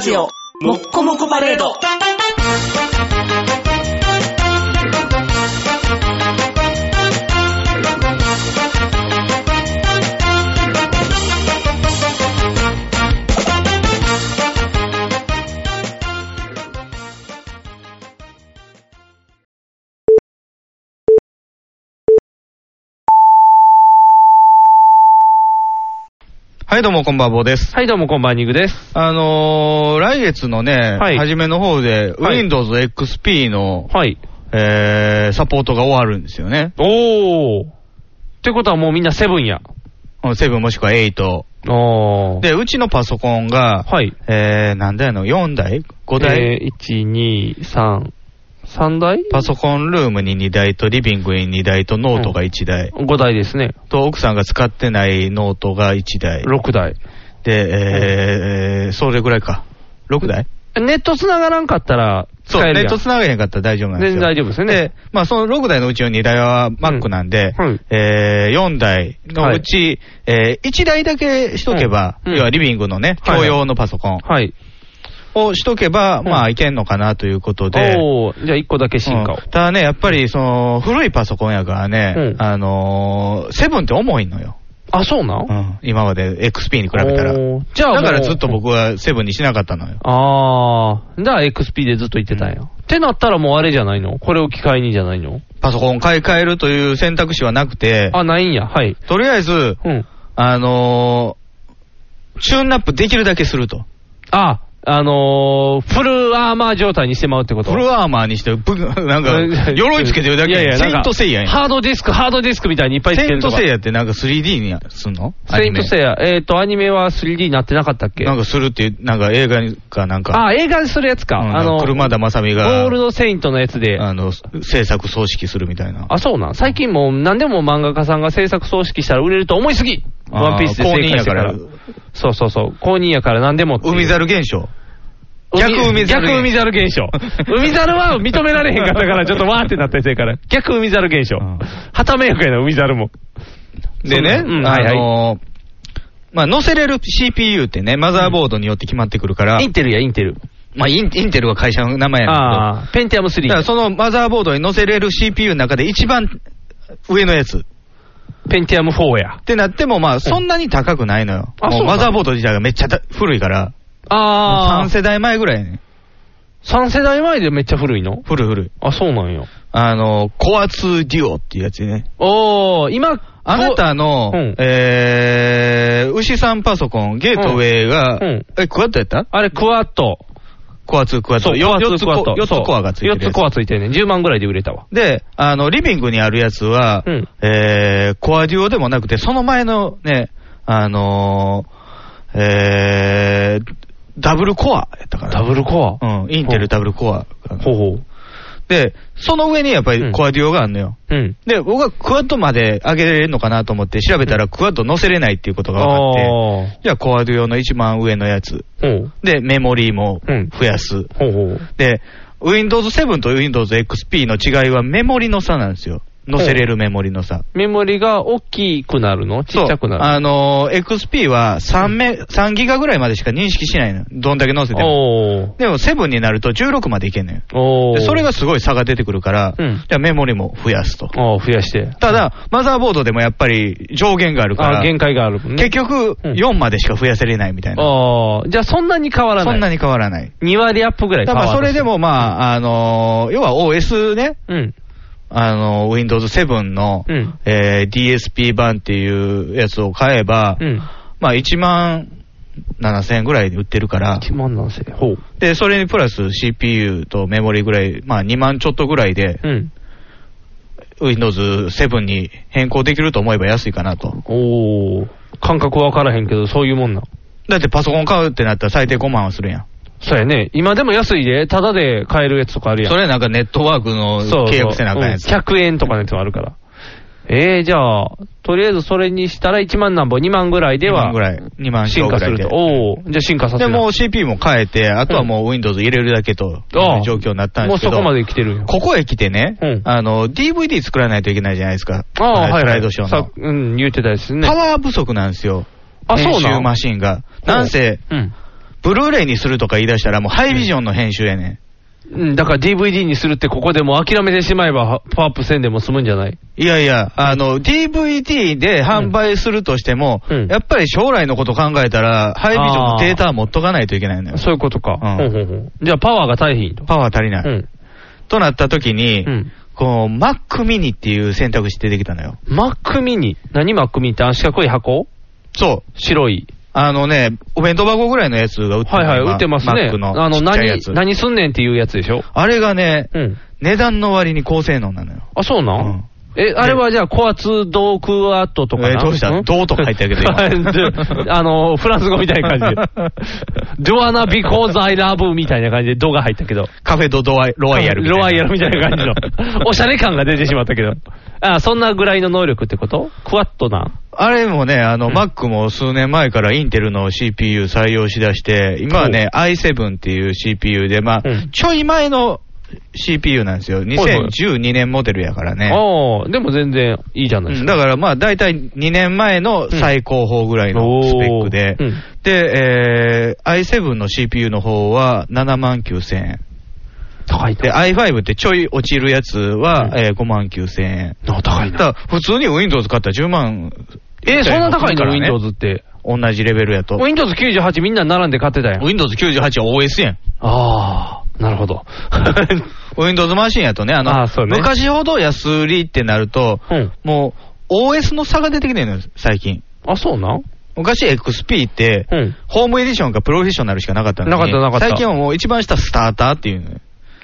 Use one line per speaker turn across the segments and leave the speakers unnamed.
ジオ、もっこもこパレード。
はい、どうも、こんばんは、坊です。
はい、どうも、こんばんは、ニグです。
あのー、来月のね、
はい
初めの方で、
はい
Windows XP の、
はい。
えー、サポートが終わるんですよね。
おー。ってことはもうみんなセブンや。
7もしくは8。
おー。、
で、うちのパソコンが、
はい。
えー、なんだよの、4台 ?5 台、
えー、1、2、3、3台
パソコンルームに2台と、リビングに2台と、ノートが1台。
?5 台ですね。
と、奥さんが使ってないノートが1台。
6台。
で、えー、それぐらいか。6台
ネット繋がらんかったら、使
そう、
える
ネ
やん
ット繋がへんかったら大丈夫なんです
全
よ。
然大丈夫ですよ
で
ね。、
まあ、その6台のうちの2台は Mac なんで、
うんはい
えー4台のうち、え1台だけしとけば、
うんうん
要はリビングのね、
はい
共用のパソコン
はい。
をしとけば、
ん
まあ、いけんのかなということで、
おー。じゃあ1個だけ進化を
うん。ただね、やっぱりその古いパソコンやからね、
うん
あのー、セブンって重いのよ、
あ、そうなん
うん今まで XP に比べたら。
おーじゃあも
だ
う
からずっと僕はセブンにしなかったのよ。
あー。じゃあ XP でずっと言ってたんや。ってなったらもうあれじゃないのこれを機会にじゃないの
パソコン買い替えるという選択肢はなくて、
あ、ないんや。はい。
とりあえず、
うん。
あのー、チューンナップできるだけすると。
あ、あのー、フルアーマー状態にしてまうってこと
フルアーマーにして、ぶ なんか、 鎧つけてるだけ
いやいや、
セイ
な
ン
ん
ト
か
セイヤやん。
ハードディスク、ハードディスクみたいにいっぱいつ
セ
け
イン
る
ト
とか。
セイヤってなんか 3D にすんの
セイントセイ
イ
ヤ。えっと、アニメは 3D になってなかったっけ
なんかするっていう、なんか映画にかなんか、
あ、映画にするやつか。
うん
あの、
車田正美が
ゴールドセイントのやつで。
あの、制作葬式するみたいな。
あ、そうなん。最近もう何でも漫画家さんが制作葬式したら売れると思いすぎ
あー
ワンピースで正解してか
公
ら
認やか。
そうそうそう。公認やから何でもっていう。
海猿現象。逆海猿現象
逆海猿 現象。海猿は認められへんかったから、ちょっとわーってなったりせえ から。逆海猿現象
うん。
旗迷惑やな、海猿も。
でね、
そんなうん
あ
はいはい
のー、まあ、乗せれる CPU ってね、マザーボードによって決まってくるから、
インテルや、インテル。
まあ、インインテルは会社の名前やねんけど、
ああ、ペンティアム
だから
3。
そのマザーボードに載せれる CPU の中で一番上のやつっ
ペンティアム4や。
てなっても、まあそんなに高くないのよ。
あ
もう
そうな
マ
の
ザーボード自体がめっちゃた古いから、
あ
3世代前ぐらいやね。
3世代前でめっちゃ古いの
古い古い。
あ、そうなんよ。
あの、コア2デュオっていうやつね。
おー、今、
あなたの、
うん
えー、牛さんパソコン、ゲートウェイが、
うんうん
え、クワットやった
あれ、クワット。
コア2、クワット。
そう、
よ
4
四
つ
つ
コ
コ
アと。
四つコアがついてるやつ。
4つコアついてるね。10万ぐらいで売れたわ。
で、あの、リビングにあるやつは、
うん
えー、コアデュオでもなくて、その前のね、あのー、えー、ダブルコアやったかな。
ダブルコア。
うん、インテルダブルコアかな。
ほうほう。
で、その上にやっぱ
うん
りコアデュオがあるのよ。
うん。
で、僕はクワッドまで上げれるのかなと思って調べたら、クワッド乗せれないっていうことが分かって、
あ
じゃあコアデュオの一番上のやつ。
ー。ほう。
で、メモリーも
うん
増やす。
ほうほう。
で、Windows 7と Windows XP の違いはメモリの差なんですよ。載せれるメモリの差。
メモリが大きくなるのちっちゃく
そう
なる
あのー XP は3メ、3ギガぐらいまでしか認識しないの。どんだけ載せても。
おー。
でも7になると16までいけんのよ。
おー。
でそれが、すごい差が出てくるから、
うん
じゃあメモリも増やすと。
おー、増やして。
ただ、マザーボードでもやっぱり上限があるか
あー、
ら、
限界があるもんね。
結局
うん
4までしか増やせれないみたいな。
ああ、じゃあそんなに変わら
そ
ない。
んなに変わらない。
2割アップぐらい
だ
変
か
わ
ら
らな
それ
い。
でもまあ、あのー要は OS ね、
うん。
あの、Windows 7の、
うん
えー DSP 版っていうやつを買えば、
うん。
まあ1万7000円ぐらいで売ってるから、
1万なんせ。ほう。
で、それにプラス CPU とメモリぐらい、まあ2万ちょっとぐらいで、
うん。
Windows 7に変更できると思えば安いかなと。
おー。感覚はわからへんけど、そういうもんなん。
だってパソコン買うってなったら最低5万はするやん。
そうやね。今でも安いで、タダで買えるやつとかあるやん。
それなんかネットワークの契約せなあかんやつ。
そうそううん100円とかのやつもあるから。えー、じゃあ、とりあえずそれにしたら1万なんぼ、2万ぐらいで
2
は
万ぐらい。2万
進化する
ぐら
と。
いで
おー。じゃあ進化させ
で、
る。
もう CPU も変えて、あとはもう Windows 入れるだけと、
ああ
状況になったんで
もう
すけ
そ
ど。
こまで来てるんや
ここへ来てね、
うん
あの、DVD 作らないといけないじゃないですか。
ああ、はい、はい。
スライドショー
さ
の。
うん、言ってたですね
パ。ワー不足なんですよ。
あ、そう
編
な
集
ん
マシンが。なんせ、
うん。
ブルーレイにするとか言い出したら、もうハイビジョンの編集やねん。
うん、だから DVD にするってここでもう諦めてしまえばパワーアップせんでも済むんじゃない
いやいや、あの、DVD で販売するとしても、
うん
やっぱり将来のこと考えたら、ハイビジョンのデータは持っとかないといけないのよ。
そういうことか。
うん
ほうほうほうじゃあパワーが大変と。
パワー足りない。
うん。
となった時に、
うん。
こう、Mac mini っていう選択肢出てきたのよ。
Mac mini。何 Mac mini ってあの四角い箱
そう。
白い。
あのね、お弁当箱ぐらいのやつが売ってる
はいはい、売ってますね。
Mac の
あ
ち
の、
っちゃいや
何
つ、。
何すんねんっていうやつでしょ
あれがね、
うん。
値段の割に高性能なのよ。
あ、そうなん、
うん
え、あれはじゃあ、コアツ、ドークアットとかな
えどうした
ん
ドーとか入ってるけど今
で あの、フランス語みたいな感じで。 ドアナビコーズアイラブみたいな感じで、ドが入ったけど。
カフェドドワイロワイヤルみたいな。
ロワイヤルみたい な感じの。おしゃれ感が出てしまったけど。あ、そんなぐらいの能力ってことクワットな。
あれもね、あの、
うん
Mac も数年前からインテルの CPU 採用しだして、今はね、i7 っていう CPU で、まあ、
うん
ちょい前の CPU なんですよ。
いはい
2012年モデルやからね。
ああ、でも全然いいじゃない
う
です
ん
か。
だからまあ、大体2年前の最高峰ぐらいのスペックで、
うんおーうん
で、えー i7 の CPU の方は7万9000円。
高い
で、
な。
i5 ってちょい落ちるやつは、
うん
えー5万9000円。
あ高いな。
だから普通に Windows 買ったら10万。
えーそんな高いの
らね
?Windows って。
同じレベルやと。
Windows98 みんな並んで買ってたやん。
Windows 98は OS やん。
ああ、なるほ ど。
Windows マシンやとね、あの、
あーそうね
昔ほど安売りってなると、
うん。
もう OS の差が出てきてるのよ、最近。
あ、そうなん
昔 XP って、
うん。
ホームエディションかプロフェッショナルしかなかったのに
なかったなかった
最近はもう一番下スターターっていうのよ。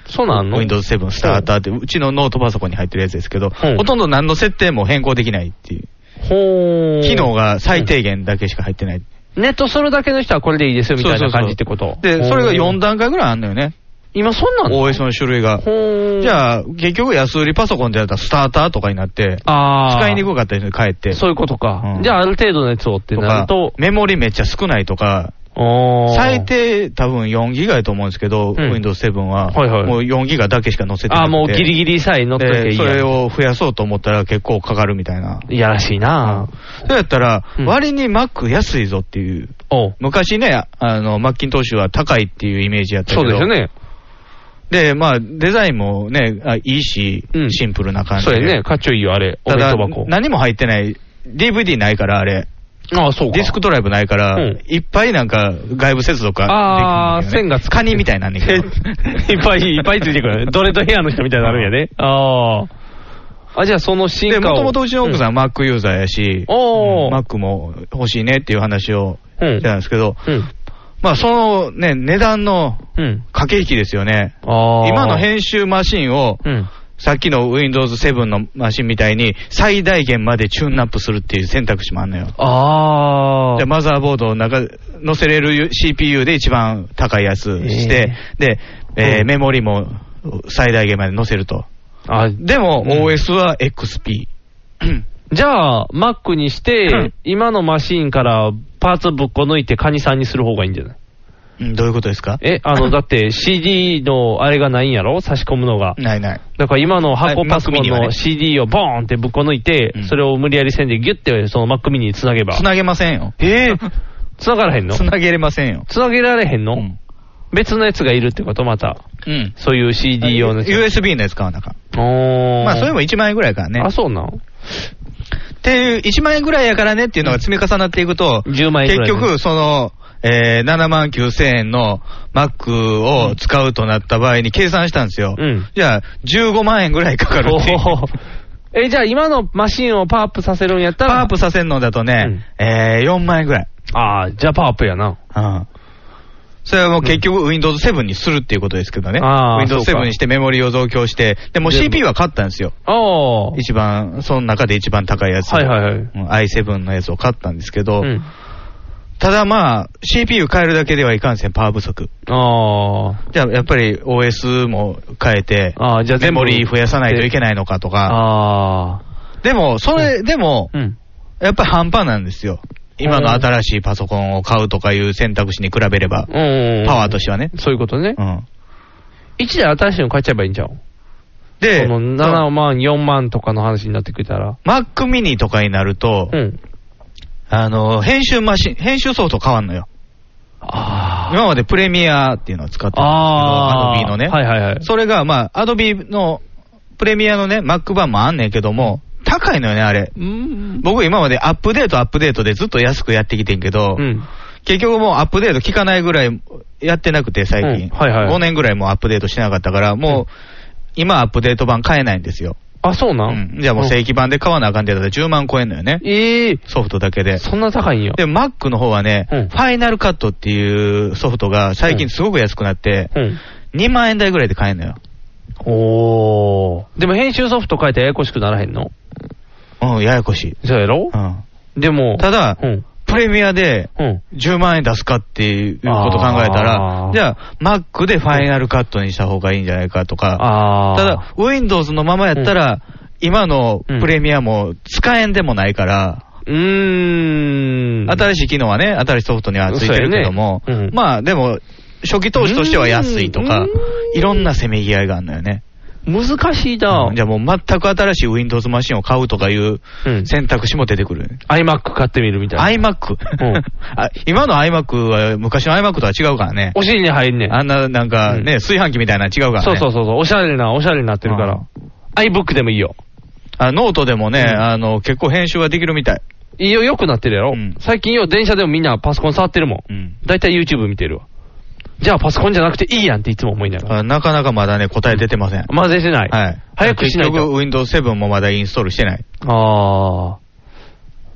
そうなんの
Windows 7スターターって、うちのノートパソコンに入ってるやつですけど、
うん
ほとんど何の設定も変更できないっていう。
ほー。
機能。が最低限だけしか入ってない。
ネットするだけの人はこれでいいですよみたい
そうそう
な
そう
感じってこと。
で、それが4
だ。
段階ぐらいあんのよね。
今そんなんの
OS の種類が。
ほー。
じゃあ、結局安売りパソコンでやったらスターターとかになって、
あー
使いにくかったりする帰って。
そういうことか。
うん
じゃあ、ある程度のやつをって
と
な
か
ると、、
メモリめっちゃ少ないとか、
おー
最低多分4ギガやと思うんですけど、
うん
Windows 7は、
はいはい
もう4ギガだけしか載せてなくて。
あーもうギリギリさえ乗っとけばい
で
い
そ
やん
れを増やそうと思ったら結構かかるみたいな。
いやらしいな
そうやったら
う、ん
割に Mac 安いぞっていう。
おう
昔ね、あの、マッキントッシュは高いっていうイメージやったけ
そ
ど。
うですよね。
で、まあ、デザインもね、あいいし、
うん
シンプルな感じ
そう
で。
やね。かっちょいいよ、あれ。お
た
弁
だ
当箱、。
何も入ってない、DVD ないから、あれ、
ああ、そうか。
ディスクドライブないから、
うん
いっぱいなんか外部接続ができるんだよね、
ああ、線がつ
カニみたいになんねんけど。
いっぱい、いっぱいついて くる。ドレッドヘアの人みたいになるんやね。ああ。あ、じゃあその進
で、
化
も
を。
ともとうちの奥さんは Mac ユーザーやし、
おー
Mac も欲しいねっていう話を
うん。う
してたん
ん。
ですけど、
うん。
まあ、そのね、値段の
うん。
駆け引きですよね。
ああ。
今の編集マシンを、
うん。
さっきの Windows 7のマシンみたいに、最大限までチューンナップするっていう選択肢もあんのよ。
ああ。
で、マザーボードの中、載せれる CPU で一番高いやつして、で、えー
うん
メモリも最大限まで載せると。
あ、
でも、
うん
OS は XP。
じゃあ、Mac にして、
うん
今のマシーンからパーツぶっこ抜いてカニさんにする方がいいんじゃない
うん どういうことですか
え、あ の、だって CD のあれがないんやろ差し込むのが。
ないない。
だから今の箱パソコン
はい Mac mini は
の
ね
CD をボーンってぶっこ抜いて、
うん
それを無理やり線でギュッてその Mac mini につなげば。
つなげませんよ。
えー、繋がらへんの
つなげれませんよ。
繋げられへんの、
うん
別のやつがいるってことまた。
うん。
そういう CD 用のやつ。
USB のやつ買わなあかん。
おー
まあ、それも1万円ぐらいからね。
あ、そうなん
っていう、1万円ぐらいやからねっていうのが積み重なっていくと、
10万円
結
ぐらい、ね。
局、その、えー7万9000円の Mac を使うとなった場合に計算したんですよ。
うん
じゃあ、15万円ぐらいかかるっていう。
おーえ、じゃあ今のマシンをパワーアップさせるんやった
パ
ら。
ワーアップさせるのだとね、えー4万円ぐらい。
ああ、じゃあパワーアップやな。
うん。それはもう結局 Windows 7にするっていうことですけどね。
あー
Windows
そうか
7にしてメモリを増強して、でもう CPU は買ったんですよ。
おー。
一番、その中で一番高いやつを。
はいはいはい。
うん i7 のやつを買ったんですけど、
うん。
ただまあ、CPU 変えるだけではいかんせんパワー不足。
あー。
じゃあ、やっぱり OS も変えて、
あーじゃ
メ
あ全部
モリー増やさないといけないのかとか。
あ
でも、それ、でも
ー。、うん。
やっぱり半端なんですよ。今の新しいパソコンを買うとかいう選択肢に比べれば、
うん。
パワーとしてはね。
そういうことね
う。ん。
一台新しいの買っちゃえばいいんじゃん。
で、
その7万、4万とかの話になってくれたら。
Mac mini とかになると
う、ん。
あの、編集マシン、編集ソフト変わんのよ。
あか。
今までプレミアっていうのを使ってたんですけど、
あ
ア
あ。
ドビのね。
はいはいはい。
それが、まあ、アドビのプレミアのね、Mac 版もあんねんけども、高いのよね、あれ。
うん。
僕今までアップデートアップデートでずっと安くやってきてんけど、
うん。
結局もうアップデート効かないぐらいやってなくて、最近、
うんはいはい
5年ぐらいもうアップデートしてなかったから、もう、今アップデート版買えないんですよ。
あ、そうな
うんじゃあもう正規版で買わなあかんってやったら10万超えんのよね。
ええ
ソフトだけで。
そんな高いんや。
で、Mac の方はね、
うん
ファイナルカットっていうソフトが最近すごく安くなって、
うん。
2万円台ぐらいで買えんのよ。
おー。でも編集ソフト変えてややこしくならへんの
うん、ややこしい。
そうやろ
うん。
でも、
ただ、
うん。
プレミアで
うん。
10万円出すかっていうことを考えたら
あ、ー
じゃあ、Mac でファイナルカットにした方がいいんじゃないかとか、
あー。
ただ、、Windows のままやったら、今のプレミアも使えんでもないから、
うーん。
新しい機能はね、新しいソフトにはついてるけども、
そうやねうん
まあでも、初期投資としては安いとか
うん、
いろんなせめぎ合いがあるのよね。
難しいな、
うんじゃあもう全く新しい Windows マシンを買うとかいう
うん。
選択肢も出てくるよね。
iMac 買ってみるみたいな。
iMac
うん。
あ今の iMac は昔の iMac とは違うからね。
お尻に入んねん。
あんななんかね、
うん
炊飯器みたいなの違うからね。
そうそうそうそう。おしゃれな、おしゃれになってるから。iBook でもいいよ。
あノートでもね、
うん
あの、結構編集はできるみたい。
いいよ、良くなってるやろ、
うん
最近よ、電車でもみんなパソコン触ってるも
う
ん。
ん。
だいたい YouTube 見てるわ。じゃあパソコンじゃなくていいやんっていつも思いながら。
あなかなかまだね、答え出てません。
まあ出てない。
はい。
早くしないと
結局 Windows 7もまだインストールしてない。
ああ。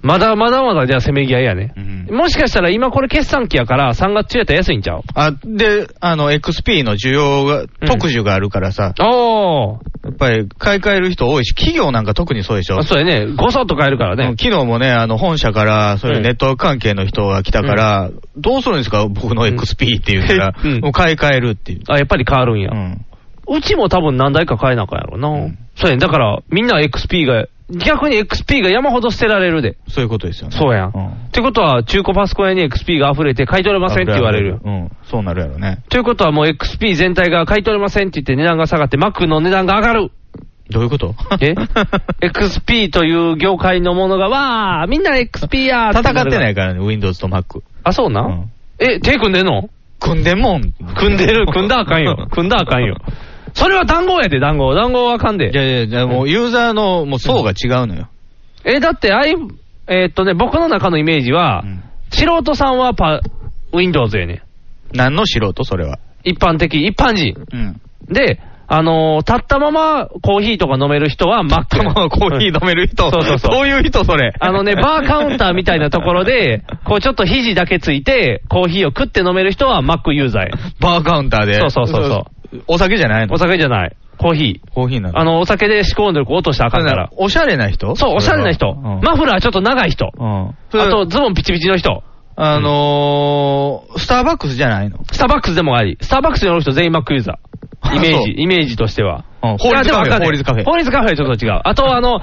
まだまだまだじゃあせめぎ合いやね
う。ん
もしかしたら今これ決算期やから3月中やったら安いんちゃう
あ、で、あの、XP の需要が、特需があるからさ、
あ
やっぱり買い替える人多いし、企業なんか特にそうでしょ。
あ。そうやね。ごそっと買えるから
うん
ね。
昨日もね、あの、本社から、そういうネットワーク関係の人が来たから、どうするんですか、僕の XP っていうから、
うん
もう買い替えるっていう。
あ、やっぱり変わるんや。
うん。
うちも多分何台か買えなあかんやろな。
うん
そうやね。だからみんな XP が、逆に XP が山ほど捨てられるで。
そういうことですよね。
そうやん。
うん
ってことは中古パソコン屋に XP が溢れて買い取れませんって言われるよ。
うん。そうなるやろね。
ということはもう XP 全体が買い取れませんって言って値段が下がって Mac の値段が上がる
どういうこと
え ?XP という業界のものが、わー、みんな XP やー。
戦ってないいからね、Windows と Mac。
あ、そうな、
うん
え、手組んでんの
組んでんもん。
組んでる。組んだらあかん よ。組んだらあかんよ。それは談合やで、談合。談合はあか ん
いや
で。
いやいや、もうユーザーのもう層が違うのよ。
え、だって、あい、えーっとね、僕の中のイメージは、
うん
素人さんはパ、Windows やね。
何の素人それは。
一般的、一般人。
うん。
で、あのー立ったままコーヒーとか飲める人は Mac。
卵コーヒー飲める人。
そうそうそう
そういう人、それ。
あのね、バーカウンターみたいなとこ ろで、こうちょっと肘だけついて、コーヒーを食って飲める人は Mac ユーザーや。
バーカウンターで。。
そうそうそうそう
お酒じゃないの
お酒じゃない。コーヒー。
コーヒーなの
あの、お酒で思考能力落としたらあかんから。
おしゃれな人
そう、おしゃれな人。
うん
マフラーちょっと長い人。あ
うん。あ
と、
と、
ズボンピチピチの人。
あのー、スターバックスじゃないの
スターバックスでもあり。スターバックスに乗る人全員 Mac ユーザー。イメー
そう
ジ、イメージとしては。
うん法律
いやでも
カフェ
あかん
法
ね
律カフェ
法律カフェはちょっと違う。あと、あの、ん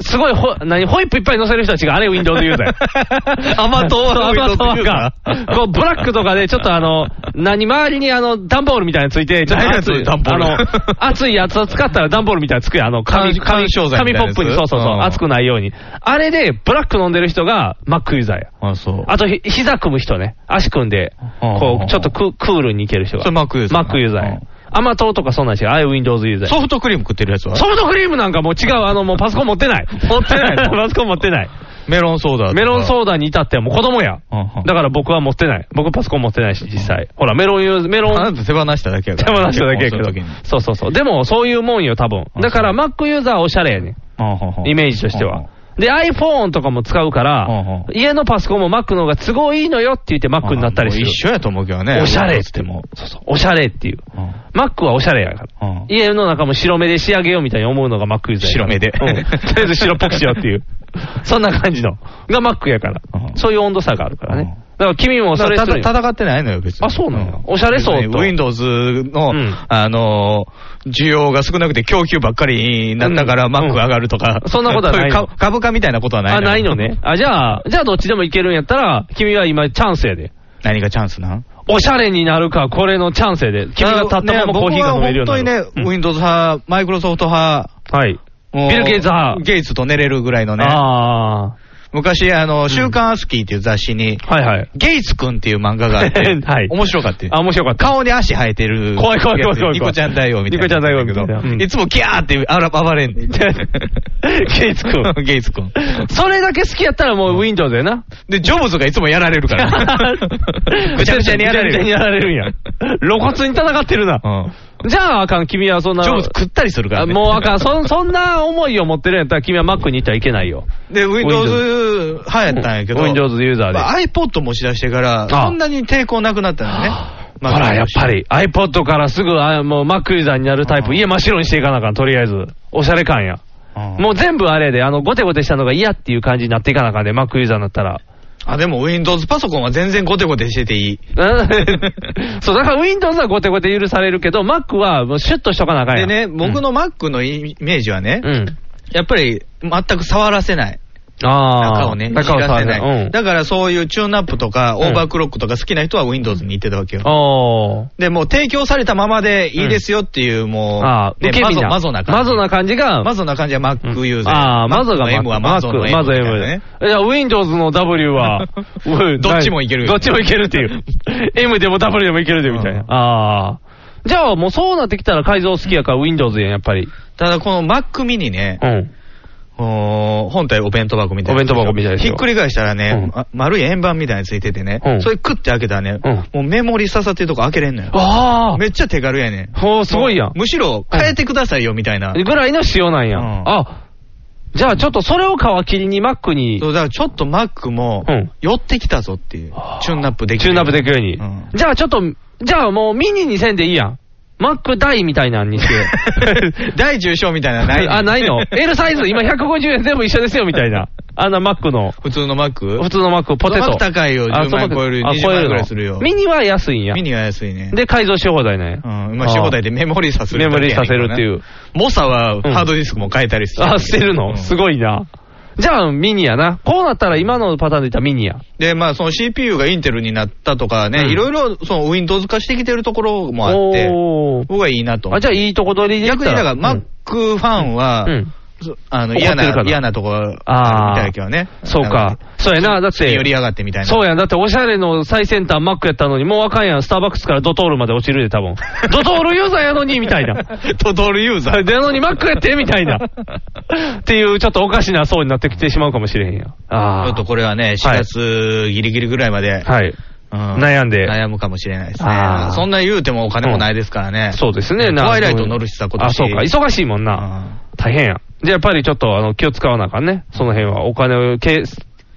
すごい、ほ、何、ホイップいっぱい乗せる人は違う。あれ、Windows ユーザーや。
甘党は
アマト
Windows ユーザ
が
ー。
こう、ブラックとかで、ちょっと あの、何、周りにあの、段ボールみたいなのついて、ちょっと熱
何やそ
い、
れ段ボー
あ
ル
の、熱いやつを使ったら段ボールみたいなのつくやん。あの、
緩
紙、
緩
紙、
衝材み
紙
た
ポ
いなや
ッ
つ
プに、そうそうそうう、
ん
熱くないように。あれで、ブラック飲んでる人が、Mac ユーザーや。
あ、そう。
あと、ひ膝組む人ね。足組んで、
うん
こう、ちょっとククールにいける人が。
それ Mac ユーザー
Mac ユーザー
う
や
ん。
アマトとかそんなん違う。ああいう Windows ユーザーや。
ソフトクリーム食ってるやつは
ソフトクリームなんかもう違う。あの、もうパソコン持ってない。
持ってないの
パソコン持ってない。
メロンソーダとか。
メロンソーダに至ってはもう子供や。
うんうん
だから僕は持ってない。僕パソコン持ってないし、実際。ほら、メロンユー、メロ
あな
ン、
た手放しただけや
手
から。
放しただけやけど
結婚する時に。
そうそうそう。でも、そういうもんよ、多分。だから、
あ
Mac ユーザーはおしゃれやね
うんうん
ん。イメージとしては。で、iPhone とかも使うから、
うん
家のパソコンも Mac の方が都合いいのよって言って
うんうん
Mac になったりする
もう。一緒やと思うけどね。
おしゃれっ
Windows
ても。そうそう。おしゃれっていう。
うん。
Mac はおしゃれやから。
うん
家の中も白目で仕上げようみたいに思うのが Mac ユーザー
白
やから
目で
うんとりあえず白っぽくしようっていう。そんな感じの。が Mac やから
うん。
そういう温度差があるから
うん
ね。だから君もそ
た
れす
だ
るよ
戦ってないのよ、別に。
あそうなんや
ん
おしゃれそうと
別に Windows の、
うん
あのー、需要が少なくて供給ばっかりになったから、
うん
Mac が上がるとか、
そんなことはないの
そううか株価みたいなことはない
あ、ないのね。。あ、じゃあ、じゃあどっちでもいけるんやったら、君は今チャンスやで。
何がチャンスなん
おしゃれになるか、これのチャンスやで。君が立ったままコーヒーが飲めるようにな
ね
る。
僕は本当にね、
うん
Windows 派、Microsoft 派、
はい。
もう
ビル・ゲイツ派
ゲイツと寝れるぐらいのね。
ああ。
昔、あの、週刊アスキーっていう雑誌に、
はいはい。
ゲイツくんっていう漫画があって、
はい
面白かったよ
あ、面白かった。
顔に足生えてる。
怖い怖い怖い怖い怖い
ニコちゃん大王みたいな。
ニコちゃん大王みたいな
けど
うん
いつもキャーってあら暴れんねん。
ゲイツくん。
ゲイツくん。
それだけ好きやったらもう Windows やな。
で、ジョブズがいつもやられ るから。ぐちゃぐちゃにやられ
ぐちゃ
る。
ぐちゃにやられるんや。露骨に戦ってるな。
うん。
じゃああかん、君はそんな。
ジョブズ食ったりするから、
あ
ね。
もうあかん、そんそんな思いを持ってるんやったら君は Mac に行ったらいけないよ。
で、Windows 流行ったんやけど。
Windows ユーザーで。
まあ iPod も押し出してから、
あ
そんなに抵抗なくなったのね。
ほら、やっぱり iPod からすぐあもう Mac ユーザーになるタイ
う
プ、
ん
家真っ白にしていかなあかん、とりあえず。おしゃれ感や。
うん。
もう全部あれで、あの、ゴテゴテしたのが嫌っていう感じになっていかなあかんで、Mac ユーザーになったら。
あ、でも Windows パソコンは全然ゴテゴテしてていい。
うんそう、だから Windows はゴテゴテ許されるけど、Mac はもうシュッとしとかなあかんや
で
ん
ね、僕、の Mac のイメージはね、
うん。
やっぱり全く触らせない。
ああ。
中をね、いじ
中を
ら
触
せ
る
ない。
ね。うん。
だからそういうチューンアップとか、
うん
オーバークロックとか好きな人は Windows に行ってたわけよ。
おー。
で、もう提供されたままでいいですよっていう、もう、
ああ、
ね
受け身な。
マゾな感じ。
マゾな感じが、
マゾな感じは Mac ユーザー。
ああ、マゾ
Mac
が
の M はマゾの M
マ
み
ゾ
たい
M
な
で
ね。。、
いや、Windows の W は
どっちもいけるよ
どっちもいけるっ ていう。M でも W でもいけるで、みたいな
う。ん
ああ。じゃあ、もうそうなってきたら改造好きやから Windows やん、やっぱり。
ただこの Mac ミニね
う、ん。
おー本体お弁当箱みたいなやつでしょ。
お弁当箱みたいです
ひ
よ
っくり返したらね、
うん
あ丸い円盤みたいについててね、
うん
それクッて開けたらね、もうメモリ刺さってるとこ開けれんのよ。
あ
めっちゃ手軽やねん。
あ。ほう、すごいやん。
むしろ変えてくださいよみたいな。
ぐらいの仕様なんや。
うん
あ、じゃあちょっとそれを皮切りに Mac に。
そうだからちょっと Mac も
うん
寄ってきたぞっていう。チューンナップでき
チ
る。
ューンナップできるように。
うん
じゃあちょっと、じゃあもうミニにせんでいいやん。マック大みたいなんにして。
大中小みたい なのない。
あ、ないの ?L サイズ、今150円全部一緒ですよ、みたいな。あんなマックの。
普通の Mac?
普通のマック、ポテ
マック
ト。
高いよ
あ
10万超える
あ
20
超え
万
の
ぐらいするよ
ミニは安いんや
ミ。ニは安いね。
で、改造し放題ね
う。ん、まあ、仕放題でメモリーさせるだけやねんけどな
メモリーさせるっていう。
モサはハードディスクも変えたりしてる
あ、してるのす
い。
ごいな。じゃあ、ミニやな。こうなったら今のパターンで言ったらミニや。
で、まあ、その CPU がインテルになったとかね、
うん
いろいろその Windows 化してきてるところもあって、
おー。
僕はいいなと思う。
あ、じゃあいいとこ取りで言っ
逆
た
にだから、
うん
Mac ファンは、
うん。
そあの
怒って
嫌
るか
な
な、
嫌なところ
あー
みたいだけどね。
そう
なん
か。そうやな、だっ
次
て。
寄りやがってみたいな。
そうやん。だって、おしゃれの最先端マックやったのに、もうあかんやん。スターバックスからドトールまで落ちるで、多分。ドトールユーザーやのに、みたいな。
トトールユーザー。
でやのにマックやって、みたいな。っていう、ちょっとおかしな層になってきてしまうかもしれへんやん。あ
ち
あ。
ょっとこれはね、4月ギリギリぐらいまで、
はい。
うん
悩んで
悩むかもしれないです
あ
ね
ー。
そんな言うてもお金もないですからね。
そうですね、
トワイライト乗るしさ、今年。
あ、そうか。忙しいもんな。大変やん。じゃあ、やっぱりちょっと、あの、気を使わなあかんね。その辺は。お金をけ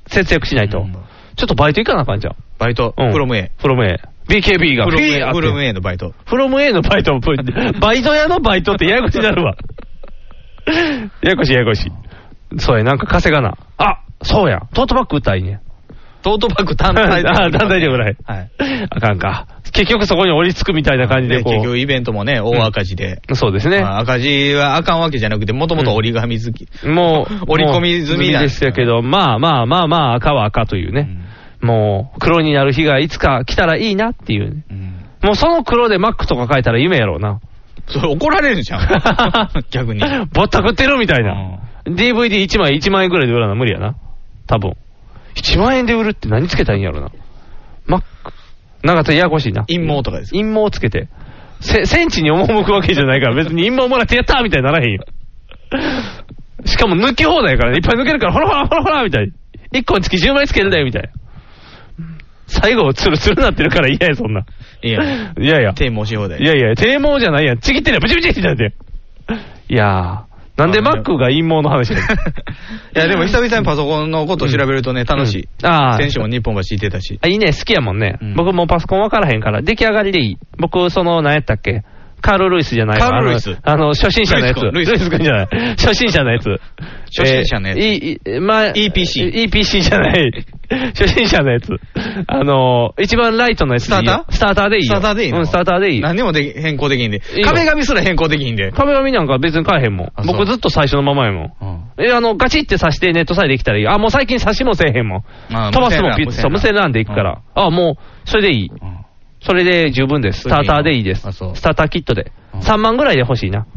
節約しないと。
うん
ちょっとバイト行かなあかんじゃん。
バイト、
うん
フロム A。
フロム A。BKB が
フロム
ピ
A
ーあって
フロム A のバイト。
フロム A のバイトも、 バイト屋のバイトってややこしになるわ。ややこしいややこしい。そうや、なんか稼がな。あ、そうや、トートバッグ売ったらいいね。
トートバッグ
あ、
単体で。
団体でぐらい。
はい。
あかんか。結局そこに折りつくみたいな感じで
で
こ
結局イベントもね、大赤字で。
う。そうですね。
まあ赤字はあかんわけじゃなくて、もともと折り紙好き。
もう、
折り込み済み
も
なんで
うですしたけど、まあまあまあまあ、赤は赤というね。もう、黒になる日がいつか来たらいいなっていうね。
うんうん
もうその黒でマックとか書いたら夢やろうな。
それ怒られるじゃん。 逆に。
ぼったくってるみたいな。DVD1 枚1万円ぐらいで売らな無理やな。多分。1万円で売るって何つけたらいいんやろな。マック。なんかややこしいな。
陰謀とかです
陰謀をつけて。せ、戦地に赴くわけじゃないから別に陰謀もらってやったーみたいにならへんよ。しかも抜き放題やからね。いっぱい抜けるから、ほらほらほらほらみたいな。1個につき10枚つけるだよみたいな。最後、ツルツルなってるから嫌や、そんな。
いや、
いやいや。
手申し放題。
いやいや、低毛じゃないやん。ちぎってるやん。ブチブチってなって。いやー、なんでマックが陰謀の話だよ
いや、でも久々にパソコンのことを調べるとね、楽しい。
うんあー
選手も日本橋行ってたし。
あいいね、好きやもんね。
うん
僕もうパソコン分からへんから、出来上がりでいい。僕、その、何やったっけカール・ルイスじゃないわ
カールルイス
あの、あの初心者のやつ。
ル
ル
イ
イ
ス君ルイス
ス君じゃない。 初心者のやつ。
初心者のやつ
えーいいいまあ、
EPC
EPC じゃない。 初心者のやつ。あの、一番ライトのやつでいいよ。
ス
スターターでいいよ。
スターターでいいの
うん、スターターでいいよ。
何にもでき変更できんで
いい。よ
壁紙すら変更できんで。
壁紙なんか別に買えへんもん
あ。そう
僕ずっと最初のままやもん。
うん
え、あの、ガチって刺してネットさえできたらいい。あ、もう最近刺しもせえへんもん。
あ
飛ばすもん、ピ
無
ッ
線
ツ、無線なんでいくから。あ、もう、それでいい。
うん
それで十分です。
そ
ス
れで
タ
いいの
ーターでいいです。
あそう
スターターキットで
うん。
3万ぐらいで欲しいな。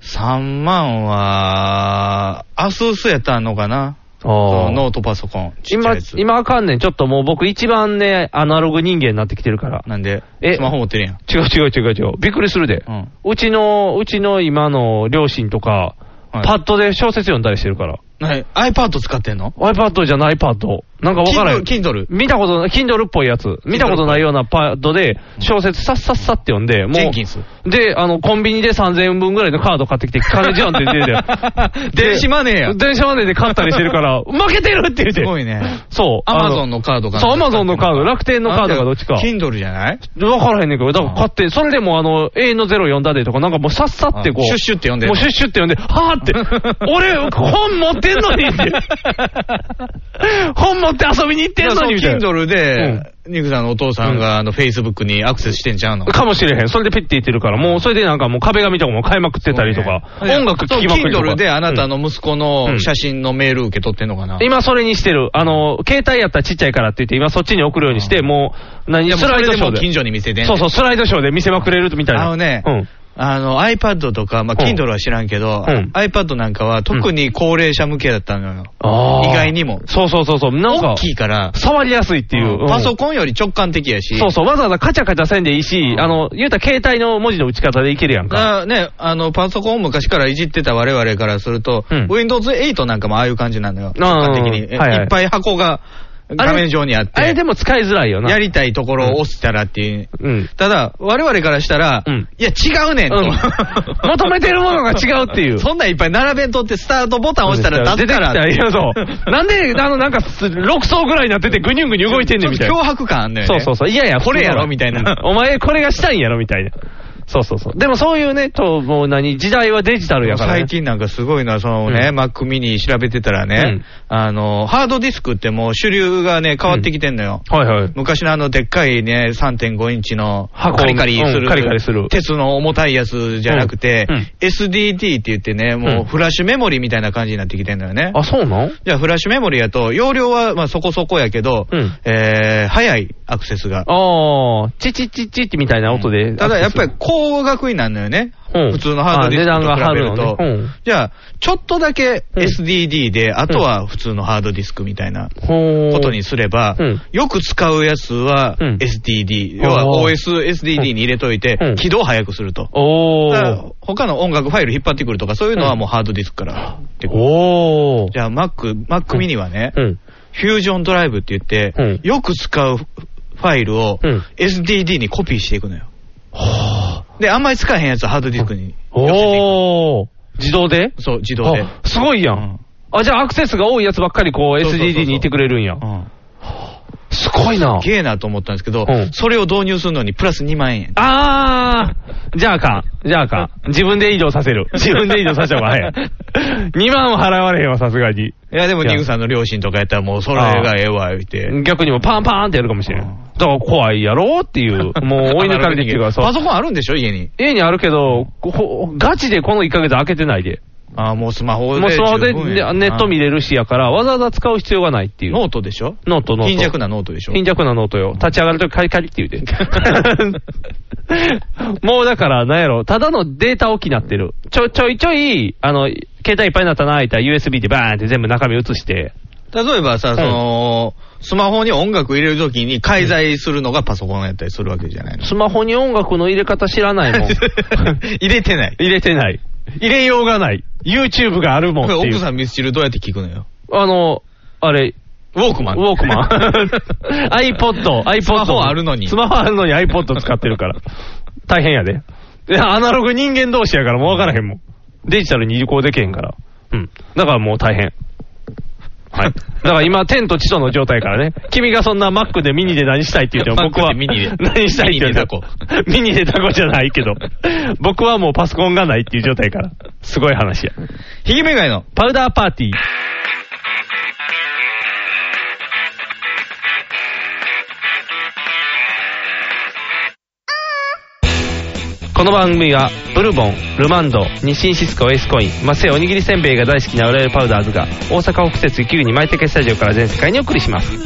3万は、アスースやったのかなそ
あ
の
あ。
ノートパソコン。ちっちゃい
今
やつ、
今あかんねん。ちょっともう僕一番ね、アナログ人間になってきてるから。
なんで、
え
スマホ持ってるやん。
違う違う違う違う。びっくりするで。
うん。
うちの、うちの今の両親とか、
はい
パッドで小説読んだりしてるから。
な iPad 使ってんの
iPad じゃないパッド。なんかわからん。
Kindle Kindle
見たことない、Kindle っぽいやつ。見たことないようなパッドで、小説さっさっさって読んで、もう。
ジェンキンス。
で、あの、コンビニで3000円分ぐらいのカード買ってきて、金じゃんって言ってて
電子マネーや
で電子マネーで買ったりしてる から、負けてるって言っ
す
て。
ごいね。
そう。あ
Amazon のカードか
そう、Amazon のカード。楽天のカードがどっちか。
Kindle じゃない
わからへんねんけど、だから買って、それでもあの、永遠のゼロ読んだでとか、なんかもうさっさってこう。
シュッシュって読んでん
も
の
うシュッシュって読んで、はーって。 俺、本持ってんのにって。本持って遊びに行ってんのにみたいな。
Kindle で、ニクさんのお父さんが、あの、Facebook にアクセスしてんちゃうの
かもしれへん。それでピッていってるから、もうそれでなんかもう壁紙とかも買いまくってたりとか、
そうね
音楽聴きまくりと
そう
か。
Kindle であなたの息子の
ん
写真のメール受け取ってんのかな、
今それにしてる。あの、携帯やったらちっちゃいからって言って、今そっちに送るようにして、もう、何、
でも
ス
そ
ライ
れ
ド
で
ショ
も
ーで。
近所に見せてんねん
そうそう、スライドショーで見せまくれるみたいな。
あのね
うん。
あの iPad とか、まあ、
うん
Kindle は知らんけど、
うん
iPad なんかは特に高齢者向けだったのよ。
あー
意外にも
そうそうそうそう。なんか
大、きいから、
触りやすいっていう。
パソ
コ
コンより直感的やし、
そうそう。わざわざカチャカチャせんでいいし、あの、言うたら携帯の文字の打ち方でいけるやんか。
だね、あのパソコンを昔からいじってた我々からすると、
うん
Windows 8なんかもああいう感じなのよ、
ん
直感的に、え
はいはい
いっぱい箱が画面上にあって、
あれでも使いづらいよな。
やりたいところを押したらっていう。
うん。
ただ、我々からしたら、
うん
いや、違うねんと。
うん求めてるものが違うっ ていう
そんなんいっぱい並べんとって、スタートボタン押したら
出
立つ
てき
から。
た。いや、 そう。なんで、あの、なんか、6層ぐらいになってて、ぐにゅんぐにゅん動いてんねんみたい
ちょっ
な。
と脅迫感あんのよね。
そうそうそう。いやいや、
これやろみたい な
お前、これがしたいんやろみたいな。そうそうそう。でもそういうね、と、もう何、時代はデジタルやからね。
最近なんかすごいのは、そのね、
うん
Mac mini 調べてたらね、あの、ハードディスクってもう主流がね、変わってきてんのよ。
はいはい。
昔のあの、でっかいね、3.5インチの、
箱
カリカリする、
うんカリカリする
鉄の重たいやつじゃなくて、
うんうん
SDT って言ってね、もううんフラッシュメモリーみたいな感じになってきてんのよね。
あ、そうなん
じゃあ、フラッシュメモリーやと、容量はまあそこそこやけど、
うん
えー早いアクセスが。
ああ、チチチチってみたいな音で。
ただ、やっぱり高額になるのよね。
うん
普通のハードディス
あ値段
ク
が
と比べると。
張るのねうん
じゃあ、ちょっとだけ
うん
SDD で、あとは普通のハードディスクみたいな。
こ
ことにすれば、
うん
よく使うやつは
うん
SDD、
あー
要は OS、SDD に入れといて
うん、
起動を早くすると。
お
だか
ー
ら。他の音楽ファイル引っ張ってくるとか、そういうのはもうハードディスクからってくる
おー
じ。ゃあ Mac、Mac mini はね、
うん。
フュージョンドライブって言って、
うん
よく使うファイルを
うん
SDD にコピーしていくのよ。で、あんまり使えへんやつはハードディスクに寄せていく。
おー。自動で
そう、自動で。
あすごいやん。あ、じゃあアクセスが多いやつばっかりこう
そうそうそうそう
SDD にいてくれるんや
う。ん。
すごいな。
ゲーなと思ったんですけど、
うん
それを導入するのにプラス2万円。
あー。じゃああかん。じゃああかん。自分で移動させる。自分で移動させた方が早い。2万は払われへんわ、さすがに。
いや、でも、ニグさんの両親とかやったら、もう、それがええわ、言って。
逆にもパンパーンってやるかもしれん。だから怖いやろっていう。もう追い抜かれてきてるからさ。
パソコン あるんでしょ、家に。
家にあるけど、ほガチでこの1ヶ月開けてないで。
ああ、もうスマホで。
もうスマホで
十分や
ネット見れるしやから、わざわざ使う必要がないっていう。
ノートでしょ
ノート、ノート。
貧弱なノートでしょ
貧弱なノートよ。立ち上がるときカリカリって言う て。もうだから、なんやろ、ただのデータ置きになってる。ちょ、ちょいちょい、あの、携帯いっぱいになったな、開いたら USB でバーンって全部中身移して。
例えばさ、
ん
その、スマホに音楽入れるときに介在するのがパソコンやったりするわけじゃないの。
スマホに音楽の入れ方知らないも ん。
入れてない。
入れてない。入れようがない。YouTube があるもんってい
奥
う。
さんミスチルどうやって聞くのよ。
あの、あれ、
ウォーク マン。
ウォークマン。iPod、iPod。
スマホあるのに
スマホあるのに iPod 使ってるから。大変やで。いや、アナログ人間同士やからもう分からへんもん。デジタルに移行できへんから。うん。だからもう大変。はい。だから今、天と地との状態からね。君がそんな Mac でミニで何したいって言っても、僕は
Mac でミニで
何したいって言ってもミニでタコじゃないけど。僕はもうパソコンがないっていう状態から。すごい話や。
ヒゲメガネの。
パウダーパーティー。この番組は、ブルボン、ルマンド、日清シスコ、エースコイン、マセオおにぎりせんべいが大好きな我々パウダーズが、大阪北節9にマイテケスタジオから全世界にお送りします。
Take you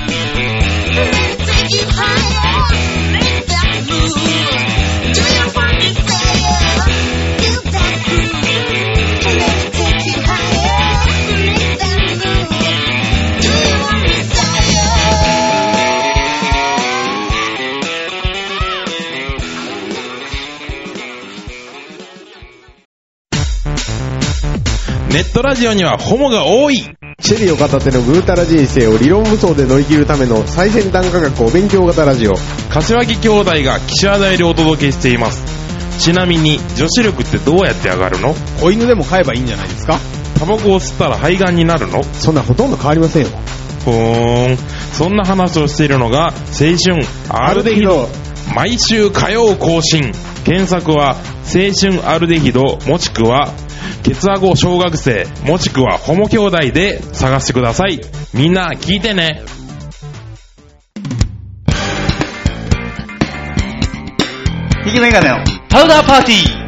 higher, make that move. Do your funky style, do that groove. Can I take you higher, make that move?
ネットラジオにはホモが多い
シェリーを片手のぐうたら人生を理論武装で乗り切るための最先端科学お勉強型ラジオ
柏木兄弟が岸和田よりお届けしていますちなみに女子力ってどうやって上がるの
子犬でも飼えばいいんじゃないですか
タバコを吸ったら肺がんになるの
そんなほとんど変わりませんよ
ふーんそんな話をしているのが青春アルデヒド毎週火曜更新検索は青春アルデヒドもしくはケツアゴ小学生もしくはホモ兄弟で探してくださいみんな聞いてね
引きメガネのパウダーパーティー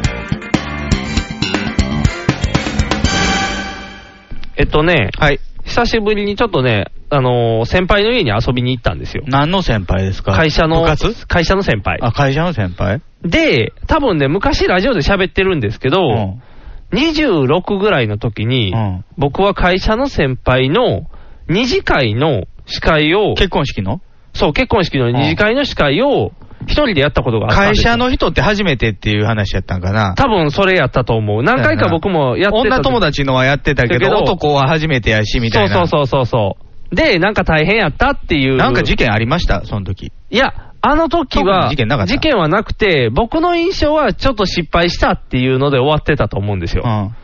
えっとね、
はい。
久しぶりにちょっとね、あのー先輩の家に遊びに行ったんですよ。
何の先輩ですか
会社の
部活、
会社の先輩。
あ、会社の先輩
で、多分ね、昔ラジオで喋ってるんですけど、
うん。
26ぐらいの時に、
うん
僕は会社の先輩の二次会の司会を、
結婚式の
そう、結婚式の二次会の司会を一人でやったことがあったん
会
ですよ
社の人って初めてっていう話やったんかな。
多分それやったと思う。何回か僕もやってた。
女友達のはやってたけ
だけ
ど、
ど
男は初めてやし、みたいな。
そうそうそうそうそう。で、なんか大変やったっていう。
なんか事件ありました、その時。
いや、あの時
特
は、
に事件なかった
事件はなくて、僕の印象はちょっと失敗したっていうので終わってたと思うんです
う
よ。
ん。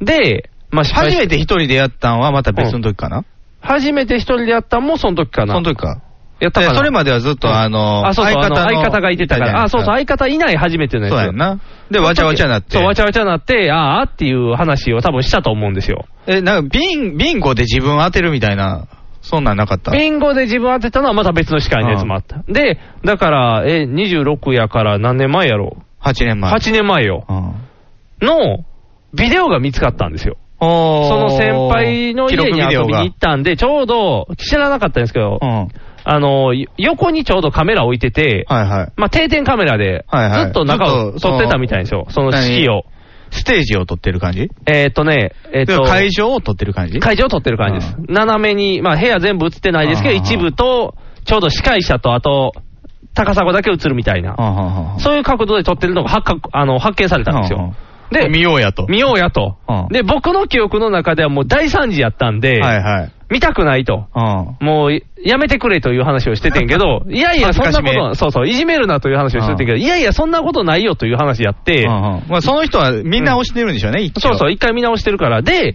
で、まあ、失敗し
初めて一人でやったんはまた別の時かな、
初めて一人でやったんもその時か
そ
な。
の時か。
やったか
で
な。
それまではずっと、あの、
あ、そうそう、あの相方がいてたから。あ、そうそう、
相
相方いない初めてのやつ
そうやんな。で、わちゃわちゃなって。
そう、わちゃわちゃなって、あーあーっていう話を多分したと思うんですよ。
え、なんか、ビン、ビンゴで自分当てるみたいな、そんなんなかった。
ビンゴで自分当てたのはまた別の司会のやつもあった。で、だから、え、26やから何年前やろ
8年前。
?8 年前よ。
うん。
の、ビデオが見つかったんですよ。
おー
その先輩の
記
家
録
に
ビデ
遊
オ
び
が
に行ったんで、ちょうど、知らなかったんですけど、
うん。
あの、よ横にちょうどカメラ置いてて、
はいはい。
まあ、定点カメラで
はいはい、
ずっと中を
ずっと
撮ってたみたいですよ。
そ
そ
の
の式を。
ステージを撮ってる感じ
えーっとね、えーっと、
会場を撮ってる感じ
会場を撮ってる感じです。斜めに、まあ、部屋全部映ってないですけど、
あー
一部と、ちょうど司会者と、あと、高砂だけ映るみたいな
は。あはあはあ
そういう角度で撮ってるのが発覚あの発見されたんです
うんう
よ
ん。
で、
見ようやと。
見ようやと
うん。
で、僕の記憶の中ではもう大惨事やったんで、
はいはい。
見たくないと。
うん。
もう、やめてくれという話をしててんけど、いやいや、
恥
そ
ず
ん
か
な
し
こ
め
と、そうそう、いじめるなという話をしててんけど、いやいや、そんなことないよという話やって、
うんうんまあ、その人はみんな押してるんでしょうね、一応
そう そう、一回見直してるから、で、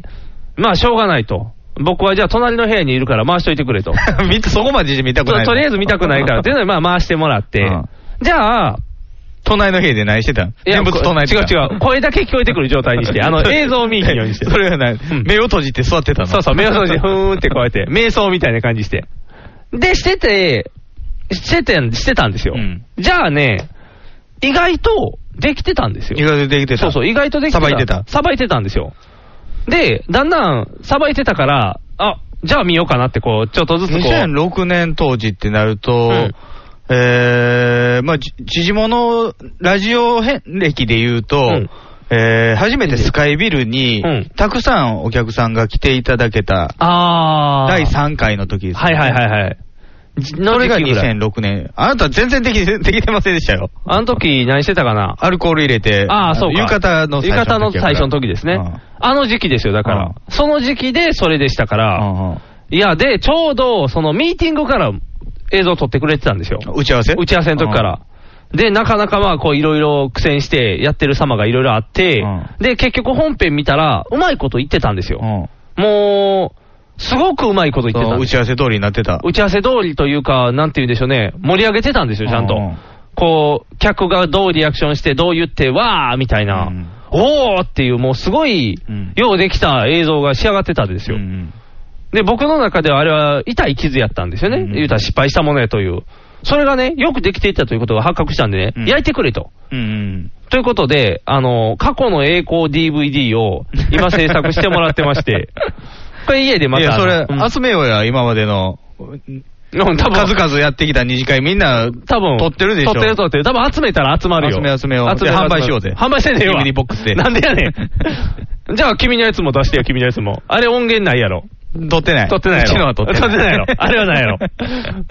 まあ、しょうがないと。僕はじゃあ、隣の部屋にいるから回しといてくれと。
見てそこまで見たく
と
ない。
とりあえず見たくないから、っていうので、まあ、回してもらって、
うん
じゃあ、
隣の部屋で何してたん
いや
念仏唱えて
違
た
う違う、声だけ聞こえてくる状態 にして、あの、映像を見えへんようにして。
それはない、
ん
目を閉じて座ってたの。
そうそう、目を 閉じて、ふーんってこうやって、瞑想みたいな感じして。で、してて、しててん、してたんですよ。
うん
じゃあね、意外とできてたんですよ。
意外とできてた。
そうそう、意外とできてた。
さばいてた
さばいてたんですよ。で、だんだん、さばいてたから、あ、じゃあ見ようかなって、こう、ちょっとずつこう。
2006年当時ってなると、
うん
えー、まあ、じ時事のラジオ編歴で言うと、
うん
えー、初めてスカイビルに、
うん
たくさんお客さんが来ていただけた、
あー。
第3回の時です、
はいはいはいはい。じ
それが
の時期ぐらい
2006年。あなた全然でき てできてませんでしたよ。
あの時何してたかな
アルコール入れて、
ああ、そうか。
浴衣の最
浴
初
衣
の
の
時やから
最初の時ですね。
うん
あの時期ですよ、だから。その時期でそれでしたから。いや、で、ちょうど、そのミーティングから映像撮ってくれてたんですよ。
打ち合わせ
打ち合わせの時から。で、なかなかまあ、こう、いろいろ苦戦してやってる様がいろいろあって、
う
で、結局本編見たら、うまいこと言ってたんですよ。
うん
もう、すごくうまいこと言って
そ
た
う
んで
打
す
ち合わせ通りになってた。
打ち合わせ通りというか、なんて言うんでしょうね、盛り上げてたんですよ、ちゃんと
うん。
こう、客がどうリアクションして、どう言って、わーみたいな、
うん
おーっていう、もうすごい
うん、
ようできた映像が仕上がってたんですよ。
うん
で、僕の中ではあれは痛い傷やったんですよね。
うん
言うたら失敗したものやという。それがね、よくできていったということが発覚したんでね、
うん
焼いてくれと。
うんうん。
ということで、あの、過去の栄光 DVD を今制作してもらって まして、これ家でま
い
た、
や、それ、
うん
集めようや、今までの。
うん多分
数々やってきた二次会、みんな、
多分。
撮ってるでしょ
撮ってる撮ってる。多分集めたら集まるよ。
集めよう集めよう
集めよ
で販売
集め
しようぜ
販売してねえわ。
DVD ボックスで
なんでやねん。じゃあ君のやつも出してよ、君のやつも。あれ音源ないやろ。
撮ってない。
撮ってないやろ。
うちのは撮ってない。
撮ってないやろ。あれはな いやろ。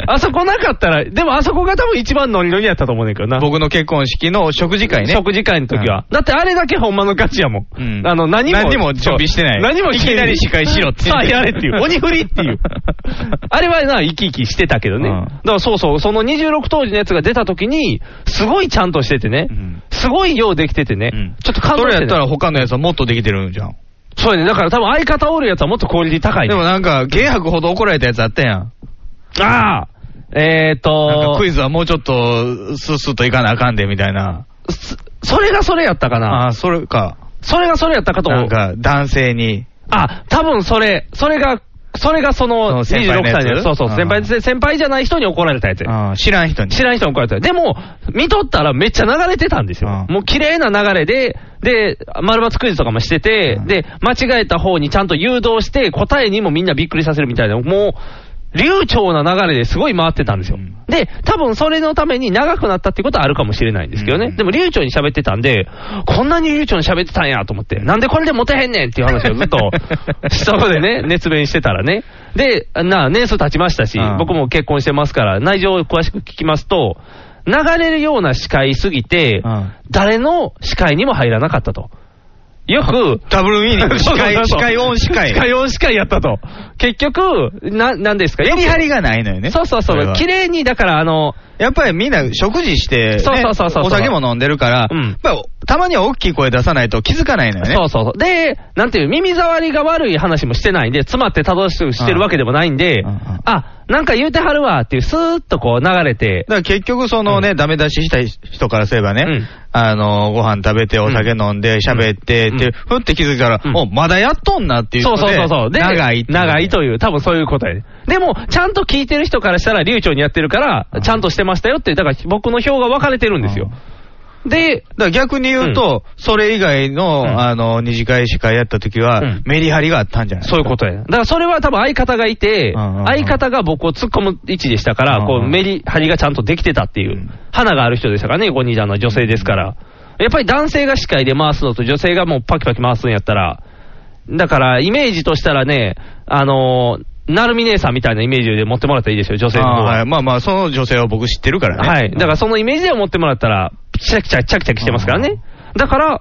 あそこなかったら、でもあそこが多分一番ノリノリやったと思うねんけどな。
僕の結婚式の食事会ね。
食事会の時は。だってあれだけほんまのガチやもん。
うん
あの、何も。
何にも準備してない
そう何も
いきなり司会しろって
さあやれって いう。鬼振りって いう。あれはな、生き生きしてたけどね。
うん
だからそうそう、その26当時のやつが出た時に、すごいちゃんとしててね。
うん
すごいようできててね。
うん
ちょっと感動
それ
して、
や
ね。
ったら他のやつはもっとできてるんじゃん。
そうやね。だから多分相方おるやつはもっとクオリティ高い、
で
ね。
もなんか、芸博ほど怒られたやつあったやん。
ああえーと
なんかクイズはもうちょっと、スッスッといかなあかんで、みたいな。
そそれがそれやったかな。
ああ、それか。
それがそれやったかと思
な。
うん
か、男性に。
あ、多分それ、それが、それがそ
その
の26
先輩のやつ
歳の、そうそう、
うん
先輩、先輩じゃない人に怒られたやつや。
ああ知らん人に。
知らん人に怒られたやつ。でも、見とったらめっちゃ流れてたんですよ。
うん
もう綺麗な流れで、で、丸抜クイズとかもしてて、
うん
で、間違えた方にちゃんと誘導して、答えにもみんなびっくりさせるみたいな、もう、流暢な流れですごい回ってたんですよ。
うん
で、多分それのために長くなったってことはあるかもしれないんですけどね。
うん
でも流暢に喋ってたんで、こんなに流暢に喋ってたんやと思って、なんでこれでモテへんねんっていう話をず っと、そこでね、熱弁してたらね。で、なあ、年数経ちましたし
うん、
僕も結婚してますから、内情を詳しく聞きますと、流れるような司会すぎて
うん、
誰の司会にも入らなかったと。よく、
ダブルミーニング。司
そうそうそう
会、司会音司会
司。会音司会やったと。結局、な、なんですか
メリハリ
が
がないのよね。
そうそうそ
れ
う。
は
綺麗に、だから、あの、
やっぱりみんな食事して、ね
そうそうそうそう
お酒も飲んでるから、
うん
やっぱりたまには大きい声出さないと気づかないのよね。
そうそうそう。で、なんていう、耳障りが悪い話もしてないんで、詰まって正しくしてるわけでもないんで、
うんうんうん
あ、なんか言うてはるわっていう、スーッとこう流れて
だ、から結局、そのね、ダメ出しした人からすればね、
うん
あの、ご飯食べて、お酒飲んで、喋って、
うん
って、ふって気づいたら、
うん
お、まだやっとんなっていう
そ
の
う
で、
そうそうそう。で
長いってう
長いという、多分そういう答えで。でも、ちゃんと聞いてる人からしたら、流暢にやってるか
うん
ら、ちゃんとしてましたよって、だから僕の票が分かれてるんですよ。で、
だから逆に言うと、それ以外の、
うん
あの、二次会司会やった時は、
うん
メリハリがあったんじゃない
そういうことや。だからそれは多分相方がいて、
うんうんうん
相方が僕を突っ込む位置でしたか
うんう
ら、
ん、
こうメリハリがちゃんとできてたっていううん花がある人でしたからね、5人の女性ですから。やっぱり男性が司会で回すのと女性がもうパキパキ回すんやったら、だからイメージとしたらね、あのー、なるみ姉さんみたいなイメージで持ってもらったらいいですよ、女性の方
あー
は。
はいまあまあ、その女性は僕知ってるからね。
はい。だからそのイメージを持ってもらったら、チャキチャキチャキチャキしてますからね。だから、ん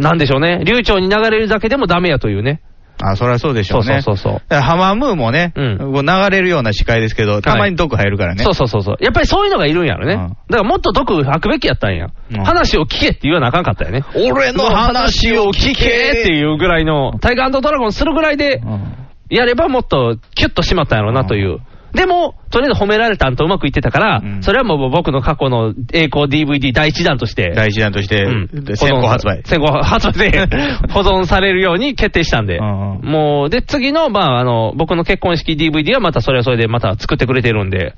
なんでしょうね。流暢に流れるだけでもダメやというね。
あ、そりゃそうでしょうね。
そうそうそうそう
だからハマムーもね、
うん
こう流れるような司会ですけど、たまに毒入るからね。
そうそうそうそう。やっぱりそういうのがいるんやろね。
うん
だからもっと毒吐くべきやったんや。
うん
話を聞けって言わなあかんかったよね。
俺の話を聞け
っていうぐらいの、タイガードラゴンするぐらいで
う、ん
やればもっとキュッとしまったんやろうなという。でも、とりあえず褒められたんとうまくいってたから、
うん
それはもう僕の過去の栄光 DVD 第一弾として、
第一弾として、
うん
先行発売。
先行発売で 保存されるように決定したんで、
うんうん
もう、で、次の、まあ、あの、僕の結婚式 DVD はまたそれはそれでまた作ってくれてるんで、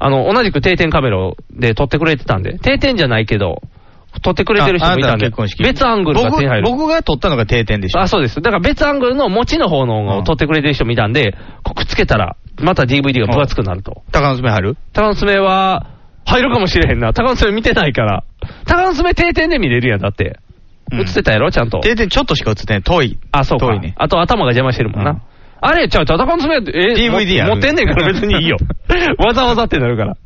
あの、同じく定点カメラで撮ってくれてたんで、定点じゃないけど、撮ってくれてる人もいたん
ああなたの
で
結婚、式
別アングルが手に入る。
僕僕が撮ったのが定点でしょ。
あ、そうです。だから別アングルの持ちの方のを撮ってくれてる人もいたんで、こうくっつけたら、また DVD が分厚くなると。
高野爪春
高の爪は、入るかもしれへんな。高の爪見てないから。高の爪定点で見れるやん、だって。
うん
映ってたやろ、ちゃんと。
定点ちょっとしか映ってない。遠い。
あ、そう
遠
か
いね。。
あと頭が邪魔してるもん
うん
な。あれ、ちゃうちゃう、高の爪、え
DVD や
も
る
持ってんねんから 別にいいよ。わざわざってなるから。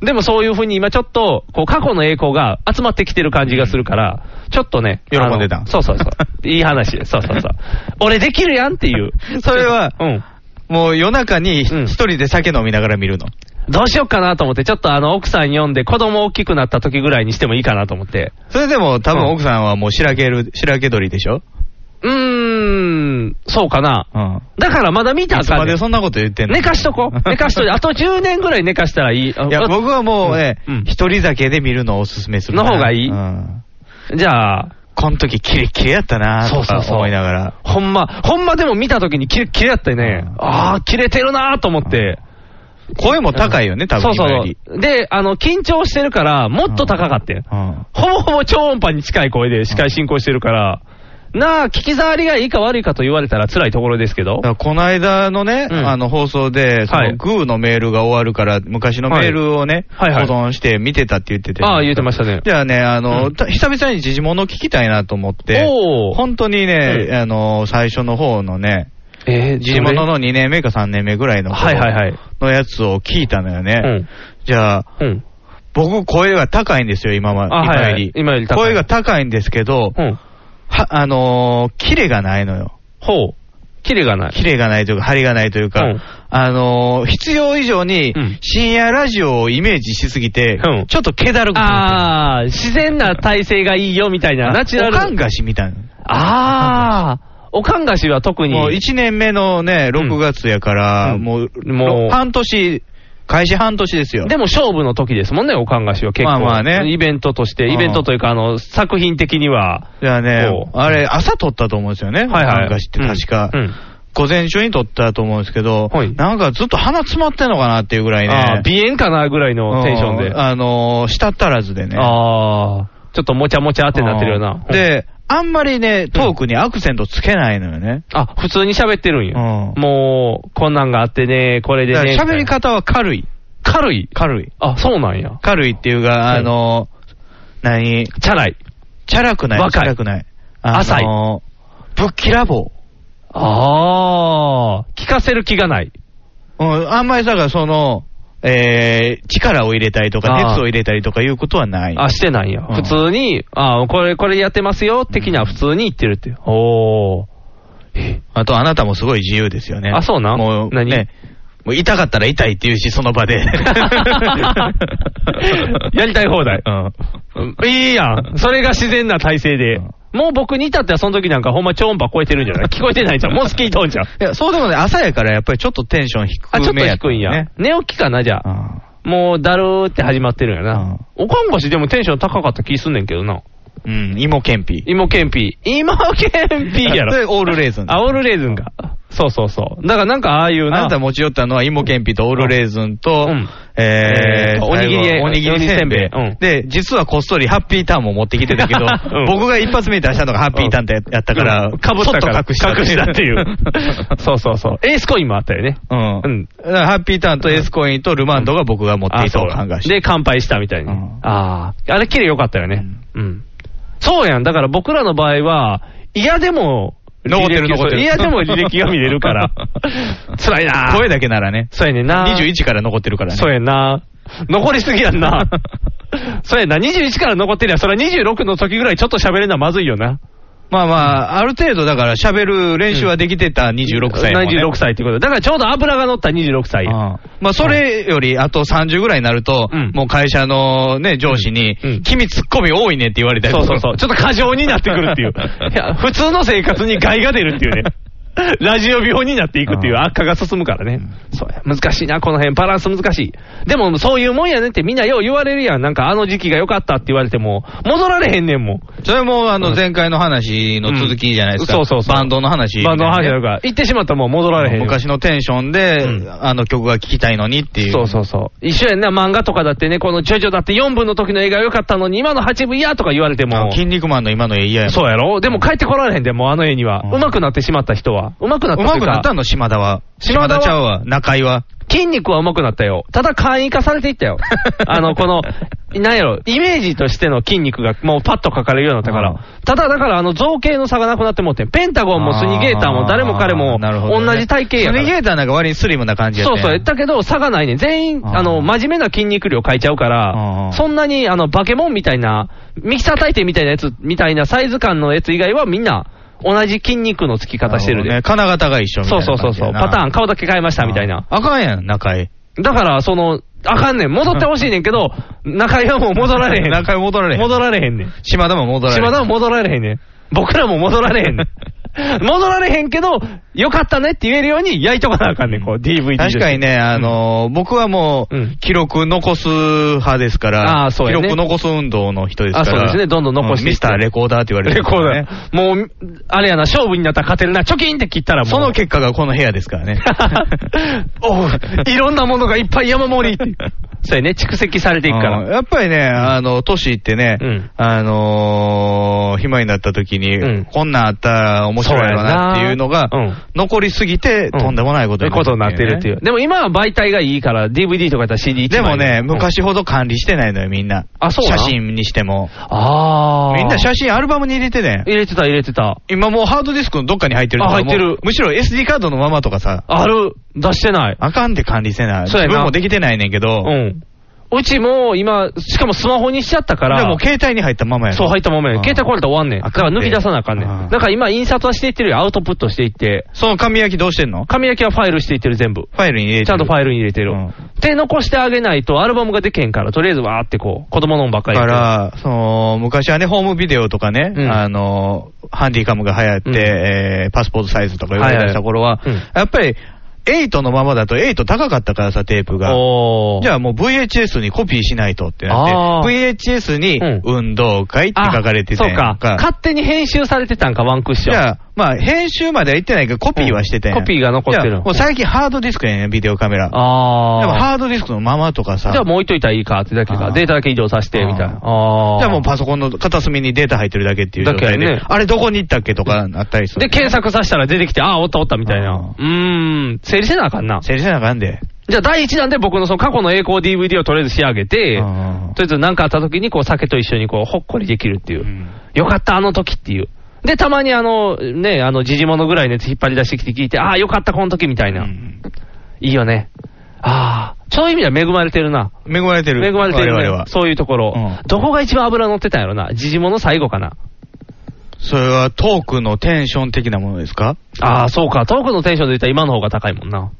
でもそういうふうに今ちょっと、こう過去の栄光が集まってきてる感じがするから、ちょっとね。
喜んでた
あのそうそ うそう。いい話です。そうそうそう。俺できるやんっていう。
それは
うん。
もう夜中に
うん
一人で酒飲みながら見るの。
どうしようかなと思って、ちょっとあの、奥さん読んで、子供大きくなった時ぐらいにしてもいいかなと思って。
それでも多
う
分
ん
奥さんはもう白ける、白け鳥でしょ
うーん、そうかな。
うん。
だからまだ見た
い
らあ
つ
か
ま
んねん
でそんなこと言ってんの
寝かしとこ う。寝かしといて、あと10年ぐらい寝かしたらいい。い
いや、僕はもうね
うんうん、
一人酒で見るのをおすすめするな。
の方がいい
うん
じゃあ、
この時キレッキレやったな
そ
と
うそう
か
そう
思いながら。
ほんま、ほんまでも見た時にキレッキレやってね、
うん
ああ、キレてるなーと思って。
声も高いよね、多
そ
分
うそ
今より。
う。で、あの、緊張してるから、もっと高かったよ。
うん
ほぼほぼ超音波に近い声で司会進行してるから、なあ、聞き障りがいいか悪いかと言われたら辛いところですけど
だか。らこの間のね、
うん
あの放送で、そ
はい
のグーのメールが終わるから、昔のメールをね、
はいはいはい
保存して見てたって言ってて。
ああ、言うてましたね。
じゃあね、あの、
うん
た久々に時事物聞きたいなと思って、
おー
本当にね、
うん
あの、最初の方のね、
えー、
地元の2年目か3年目ぐらいの頃
はいはいはい。
のやつを聞いたのよね。
うん。
じゃあ、
うん。
僕声が高いんですよ、今ま
あはいはい
今より。
今より高い
声が高いんですけど、
うん。
は、あのー、キレがないのよ。
ほう。キレがない。
キレがないというか、張りがないというか、
うん
あのー必要以上に
うん
深夜ラジオをイメージしすぎて、
うん
ちょっと気だるくなって
あー、自然な体勢がいいよみたい
る
な、ナチュラル。
おかんがしみたいな。
あー、おかんがしは特に。
もう1年目のね、6月やから、
うん
もう、
もう
半年、開始半年ですよ。
でも勝負の時ですもんね、おかんがしは結構。
まあまあね
イベントとして、イベントというか、あの、作品的には。
じゃあね
こ、う
あれ、朝撮ったと思うんですよね。
はいはい。
おかんがしって確か。
うんうん
午前中に撮ったと思うんですけど、
はい
なんかずっと鼻詰まってんのかなっていうぐらいね。
あー鼻炎かなぐらいのテンション
う
で。
んあのー、舌足らずでね。
あー、ちょっともちゃもちゃってなってるような
うん。で、あんまりね、トークにアクセントつけないのよね。
うん、あ、普通に喋ってるん
うん
や。。もう、こんなんがあってね、これで
だか
ね。
ら喋り
みたい
方は軽い。
な軽い。
軽い。
あ、そうなんや。
軽いっていうか、あのー、何チ
チャラい。
ャラくない。チ
若い
ャラくない。
浅い
のーぶっきらぼ
あー、聞かせる気がない。
う。うん、あんまりだからその、えー、力を入れたりとか、
あー
熱を入れたりとかいうことはない。
あ、してないんや。
うん
普通に、あこれ、これやってますよ、的な普通に言ってるっていう。おー。
あと、あなたもすごい自由ですよね。
あそうなん
もう、
何
ね、もう痛かったら痛いって言うし、その 場で。
やりたい放題
う。ん。
いいやん。それが自然な体勢で。
うん
もう僕に至ってはその時なんかほんま超音波超えてるんじゃない聞こえてないじゃん。もうスキー 飛んじゃん。
いや、そうでもね、朝やからやっぱりちょっとテンション低
あ、ちょっと
めやった
低
ね
いんや。寝起きかな、じゃ
う
あ。
ん
もうだるーって始まってるんやな。おかんがしでもテンション高かった気すんねんけどな。
うん、芋けんぴ。
芋けんぴ。芋けんぴや
で
ろ。
オールレーズン。
あ、オールレーズンか。そうそうそう。だからなんかああいう
あ
な。
なた持ち寄ったのは芋けんぴとオールレーズンと、
うん
え
えー
ー、
おにぎり
最後おにぎりせんべい。
うん
で、実はこっそりハッピーターンも持ってきてたけ ど、
うん
僕が一発目に出したのがハッピーターンってやったから、
うんかぶったから
ちょっと隠した。
隠したっていう。 そうそうそう。エースコインもあったよね。
うん。
うん
だからハッピーターンとエースコインとルマンドが僕が持っていたおかんがし。
で、乾杯したみたいに。
うん
ああ。あれ、綺麗よかったよね。うん。そうやん。だから僕らの場合は、嫌でも、
残ってる
履歴
残ってる
嫌でも履歴が見れる から。辛いな
声だけならね、
そうやねんな。
21から残ってるからね。
そうやんな。残りすぎやんな。そうやな。21から残ってりゃ、それは26の時ぐらいちょっと喋れんのはまずいよな。
まあまあ、ある程度だから喋る練習はできてた26歳も、ね。
26歳ってことだからちょうど油が乗った26歳や。
ああまあ、それより、あと30ぐらいになると、
うん
もう会社のね、上司に、
うんうん
君ツッコミ多いねって言われたり
そう
と
そう
か
そう。ちょっと過剰になってく るっていう。いや、普通の生活に害が出るっていうね。ラジオ病になっていくっていう悪化が進むからね。そうや。難しいな、この辺。バランス難しい。でも、そういうもんやねってみんなよう言われるやん。なんか、あの時期が良かったって言われても、戻られへんねんもん。
それも、あ
う
の、
ん
前回の話の続きじゃないですか。
うんそうそうそう
バンドの話。
バンドの話だから。行ってしまったらもう戻られへんよ。
昔のテンションで、
うん
あの曲が聴きたいのにっていう。
そうそうそう。一緒やんな、漫画とかだってね、このジョジョだって4分の時の映画良かったのに、今の8分嫌とか言われて
あ
も
の。筋肉マンの今の家嫌やもん
そうやろでも帰ってこられへんで、もうあの絵には。
うん
上手くなってしまった人は。上手くな
う
ったとい
ま
う
く
か
なったの島田は。
島田は
ちゃうわ。中井は。。
筋肉は上手くなったよ。ただ簡易化されていったよ あの、この、なんやろ、イメージとしての筋肉がもうパッと書かれるようになったか
うん
ら。ただだから、あの、造形の差がなくなってもうてんペンタゴンもスニゲーターも誰も彼
あ
も
ーなるほどね
同じ体型やか
ス
ら。
ニゲーターなんか割にスリムな感じやった
そう
やん
そう。だけど、差がないね。全員、
あー
あの、真面目な筋肉量変えちゃうか
あー
ら、そんなに、あの、バケモンみたいな、ミキサー大抵みたいなやつ、みたいなサイズ感のやつ以外はみんな、同じ筋肉のつき方してる
な
で
ほどね。。金型が一緒みた
そ
いうな
そ
感
うそう
じ
そう。
やな。
パターン、顔だけ変えましたみたいな。
あかんやん、中井。
だから、その、あかんねん。戻ってほしいねんけど、中居はもう戻られへん。
中居戻られへん
戻られへんねん。
島田も戻られへん
島田も戻られへんねん。僕らも戻ら れへんねん。戻られへんけど、よかったねって言えるように焼いとかなあかんねん、こう、DVD
確かに
ね。
ね、あのー僕はもう、
うん
記録残す派ですから、
あーそうやね
記録残す運動の人ですから、
あそうですねどんどん残して
ミスターレコーダーって言われて
レ
る
コ
か
ー
ら
ダ
ね、
ー。もう、あれやな、勝負になったら勝てるな、チョキンって切ったらもう。
そ の結果がこの部屋ですからね。
おう、いろんなものがいっぱい山盛りって。 そうやね、蓄積されていくか
うん
ら。
やっぱりね、あの、都市行ってね、
うん
あのー暇になった時に、
うん
こんなんあったら面面白いやろなっていうのが
そうやなうん、
残りすぎて、とんでもないことに
ことになってるってい
ね
う。でも今は媒体がいいから、DVD とかやったら CD 一
でも
枚
ね、
うん
昔ほど管理してないのよ、みんな。
あそうな
写真にしても。
ああ。
みんな写真アルバムに入れてね。
入れてた、入れてた。
今もうハードディスクのどっかに入ってるとか
あ入ってる
もうむしろ SD カードのままとかさ、
ある、出してない。
あかんで管理せない。
そうや
自分
な
もできてないねんけど、
うん。うちも今、しかもスマホにしちゃったから、
でも携帯に入ったままやろ
そう入ったままや
うん
携帯壊れたら終わんねん。
あ
だ
か
か
ん
ら
て
抜き出さなあかんねん。
うん
だから今印刷はしていってるよ、アウトプットしていって。
その紙焼きどうしてんの
紙焼きはファイルしていってる、全部。
ファイルに入れてる。
ちゃんとファイルに入れてる。
うん
で、残してあげないと、アルバムがでけへんから、とりあえずわーってこう、子供のんばっか
だ
り
か
やって
ら、
る。
その、昔はね、ホームビデオとかね、
うん
あの、ハンディカムが流行って、
うん
えーパスポートサイズとか言われたりした頃は、
はいはいうん
やっぱり、8のままだと8高かったからさ、テープが。
おー。
じゃあもう VHS にコピーしないとってな
あ
っ
ー
て、VHS に
うん
運動会って書かれてた
そ
ん
う
やんか
か。勝手に編集されてたんか、ワンクッシ
じ
ョン。
ゃあ、まあ、編集までは行ってないけど、コピーはしてたやん。
うんコピーが残ってる
じゃあもう最近ハードディスクやねん、ビデオカメラ。
あ
でも
ー。
ハードディスクのままとかさ。
じゃあもう置いといたらいいかってだけ
あ
か。
ー
データだけ移動させて、みたいな。あー。
じゃあもうパソコンの片隅にデータ入ってるだけっていう状態で、
だけやね
あれどこに行ったっけとかなったりする。
で、検索させたら出てきて、ああ、おったおったみたいな
あ。
うーん、整理せなあかんな。
整理せなあかんで。
じゃあ、第1弾で僕のその過去の栄光 DVD をとりあえず仕上げて、
う
と
ん
りあえず何かあった時に、こう、酒と一緒に、こう、ほっこりできるっていう。
うん
よかった、あの時っていう。で、たまにあの、ね、あの、時事物ぐらいのやつ引っ張り出してきて聞いて、ああ、よかった、この時みたいな。いいよね。ああ、そういう意味では恵まれてるな。
恵まれてる。
恵まれてる
我
ね
々は。
そういうところ。
うん
どこが一番脂乗ってたんやろな。時事物最後かな。
それはトークのテンション的なものですか
ああ、そうか。トークのテンションで言ったら今の方が高いもんな。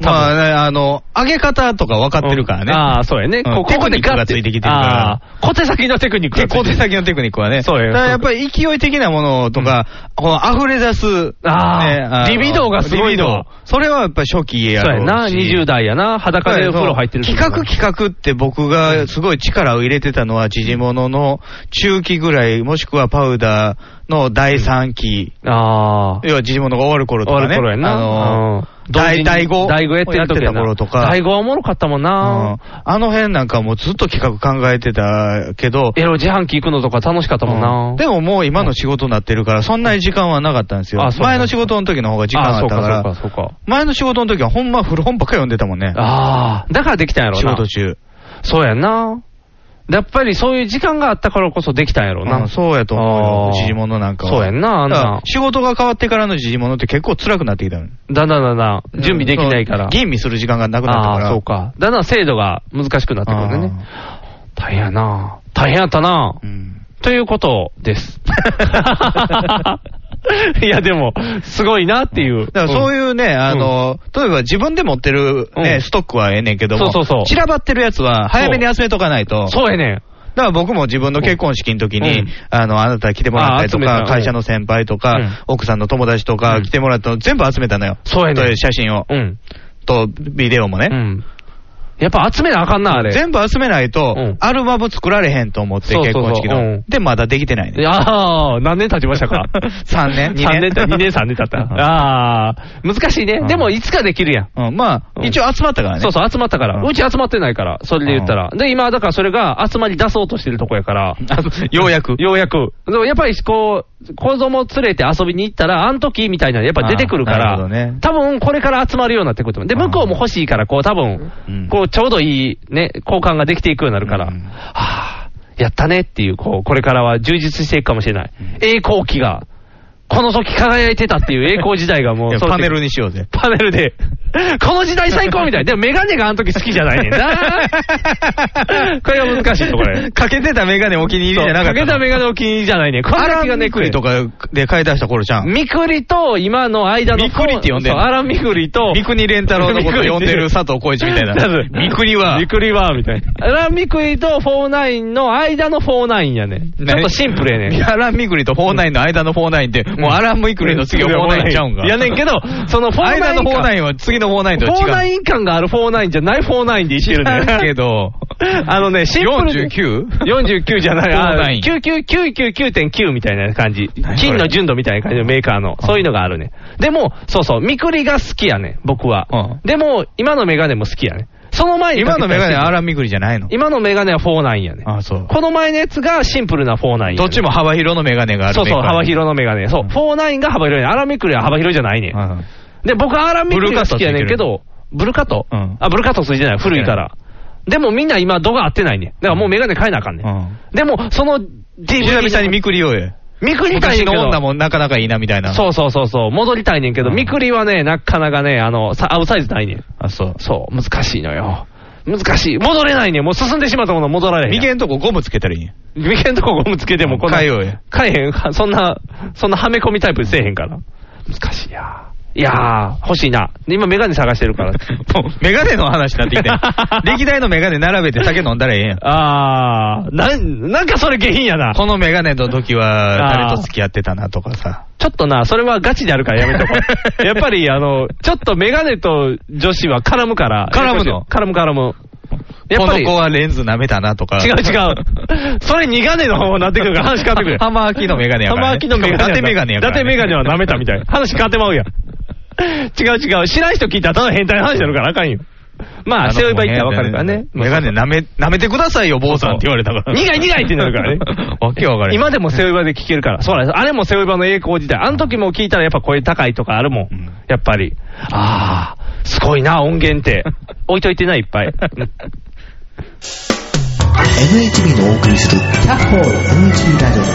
多分
まあね、あの、上げ方とか分かってるからね。
うんああ、そうやね。
うんテクニックがついてきてるから
ああ、小手先のテクニックが
結
つい
構
て
手
きてる。
先のテクニックはね。
そうよ
だからやっぱり勢い的なものとか、この溢れ出す。
あ
の
ーリビドーがすごい
リビ
の
ドーそれはやっぱり初期や
そう
ろ
や
し
な。20代やな。裸でお風呂入ってる。
企画企画って僕がすごい力を入れてたのは、縮ものの中期ぐらい、もしくはパウダーの第3期。
画。ああ。
要は、ジジモのが終わる頃とかね。
終わる頃やな
あの
うん
ー、大第5。
第5やって
や
る
って
時
た
やな
頃とか。
第5はおもろかったもん
う。
なん
あの辺なんかもうずっと企画考えてたけど、
エロ自販機行くのとか楽しかったもん
うん
な。
でももう今の仕事になってるから、そんなに時間はなかったんですよ
あ。そう
前の仕事の時の方が時間
ああ、
あっ
そう
たか
か、
ら。
そうか、そうか。
前の仕事の時はほんま古本ばっかり読んでたもんね。
ああ、だからできたんやろ
仕
な
事。中。
そうやんな。やっぱりそういう時間があったからこそできたんやろ
う。
なん
そうやと思う
あ
よ。
ー
時事物なんかは。
そうやんなあんな
だから仕事が変わってからの時事物って結構辛くなってきたの
だんだんだんだん、準備できないから。
うん吟味する時間がなくなったか
あ
ら。
あ、そうか。だんだん精度が難しくなってくるんだね。大変やな。大変やったな
う。ん。
ということ です。いや、でも、すごいなっていう。
だからそう
い
いうね、あの、例えば自分で持ってる
う
ね、
ん
ストックはええねんけども、
そうそうそう
散らばってるやつは早めに集めとかないと。
そうやねん。
だから僕も自分の結婚式の時に、
うん
あの、あなた来てもらったりと
あ集
か、
めた
会社の先輩とか、
うん
奥さんの友達とか
うん
来てもらったの全部集めたのよ。
そうやねん
という写真を、
うん。
とビデオもね。
うん。やっぱ集めなあかんな、あれ。
全部集めないと、
うん
アルバム作られへんと思って、
そう
結
そうそう
婚式の。
うん
で、まだできてないね。
ああ、何年経ちまし たか
三 年二年
三年経った、2年、3年経った。ああ、難しいね
うん。
でも、いつかできるやん。
うん、まあ、
うん
一応集まったからね。
そうそう、集まったか
う
ら。
ん
うち集まってないから、それで言ったら。で、今、だからそれが集まり出そうとしてるとこ やから。
ようやく。
ようやく。でもやっぱりこう、子供連れて遊びに行ったら、あの時みたいなのやっぱ出てくる
あ
か
ーなるほど
ら、
ね
多分これから集まるようになってくると思う。で、
あー
向こうも欲しいから、こう多分、
うん
こうちょうどいいね、交換ができていくようになるから、
う
は
ん
あやったねっていう、こう、これからは充実していくかもしれない。栄光期が、この時輝いてたっていう栄光時代がも
いや
う、
パネル
に。
にしようぜ。
パネル で、この時代最高みたい。でもメガネがあの時好きじゃないねん なこれが難しいとこれ。
かけてたメガネお気に入りじゃなかったの。
そうかけたメガネお気に入りじゃないね。こ
ア
れだ
ラ
け
ン
がね、
ミクリと
か。
かで買い出した頃じゃん。
ミクリと今の間の。
ミクリって呼んでん
そう
の
アランミクリと。
三国連太郎のこと呼んでる佐藤浩市みたいな。三国は
ミ、クリは、みたいな。アランミクリと49の間の49やねん。ちょっとシンプルやねん。
アランミクリとフォーナインの間のフォーナインって、もうアランミクリの次はフォーナインちゃうんか。
いやねんけど、その49
間のフォーナイン
は。
は次のフォーナイン
フ
とは違
ォ
う。
ーナイン感があるフォーナインじゃないフォーナインでいってるんだよ。
だけど、
あのね、シンプルで。
49?
49じ ゃない、あ
49
99999.9みたいな感じ
何。それ
金の純度みたいな感じのメーカーの。そういうのがあるね。でも、そうそう、ミクリが好きやね、僕は
う。
でも、今のメガネも好きやね。その前にか
今
けた
の
やつ
メガネはアラミグリじゃないの
今のメガネは49やね。
あ、そう。
この前のやつがシンプルな49やね。
どっちも幅広のメガネがある
そうそう、
メーカー
幅広のメガネ。そう、
うん
49が幅広いね。アラミクリは幅広いじゃないね。
うん
で、僕アラミクリが好きやねんけど、ブルカト
うん
あ、ブルカトついてない。古いから。でもみんな今度が合ってないね。だからもうメガネ変えなあかんね。
うん
でも、その DVD
久々に見くりようよ。
見くりたい
昔
ねんけ
の
ど。
女もなかなかいいなみたいな。
そうそうそうそう、戻りたいねんけど、
うん
みくりはね、なかなかね、あの、さアウサイズないねん。
あ、そう。
そう、難しいのよ。難しい。戻れないねん。もう進んでしまったもの戻られへん。
右んとこゴムつけたらいいんや
眉間とこゴムつけてもこんな。
変えよ うや
変えへん。そんな、そんなはめ込みタイプせえへんから。難しいや。いやー、欲しいな。で今メガネ探してるか ら。
もう、メガネの話になって きたやん歴代のメガネ並べて酒飲んだらええやん。
あー、なん、なんかそれ下品やな。
このメガネの時は誰と付き合ってたなとかさ。
ちょっとな、それはガチであるからやめとこ う。やっぱり、あの、ちょっとメガネと女子は絡むから。
絡むの
絡む絡む。や
こ
っぱ
の
り、
子はレンズ舐めたなとか。
違う違う。それ苦手の方になってくるから話変わってく る。
ハマーキのメガネやからね
ハマーキのメガネやから。
伊達メガネやからね
伊達メガネは舐めたみたい な。話変わってまうやん。違う違う。知らん人聞いたらただ変態の話やるからあかんよ。まあ、背負い場行ったらわかるからね。
メガネ舐め、舐めてくださいよ、坊さんって言われたから。。
苦い苦いってなるからね
わけわからん。
今でも背負い場で聞けるから。そうなんです。あれも背負い場の栄光時代。あの時も聞いたらやっぱ声高いとかあるも
う
ん
ん。
やっぱり。ああ、すごいな、音源 って。置いといてない、いっぱい。
NHB のお送りする「キャッホール NHB ラジオ」で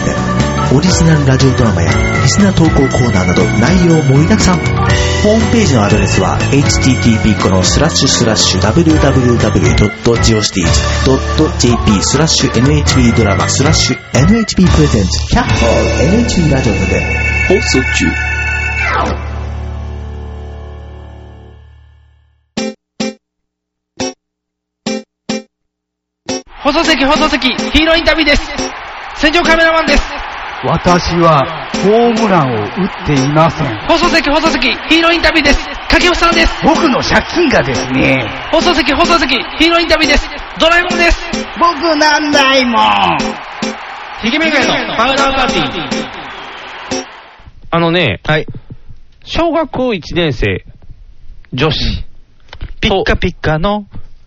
オリジナルラジオドラマやリスナー投稿コーナーなど内容盛りだくさんホームページのアドレスは http このスラッシュスラッシュ www.geocities.jp スラッシュ NHB ドラマスラッシュ NHB プレゼンツキャッホール NHB ラジオで放送中
放送席、放送席、ヒーローインタビューです。戦場カメラマンです。
私はホームランを打っていません。
放送席、放送席、ヒーローインタビューです。掛布さんです。
僕の借金がですね、
放送席、放送席、ヒーローインタビューです。ドラえもんです。
僕なんないもん。
ひげめがのパウダーパーティー。
あのね、
はい。
小学校1年生、女子、
ピッカピッカの、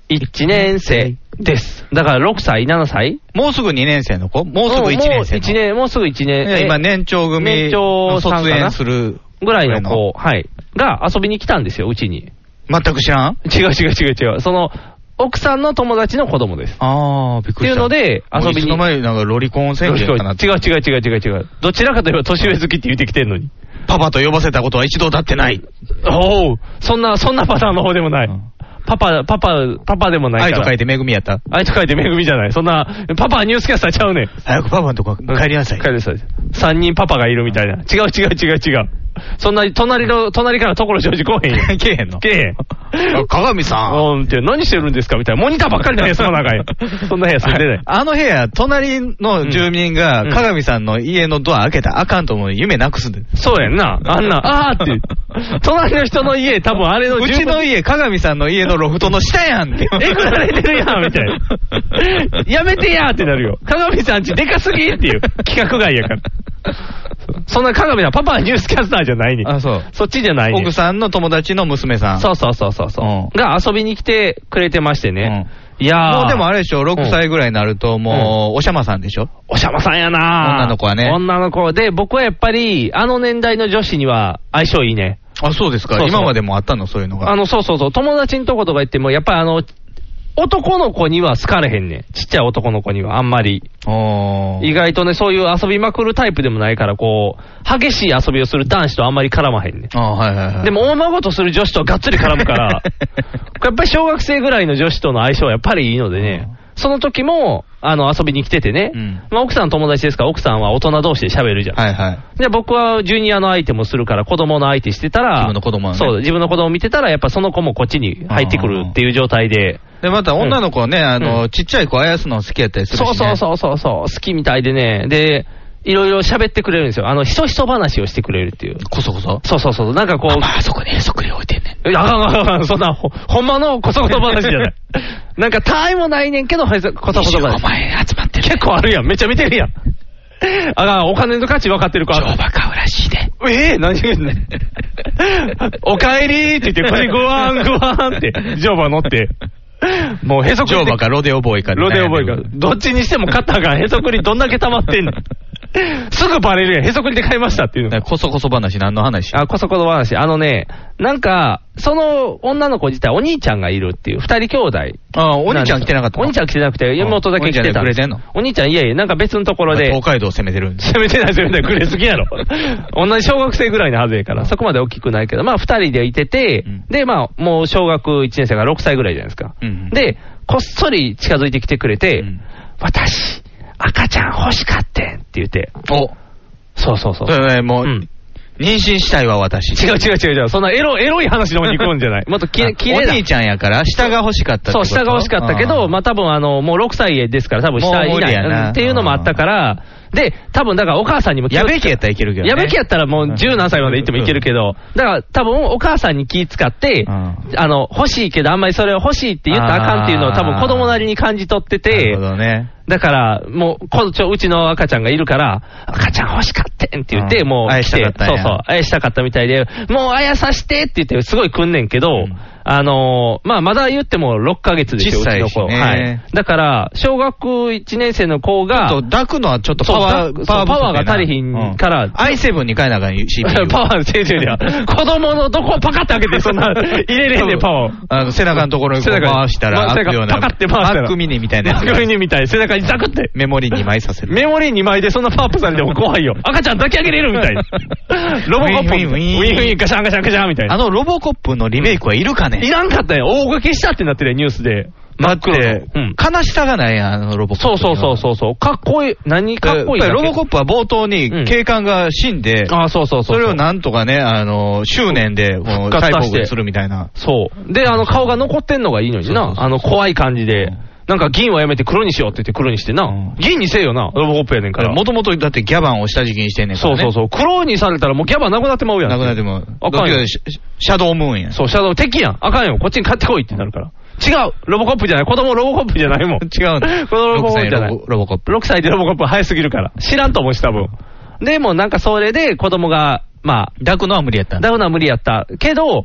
1年生です。だから6歳、7歳
もうすぐ2年生の子もうすぐ1年生
もう
の
一年、もうすぐ1
いや
年。
今、年長組
年長さんか
卒
な
園する
ぐらいの子、はい。が遊びに来たんですよ、うちに。
全く知らん
違う違う違う違う。その、奥さんの友達の子供です。
ああ、びっ
っ
く
て
り
い
し
う
た。
ので、遊び
いつ
に。
の前になんかロリコン宣言かなって
違う違う違う違う違う。どちらかといえば年上好きって言ってきてんのに。
パパと呼ばせたことは一度だってない。
おお、そんな、そんなパターンの方でもない
うん。
パパ、パパ、パパでもない
愛
から。
と書いてめぐみやった。
愛と書いてめぐみじゃない。そんな、パパはニュースキャスターちゃうねん。
早くパパのとこ帰りなさい。
帰りなさい。三人パパがいるみたいな。違う違う違う違う。そんな、隣の、隣から所ジョージ来おへ んよ。
けえへんの
けえへん。
鏡さん。
うんって、何してるんですかみたいな。モニターばっかりの部屋、その中に。 そんな部屋住んでない。
あの部屋、隣の住民が
うん
鏡さんの家のドア開けたらあかんと思う夢なくすで。
そうやんな。あんな、あ ーって。隣の人の家、多分あれの
うちの家、鏡さんの家のロフトの下やんって。
えぐられてるやんみたい な。やめてやーってなるよ。鏡さんちでかすぎっていう規格外やから。そんな鏡はパパはニュースキャスターじゃないねん
あ、そう。
そっちじゃないね ん
奥さんの友達の娘さん。
そうそうそうそうそう、
うん
が遊びに来てくれてましてね。いやー。
もうでもあれでしょ、6歳ぐらいになると、もう、おしゃまさんでしょ
おしゃまさんやな
女の子はね
女の子。で、僕はやっぱり、あの年代の女子には相性いいね。
あ、そうですか
そうそう
今までもあったの、そういうのが。
あの、そうそうそう。友達のとことか行っても、やっぱりあの、男の子には好かれへんねん。ちっちゃい男の子には、あんまり。
おー
意外とね、そういう遊びまくるタイプでもないから、こう、激しい遊びをする男子とあんまり絡まへんね。
あはいはいはい。
で、も、大孫とする女子とがっつり絡む から、やっぱり小学生ぐらいの女子との相性はやっぱりいいのでね、その時も、あの、遊びに来ててね、
うん
まあ、奥さん友達ですから、奥さんは大人同士で喋るじゃん。
はいはい。
で、僕はジュニアの相手もするから、子供の相手してたら、
自分の子供はね
そう、自分の子供見てたら、やっぱその子もこっちに入ってくるっていう状態で、
で、また女の子はね、あ
う
の、
ん
ちっちゃい子あやすの好きやったりするし、ね。
そうそうそうそうそう、好きみたいでね、で、いろいろ喋ってくれるんですよ。あの、ひそひそ話をしてくれるっていう。
こそこそ。
そうそうそう、なんかこう。あ、そこに、そこに置いてんねん。あかんあかんあかん、そんな、ほ、ほんまのこそこそ話じゃ ない。なんか、たあいもないねんけど、こそこそ話。お前集まってる。結構あるやん、めっちゃ見てるやん。あかん、お金の価値分かってるから。商売買うらしいで。ええ何言うんねん。 おかえりって言って、これごわんごわんって、乗馬乗って。もうへそくり
乗
で
馬かロデオボーイかで
ロデオボーイか
悩んで。る
どっちにしても肩がへそくりどんだけ溜まってんのすぐバレるやん。へそくりで買いましたっていうの。
だからこそこそ話何の話
あ、こそこそ話。あのね、なんか、その女の子自体お兄ちゃんがいるっていう、二人兄弟。
あ、お兄ちゃん来てなかった
お兄ちゃん来てなくて、妹だけ来てた
お兄ちゃんにはくれてんの
お兄ちゃん、いやいや、なんか別のところで。
東海道攻めてるんです。
せめてない、せめてない、くれすぎやろ。同じ小学生ぐらいの はずやから、そこまで大きくないけど、まあ、二人でいてて、
うん
で、まあ、もう小学1年生が6歳ぐらいじゃないですか。
うんうん
で、こっそり近づいてきてくれて、
うん
私、赤ちゃん欲しかってんって言って、
お、
そうそうそう。
それね、もう、
うん
妊娠したいわ、私。
違う違う違う違う、そんなエロエロい話の方に行くんじ ゃない。もっとき
あ
きれい
お
な。
兄ちゃんやから、下が欲しかったって
そ
こ
う、
と
下が欲しかったけ
あー
ど、まあ多分あの、もう6歳ですから、多分下
もう
い
無
な
理
い
やな
うんっていうのもあったから、で、多分だからお母さんにも気を
や
つけ
べきやったらいけるけど、ね。
やべきやったらもう十何歳まで行ってもいけるけど、だから多分お母さんに気使って、
うん
あの、欲しいけどあんまりそれを欲しいって言ったらあかんっていうのを多分子供なりに感じ取って
な
て
る、ほどね。
だからもうこちょ、うちの赤ちゃんがいるから、赤ちゃん欲しかってんって言って、
うん
もう
あや
来
した
て
かっ、たん
そう
や
そう、あやしたかったみたいで、もうあやさしてって言ってすごい来んねんけど、
ん
あのーまあ、まだ言っても6ヶ月ですよ、う
小
ち
さい
の
し
子。
ね
はい。だから、小学1年生の子が、
そう、抱くのはちょっとパワ
そ
ー、パワ
う
ー
そ
不
う
足やな
パワーが足りひんから
う i7 に変えなあかん CPU。
パワーの先生 には、子供のどこをパカって開けて、そんな、入れれんねん、パワーを。
あの背中のところにこう
背中に
回したら、
まあ
開くような。
背中パカって回したら
マックミニみたいなやつ
マックミニみたい、背中にザクって。
メモリー2枚させる。
メモリー2枚でそんなパワーアップされても怖いよ。赤ちゃん抱き上げれるみたいな。 ロボコップみたいな。
ウ
ウ
ィン
ィン
ウ
ウ
ィン
ィン、ガシャンガシャンガシャンみたい
あ
な。
のロボコップのリメイクはいるか
い
ね、
らんかったよ。大掛けしたってなってるよ、ニュースで。
だって、
うん。
悲しさがないやん、あのロボコップ
そ
には。
うそうそうそうそう。かっこいい。何かっこいい
や
だ
っぱりロ
け
ボコップは冒頭
う
に
ん
警官が死んで、
あ、そうそう
そ
そう。
うれをなんとかね、あの、執念で、もう、
復活
サイボー
させて
グにするみたいな。
そう。で、あの、顔が残ってんのがいいのに
そうそう
な。
そう
あの、怖い感じで。なんか銀はやめて黒にしようって言って黒にして
うん
な。銀にせえよな。ロボコップやねんから。
もともとだってギャバンを下敷きにしてんねんか
そ
ら、
う
ね。
そうそう。黒にされたらもうギャバなくなってまうやん。
なくなっても、
あかんよ
どっちかシシャドウムーンやん。
そう、シャドウ敵やん。あかんよ。こっちに買ってこいってなるから。違うロボコップじゃない。子供ロボコップじゃないもん。
違うんだ
子供ロボコップじゃ
6歳の
ない
ロボロボコップ
6歳でロボコップは早すぎるから。知らんと思うし、多分。でもなんかそれで子供が、ま
抱くのは無理やった
あ、
んだ。
ダウナー無理やった。けど、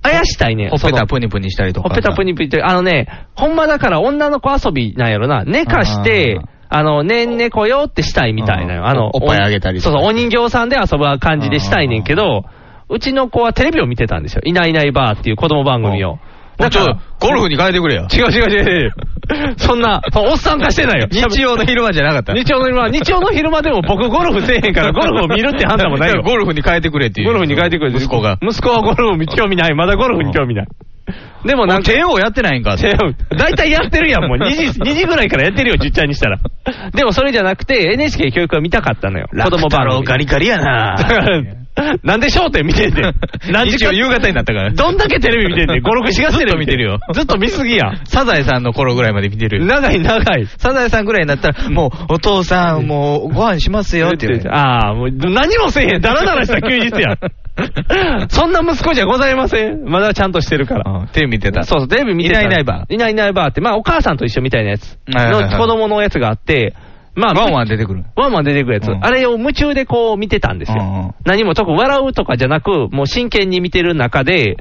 あやしたい
ほ
ね。
っぺ
そ
た
の
プニプニしたりと
ほ
か。
っぺたぷにぷにって、あのね、ほんまだから女の子遊びなんやろな。寝かして、あの、ねんねこよってしたいみたいな
う
よ。
ん
あの、
おっぱいあげたり
そうそう、お人形さんで遊ぶ感じでしたいねんけど、うちの子はテレビを見てたんですよ。いないいないばーっていう子供番組を。
もう
だ
ち
か
ょっ
ら、
と、ゴルフに変えてくれよ。
違う違う違う違 う。そんな、そのおっさん化してないよ。
日曜の昼間じゃなかった。
日曜の昼間、日曜の昼間でも僕ゴルフせえへんから、ゴルフを見るって判断もないよ。
ゴルフに変えてくれっていう。
ゴルフに変えてくれ
息子が。
息子はゴルフに興味ない。まだゴルフに興味ない。でもなんか。
帝王やってないんかって。
違う。大体やってるやん、もう。2時、2時ぐ らいからやってるよ、実際にしたら。でもそれじゃなくて、NHK 教育は見たかったのよ。 子供番組。
ガリガリや
だか
な
らなんで焦点見てんね ん。何時
一
間
応夕方になったから。
どんだけテレビ見てんねん。5、6、4月テレビ
ずっと見てるよ
ずっと見すぎやん。
サザエさんの頃ぐらいまで見てるよ。
長い長い。
サザエさんぐらいになったら、 もう、お父さん、もう、ご飯しますよっていうね。
ああ、もう何もせえへん。ダラダラした休日 やん。そんな息子じゃございません。まだちゃんとしてるから。
うんテレビ見てた。
そうそう、テレビ見てた
いないいないばー
いないいないバーって、まあお母さんと一緒みたいなやつ。
はいはいはい
の子供のやつがあって、まあ、
ワンワン出てくる。
ワンワン出てくるやつ、
うん
あれを夢中でこう見てたんですよ、
うんうん
何も特に笑うとかじゃなく、もう真剣に見てる中で、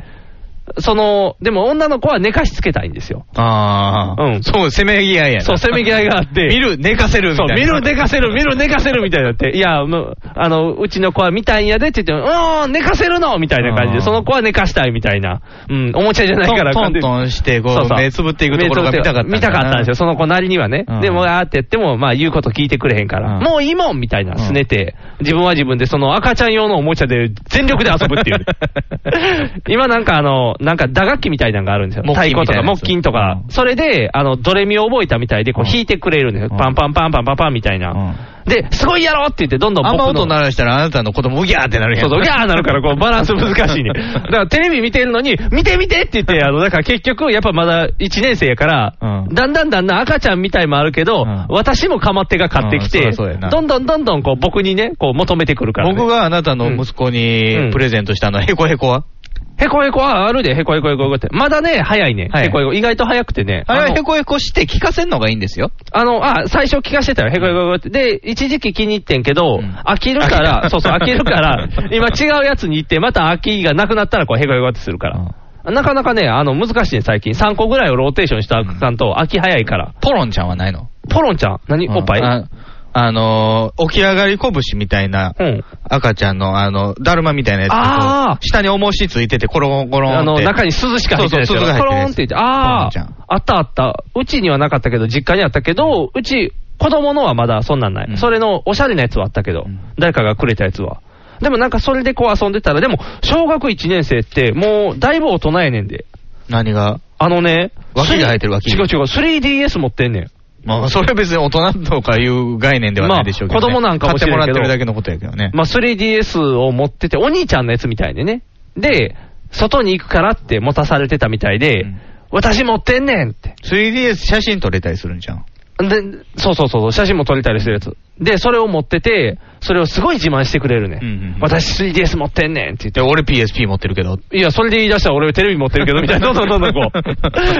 そのでも女の子は寝かしつけたいんですよ、
ああ。
うん
そう、攻めぎ合いやな
そう、せめぎ合いがあって、
見る、寝かせるみ
そ
た
う
いな。
見る、寝かせる、見る、寝かせるみたいになって、いや、もうあのうちの子は見たいんやでって言って、うーん、寝かせるのみたいな感じ
う
で、
ん
その子は寝かしたいみたいな、うん、おもちゃじゃないから、
トントントンして、こ
そう
う、
そう
目つぶっていくところが見たかった。
見たかったんですよ、その子なりにはね
うん。
でも、あーって言っても、まあ、言うこと聞いてくれへんか
うん
ら、もういいもんみたいな、すねて、自分は自分で、その赤ちゃん用のおもちゃで全力で遊ぶっ ていう。今なんかあの、なんか打楽器みたいなのがあるんですよ。
木
太
琴
鼓
みた
と
い
か
なやつ
木琴とか
う。ん
それで、あの、ドレミを覚えたみたいで、こう
うん
弾いてくれるんですよ。
うん
パンパンパンパンパンパンみたいな。で、すごいやろうって言って、どんどん
あ
僕
んま
の
音鳴らしたらあなたの子供うぎゃーってなるやん。
そうそう、ギャーなるから、こう、バランス難しいね。だから、テレビ見てるのに、見て見てって言って、あの、だから結局、やっぱまだ1年生やから、
うん
だんだんだんだん赤ちゃんみたいもあるけど、
うん
私もかまってが買ってきて、
うんそうやそうやな
どんどんどんどん、こう、僕にね、こう、求めてくるから、ね。
僕があなたの息子
う
に
ん
プレゼントしたのは、へこへこは
へこへこ、あ、あるで、へこへこへこへこって。まだね、早いね。
はい
へこへこ、意外と早くてね。
あれは
の
へこへこして聞かせんのがいいんですよ。
あの、あ、最初聞かしてたよ。へこへこへこって。で、一時期気に入ってんけど、
うん
飽きる から、そうそう、
飽
飽
き
き
る
るから、今違うやつに行って、また飽きがなくなったら、こう、へこへこってするから。なかなかね、あの、難しいね、最近。3個ぐらいをローテーションしたかんと、秋早いから。
ポロンちゃんはないの
ポロンちゃん、何おっぱい
ああのー、起き上がり拳みたいな、
うん。
赤ちゃんの、あの、だるまみたいなやつこう
あー
下に重しついてて、コロンコロンって。
あの、中に鈴しか入ってない
そうそう鈴が
コロ
入
ン
っ
ってて言
る
って、あ
ポロンちゃ
ー
ん、
あったあった。うちにはなかったけど、実家にあったけど、うち、子供のはまだそんなんない。
うん
それのおしゃれなやつはあったけど、
うん
誰かがくれたやつは。でもなんかそれでこう遊んでたら、でも、小学1年生って、もう、だいぶ大人やねんで。
何が
あのね、
脇が入ってる脇
違う違う、3DS 持ってんねん。
まあ、それは別に大人とかいう概念ではないでしょうけど、ね。
まあ子供なんかもしれんけど
買ってもらってるだけのことやけどね。
まあ、3DS を持ってて、お兄ちゃんのやつみたいでね。で、外に行くからって持たされてたみたいで、
うん
私持ってんねんって。
3DS 写真撮れたりするんじゃん。
で、そうそうそうそう、写真も撮れたりするやつ。で、それを持ってて、それをすごい自慢してくれるね。
うんうんうん
私 3DS 持ってんねんって言って
で、。俺 PSP 持ってるけど。
いや、それで言い出したら俺テレビ持ってるけ ど、みたいな。どんどんどんどんこう、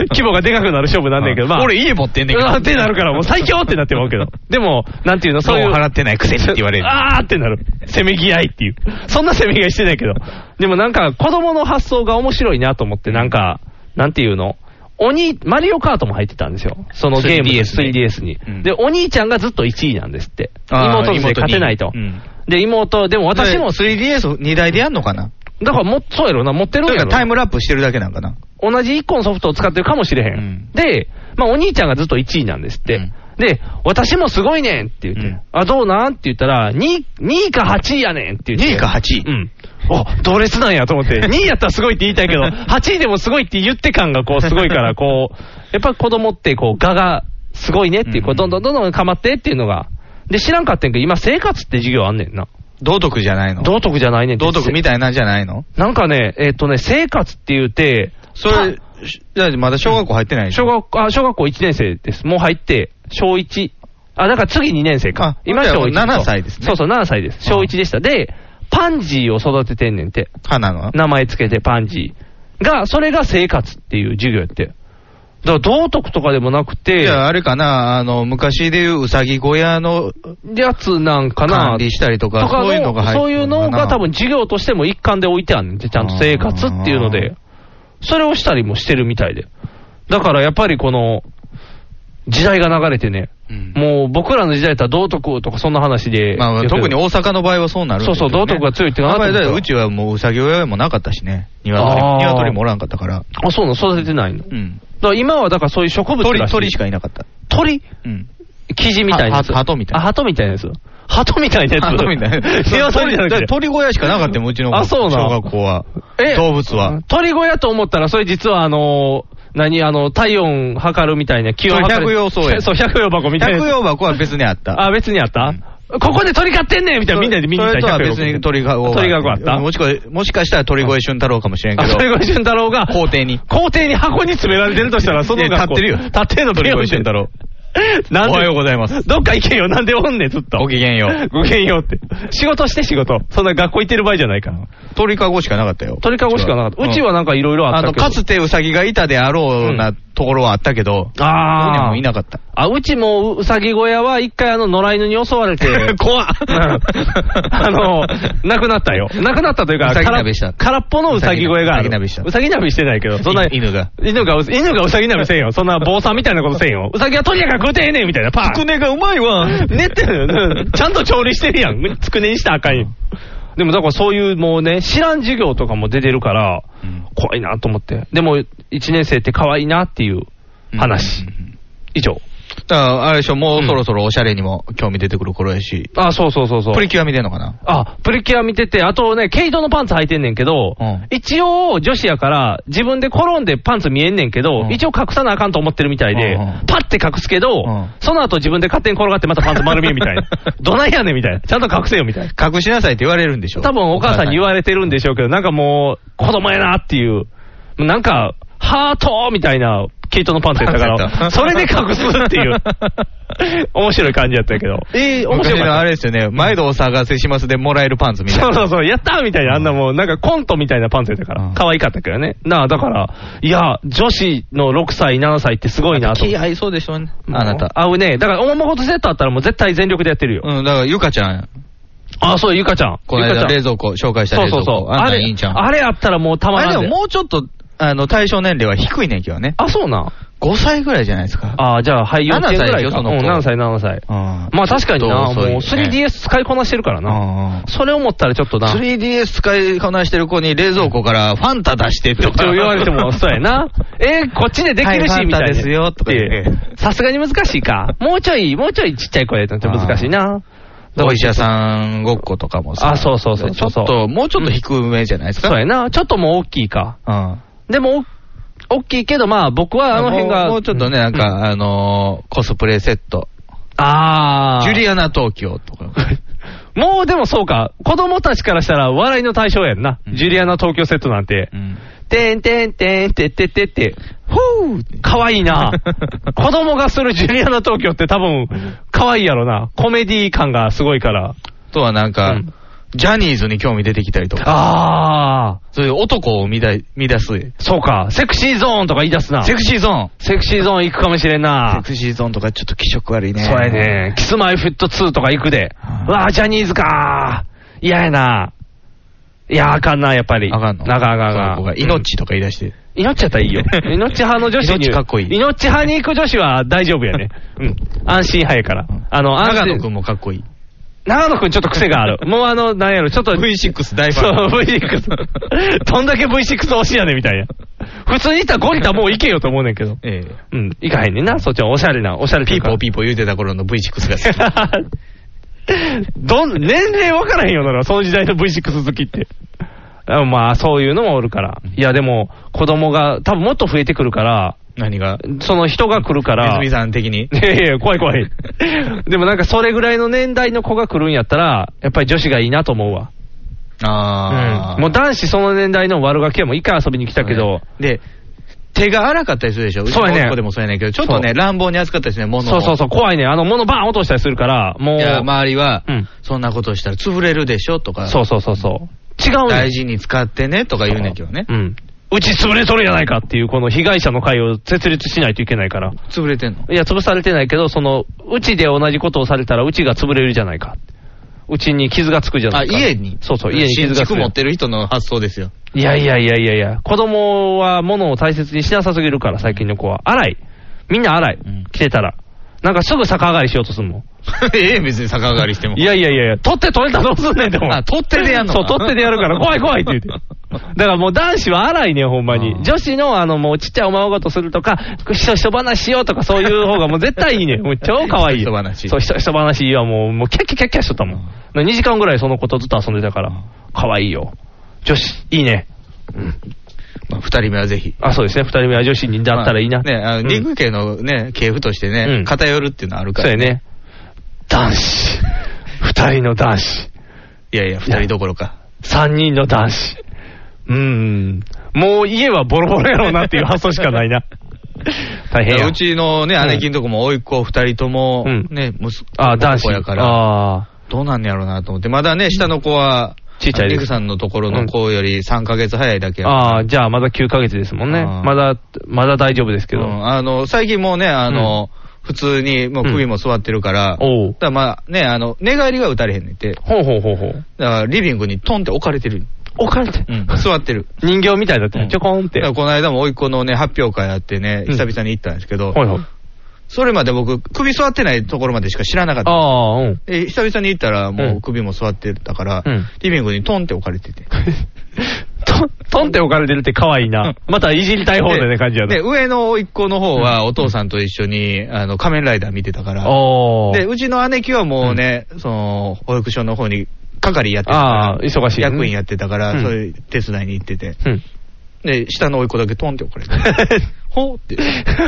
規模がでかくなる勝負なんだけど、まあ。
俺家持ってんねんけ
う
ど。
わってなるから、もう最強ってなってまうけど。でも、なんていうの、そういう。
ローン払ってないくせにって言われる
あーってなる。せめぎ合いっていう。そんなせめぎ合いしてないけど。でもなんか、子供の発想が面白いなと思って、なんか、なんていうの鬼、マリオカートも入ってたんですよ。そのゲーム
3DS に
3DS に
うん。
で、お兄ちゃんがずっと1位なんですって。
あー
妹に勝てないと
妹にうん。
で、妹、でも私
私
も
も、3DS2 台でやんのかな
だからもう、そうやろな、持ってるん
と
や
いう
ろ
か
な。
タイムラップしてるだけなんかな。
同じ1個のソフトを使ってるかもしれへん。
うん
で、まあ、お兄ちゃんがずっと1位なんですって。
うん
で、私もすごいねんって言って、
うん
あ、どうなんって言ったら、2, 位か8位やねんって言って。
2位か8位
うん。お、同列なんやと思って、2位やったらすごいって言いたいけど、8位でもすごいって言って感がこうすごいから、こう、やっぱ子供ってこう、我がすごいねっていう、こう、どんどんどんどんかまってっていうのが。で、知らんかってんけど、今生活って授業あんねんな。
道徳じゃないの
道徳じゃないねんって
道徳みたいなんじゃないの
なんかね、えっ、とね、生活って言うて、
それ、しだってまだ小学校入ってないでし
小
ょ
学校、あ、小学校1年生です。もう入って、小1。あ、だから次2年生か
あ。
今
じゃあ
小1。
7歳ですね
そうそう、7歳です。小1でした。で、パンジーを育ててんねんて。
花の
名前つけてパンジー。が、それが生活っていう授業やって。だから道徳とかでもなく
い
て、
や、あれかな、あの、昔でいううさぎ小屋の
やつなんかな。
管理したりと
と
か、
か
そういうのが入って
そういうのが多分授業としても一環で置いてあるんで、ちゃんと生活っていうので、それをしたりもしてるみたいで。だからやっぱりこの、時代が流れてね、
うん
もう僕らの時代だったら道徳とかそんな話で。
まあ、特に大阪の場合はそうなるんだけどね
そうそう道徳が強いっていうのは
やっぱりだ
うん
うちはもううさぎ親もなかったしね。
あー
鶏鶏もおらんかったから。
あ、そうなの育ててないの。
う
だ
ん。
から今はだからそういう植物
鳥
らい
鳥しかいなかった。
鳥
うん。
生地みたいなやつ。
はは鳩みたいな
あ、鳩みたいなやつ。鳩みたいなやつ。
あ鳥みたいな。
いや、そうじゃなくて
鳥鳥小屋しかなかったもん、うちの
あそうな
小
の
学校は。
え
動物は。
鳥小屋と思ったら、それ実はあのー何、あの、体温測るみたいな、気温測る。
それ百葉草や
そう、百葉箱みたいな。
百葉箱は別にあった。
あ、別にあった、ここで鳥飼ってんねんみたいな、みんなで見に行っ
そ
た
れとは
百葉
別
箱
に鳥が
鳥がこうあった
もしくはもしかしたら鳥越俊太郎かもしれんけ
あ、
ど。
鳥越俊太郎が、
校庭に。
校庭に箱に詰められてるとしたら、その
いや
学校。
立ってるよ
立ってるの、
鳥越俊太郎。
なんで
おはようございます。
どっか行けよ、なんでおんねん、ずっと。
ごきげんよう。
ごきげんようって。仕事して仕事。そんな学校行ってる場合じゃないから。
鳥かごしかなかったよ。
鳥かごしかなかった。うちはなんかいろいろあ
あ
った
の、
けど。
かつてウサギがいたであろう
う
なところはあったけど、ここに
あ
は
あ。
もういなかった。
あ、うちもうさぎ小屋は一回あの野良犬に襲われて。
怖っ
うんあの、亡くなったよ。亡くなったというか、
うさぎ鍋した
空っ空っぽのうさぎ小屋がある。
うさぎ鍋した
うさぎ鍋してないけど、そんな。
い犬が。
犬がう、犬がうさぎ鍋せんよ。そんな坊さんみたいなことせん よ。うさぎは鳥やから食うてへんねんみたいな。パーン
つくねがうまいわ。
寝てるうんちゃんと調理してるやん。つくねにしたらあかんよ。でもだからそういうもうね、知らん授業とかも出てるから、
うん
怖いなと思って。でも、一年生って可愛いなっていう話。
うんうんうん
以上。
だから、あれでしょ、もうそろそろおしゃれにも興味出てくる頃やし、
あ、そうそうそうそう。
プリキュア見てんのかな
あ、プリキュア見てて、あとね、毛糸のパンツ履いてんねんけど、
うん
一応女子やから、自分で転んでパンツ見えんねんけど、
うん
一応隠さなあかんと思ってるみたいで、
うんうん
パッて隠すけど、
うん
その後自分で勝手に転がってまたパンツ丸見えみたい な。どないやねんみたいな。ちゃんと隠せよみたいな。
隠しなさいって言われるんでしょ
多分お母さんに言われてるんでしょうけど、なんかもう、子供やなっていう、なんか、ハートみたいな、毛糸のパンツやっ たか
パンツや
ら、
った
それで隠すっていう、 面白い感じやったけど。え面白
昔
かった
のあれですよね、毎度お探せしますでもらえるパンツみたい
そ
な。
うそうそう、やったーみたいな、あんなもう、なんかコントみたいなパンツやったか
う
ら
ん、
可愛かったけどね。なあ、だから、いや、女子の6歳、7歳ってすごいなと。
気合いそうでしょうね。あなた。
合うね。だから、おままごとセットあったらもう絶対全力でやってるよ。
うん、だから、ゆかちゃん、
あ、そう、ゆかちゃん。
この
ゆ
間
かちゃ
冷
ん。
蔵庫、紹介した
そう
冷
そう
蔵庫。
そ
あ
う。あ
んなん
れ
いいんちゃ、ん。
あれあったらもうたま
あれ
ら
で
ん
も
で。
もうちょっとあの、対象年齢は低いねんけどね。
あ、そうなん。
5歳ぐらいじゃないですか。
ああ、じゃあ、はい、幼稚園ぐらい
7歳で
か。
しょその
うん、
子
7歳、7歳。
あ
まあ確かにな、もう
ちょっと遅いね
3DS 使いこなしてるから
あ
な。それ思ったらちょっとな。
3DS 使いこなしてる子に冷蔵庫からファンタ出してと
と
か
言われても、そうやな。えーこっちでできる
は
し、
い
みた
ファン
いな。
タですよとか言って
ってさすがに難しいか。もうちょい、もうちょいちっちゃい声でやったらちょっと難しいな。
お医者さんごっことかもさ。
あそうそうそう
ちょっと、もうちょっと低めじゃないですか。
そうやな。ちょっともう大きいか。
うん。
でも、お大きいけど、まあ僕はあの辺が。
もうもうちょっとね、なん
うん。
か、あのー、コスプレセット。
ああ。
ジュリアナ東京とか。
もうでもそうか。子供たちからしたら笑いの対象やんな。
うん
ジュリアナ東京セットなんて。
うん。
てんてんてんてってってって。ほうかわい いな。子供がするジュリアナ東京って多分、かわいいやろな。コメディ感がすごいから。
あとはなんか、
うん
ジャニーズに興味出てきたりとか。
ああ。
そういう男を乱乱す。
そうか。セクシーゾーンとか言い出すな。
セ
セ
クシーゾーン。
クシーゾーン行くかもしれんな。
セクシーゾーンとかちょっと気色悪いね。
そうやね。キスマイフット2とか行くで。
うん
うわあ、ジャニーズかー。嫌やな。いやー、あかんな、やっぱり。
あかんの。
なかなかあ
そういう
か
子
ん
が。命とか言い出して。
命やった らいいよ。命派の女子に。
命かっこいい
命派に行く女子は大丈夫やね。うん。安心派やから
うん。
あの、安
長
心
野くんもかっこいい。
長野くんちょっと癖がある。もうあの、なんやろ、ちょっと。
V6 大フ
そう、
ァン。
V6。どんだけ V6 推しやねんみたいな。普通に行ったらゴリタもう行けよと思うねんけど。
ええ。
うん。行かへんねんな。そっちはおしゃれな、おしゃれと
ピ
いう
ー
か
ポーピーポー言うてた頃の V6 が好き。
どん、年齢分からへんよな、その時代の V6 好きって。あまあ、そういうのもおるから。いや、でも、子供が、多分もっと増えてくるから、
何が
その人が来るから。
ネズミさん的に。
いやいや、怖い怖い。でもなんか、それぐらいの年代の子が来るんやったら、やっぱり女子がいいなと思うわ。
ああ、
うんもう男子その年代の悪ガキはもう一回遊びに来たけど、
で、手が荒かったりするでしょ。うち
そうやね
の子でもそうやねんけど、ちょっと
そ
ね、
う
乱暴に扱ったりするね、物を
そうそうそう、怖いね。あの、物バーン落としたりするから、もう。
いや、周りは、
うん
そんなことしたら潰れるでしょとか、
そうそうそうそう。違うねん
大事に使ってねとか言うねんけどね
う。ん。うち潰れとるやないかっていう、この被害者の会を設立しないといけないから。
潰れてんの
いや、潰されてないけど、その、うちで同じことをされたら、うちが潰れるじゃないか。うちに傷がつくじゃな
あ、
いか。
家に
そうそう、家に
新
傷がつ
築
く
持。ってる人の発想ですよ。
いやいやいやいやいや、子供は物を大切にしなさすぎるから、最近の子は。荒い。みんな荒い
うん。
着てたら。なんかすぐ逆上がりしようとすんもん。
ええ、別に逆上がりしても
い。やいやいやいや、取って取れたらどうすんねんって、お前
あ取っ手でやんの
そう、取ってでやるから、怖い怖いって言って。だからもう男子は荒いねん、ほんま
あー
に。女子の、あの、もうちっちゃいおままごとするとか、ひとひと話しようとか、そういう方がもう絶対いいねん。もう超可愛い。
ひとひと話
そう、ひとひと話はもう、もうキャッキャキャッキャしとったもん。2時間ぐらいその子とずっと遊んでたから、可愛いよ。女子、いいね。
まあ二人目はぜひ。
あ、そうですね、二人目は女子にだったらいいな。
まあね、あの
うん
リング系のね、系譜として
う
ね
ん、
偏るっていうのはあるか
そう
ら
や。ね。男子。二人の男子。
いやいや、二人どころか。
三人の男子。うーん。もう家はボロボロやろうなっていう発想し かないな。大変や。
うちのね、
うん
姉貴のとこも、甥っ子二人とも
うん、
ね、息子、
あー男子
男の子やから、
あ
どうなんねやろうなと思って、まだね、下の子は、
ちっちゃいです
リクさんのところの子より3ヶ月早いだけや
ー
から
あー、じゃあまだ9ヶ月ですもんね。
あー
まだ、まだ大丈夫ですけど。
うんあの、最近もうね、あの、普通にもう首も座ってるから、
お
だ
う
からまあね、あの、寝返りが打たれへんねんて。
ほうほうほうほう。
だからリビングにトンって置かれてる。
置かれて、
うん、座ってる。
人形みたいだったね。ちょこんって。
だからこの間も甥っ子のね、発表会あってね、
うん
久々に行ったんですけど、
ほいほい。
それまで僕、首座ってないところまでしか知らなかった。
ああー、うん。
で久々に行ったら、も
う
うん首も座ってたから、
うん
リビングにトンって置かれてて。
と、とんって置かれてるって可愛いな。またいじりたい方だよね、感じや
で、
な。
上の甥っ子の方は、お父さんと一緒に、あの、仮面ライダー見てたから、
お
で、
ー。
うちの姉貴はもうね、その、保育所の方に係やってた
ああ、
から、
忙しい。
役員やってたから、
うん
そういう手伝いに行ってて、
うん。
で、下の甥っ子だけトンって置か れて、 ほうって、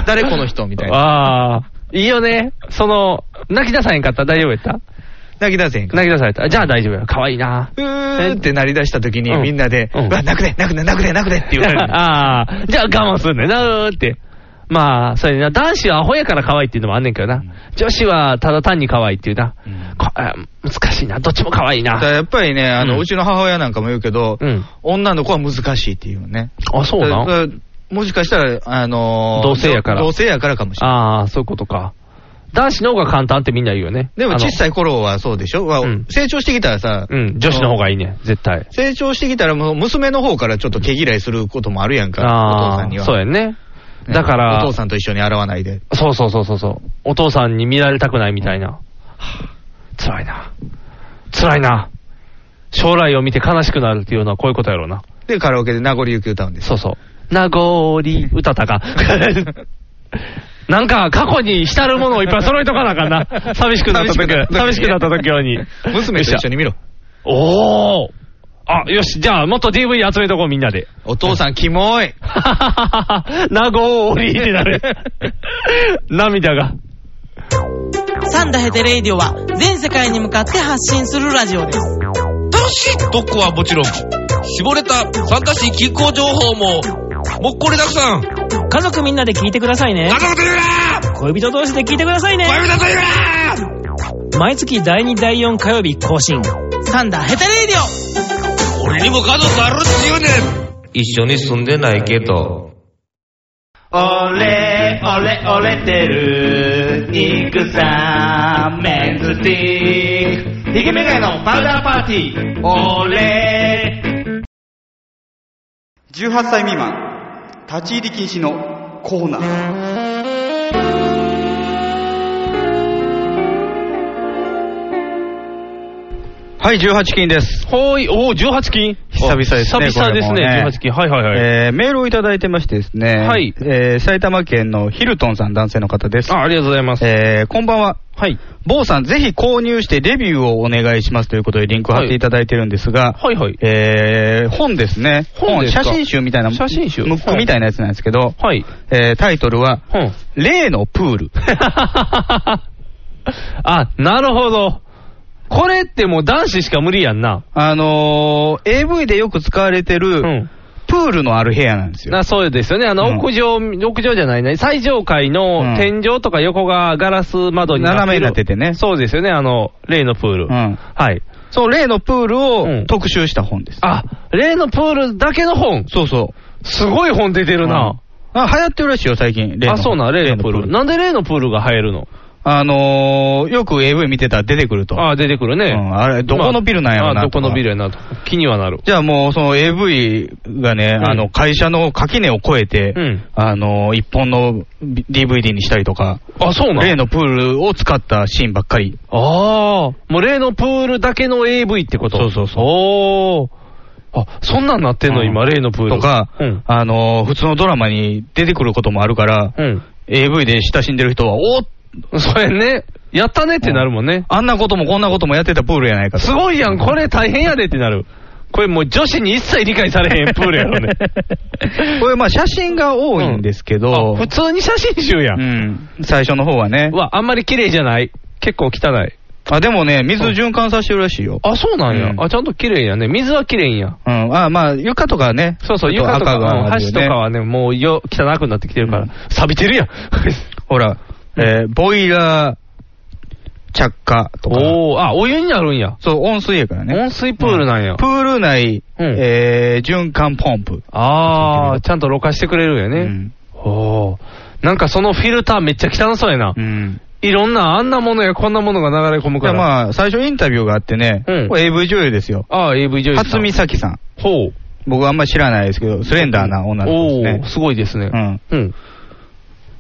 誰この人みたいな。
ああ、いいよね。その、泣き出さへんかった大丈夫やった
泣き出せへんから。
泣き出された。じゃあ大丈夫や。かわいいな。
うーって鳴り出した時に
うん
みんなで、
うん
うわ、泣くね、泣くね、泣くね、泣くねって 言われ る。
ああ、じゃあ我慢すんねんなーって。まあ、それな、男子はアホやから可愛いっていうのもあんねんけどな。女子はただ単に可愛いっていうな。
うん
こあ難しいな。どっちも可愛い
だから
な。
やっぱりね、あの、
う
うんちの母親なんかも言うけど、
うん
女の子は難しいっていうね。
あ、そう
だか
な。
らもしかしたら、あのー
同性やから
同性やからかもしれない。
ああ、そういうことか。男子の方が簡単ってみんな言うよね。
でも小
い。
さい頃はそうでしょ、わ
うん
成長してきたらさ、
うん、女子の方がいいね、絶対。
成長してきたらもう娘の方からちょっと毛嫌いすることもあるやんか、お父さんに
ー
は。
そうやんね。だから、
お父さんと一緒に洗わないで。
そうそうそうそうそう。お父さんに見られたくないみたいな。はぁ辛いな。辛いな。将来を見て悲しくなるっていうのはこういうことやろうな。
で、カラオケで名残雪歌うんです。
そうそう。名残歌たか。 なんか、過去に浸るものをいっぱい揃えとかなあかんな。寂しくなった時、寂
寂
し
し
く
くな
なっ
ったた
時
時
用
用
に
に。娘と一緒に見ろ。
おー。あ、よし、じゃあ、もっと DV 集めとこう、みんなで。
お父さん、キモい。
名残ってなる。 涙が。
サンダヘテレイディオは全世界に向かって発信するラジオです。
楽しい特攻はもちろん、絞れた参加し気候情報も、もっこりたくさん。
家族みんなで聞いてくださいね。
家族と言うな
恋人同士で聞いてくださいね。
恋人と言うな
毎月第2第4火曜日更新。サンダヘテレイディオ
俺にも家族あるって言うねん一緒に住んでないけど。
俺、俺、俺てる、肉さ、メンズティック。ヒゲメガネのパウダーパーティー。俺。
18歳未満、立ち入り禁止のコーナー。
はい、18金です。
ほーい、おー、18金
久々ですね。
久々です
こ
ね、
れも
18金。はいはいはい。
えーメールをいただいてましてですね。
はい
えー埼玉県のヒルトンさん、男性の方です。
あ、ありがとうございます。
えーこんばんは。
はい。
坊さん、ぜひ購入してレビューをお願いしますということでリンク貼っていただいてるんですが、
はいはい。
えー本ですね。
本ですか
写真集みたいな、
写真集
ムックみたいなやつなんですけど、
はい。
えータイトルは、
うん。
例のプール。
あ、なるほど。これってもう男子しか無理やんな。
あのー AV でよく使われてる、
うん。
プールのある部屋なんですよ。
な、そうですよね。あの、
うん
屋上、屋上じゃないね。最上階
う
の
ん
天井とか横がガラス窓に
斜めになって
る
てね。
そうですよね。あの、例のプール。
うん
はい。
そう、例のプール
うん
を特集した本です。
あ、例のプールだけの本。
そうそう。
すごい本出てるな。
あ流行ってるらしいよ、最近。例の
あ、そうなん、例のプール。なんで例のプールが入るの
あのー、よく AV 見てたら出てくると。
あ、出てくるね。
うんあれどこのビルなんやろ
まあ
な
あどこのビルやなと。気にはなる。
じゃあもう、その AV がね、
ん
あの、会社の垣根を越えて、
うん
あのー、一本の DVD にしたりとか、
あ、そうなん
例のプールを使ったシーンばっかり。
ああ、もう例のプールだけの AV ってこと
そうそうそう
おーあ、そんなんなってんの、
うん
今、例のプール。
とか、
うん。
あのー、普通のドラマに出てくることもあるから、
うん。
AV で親しんでる人は、おー
それね、やったねってなるもんね。
あんなこともこんなこともやってたプールやないかと
すごいやん、これ大変やでってなる。これもう女子に一切理解されへんプールやろね
。これまあ写真が多いんですけど、
あ普通に写真集や。
うんん、最初の方はね。
わ、あんまり綺麗じゃない。結構汚い。
あ、でもね、水循環させてるらしいよ。
あ、そうなんや。
うん
あ、ちゃんと綺麗やね。水は綺麗や。
うん、あ、まあ、床とかね。
そうそう、
ちょっ
床とか、
赤が
う
あ
ん
る
箸
よね
とかはね、もうよ汚くなってきてるから、
うん
錆び てるやん。
ほら、えーボイラー、着火とか。
おおあ、お湯になるんや。
そう、温水やからね。
温水プールなんや。
プール内、
うん
えー循環ポンプ。
ああ、ちゃんとろ過してくれるんやね。おお。なんかそのフィルターめっちゃ汚そうやな
うん。う。ん。
いろんな、あんなものやこんなものが流れ込む
じゃ
か
あ
ら。あ、
まあ、最初インタビューがあってね、
うん
これ AV 女優ですよ。
ああ、AV 女優さん。
初見咲さん。
ほう。
僕あんまり知らないですけど、スレンダーな女の子
おお
で
ー、
すね。
すごいですね
う。ん。
うん。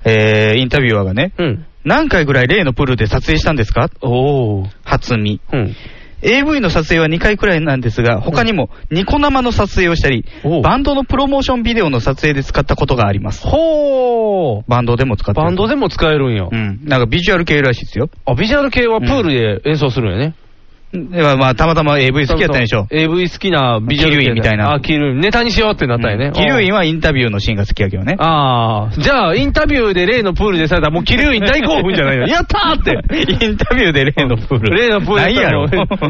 えー、インタビュアーがね、
うん。
何回ぐらい例のプールで撮影したんですか
おお。
初見。
うん。
AV の撮影は2回くらいなんですが、他にもニコ生の撮影をしたり
おう、
バンドのプロモーションビデオの撮影で使ったことがあります。
ほう。
バンドでも使ってる
バンドでも使えるんや。
うん。なんかビジュアル系らしいですよ。
あ、ビジュアル系はプールで演奏するんやね。
ではまあ、たまたま AV 好きやったんでしょう。
AV 好きな美女
キリュウイみたいな
あ、キリュウイネタにしようってなったよね。
キリュウイン
は
はインタビューのシーンが好きやけど ね。
ああ。じゃあ、インタビューで例のプールでされたら、もうキリュウイン大興奮じゃないの。やったーって。
インタビューで例のプール。
例のプール
ないやろ。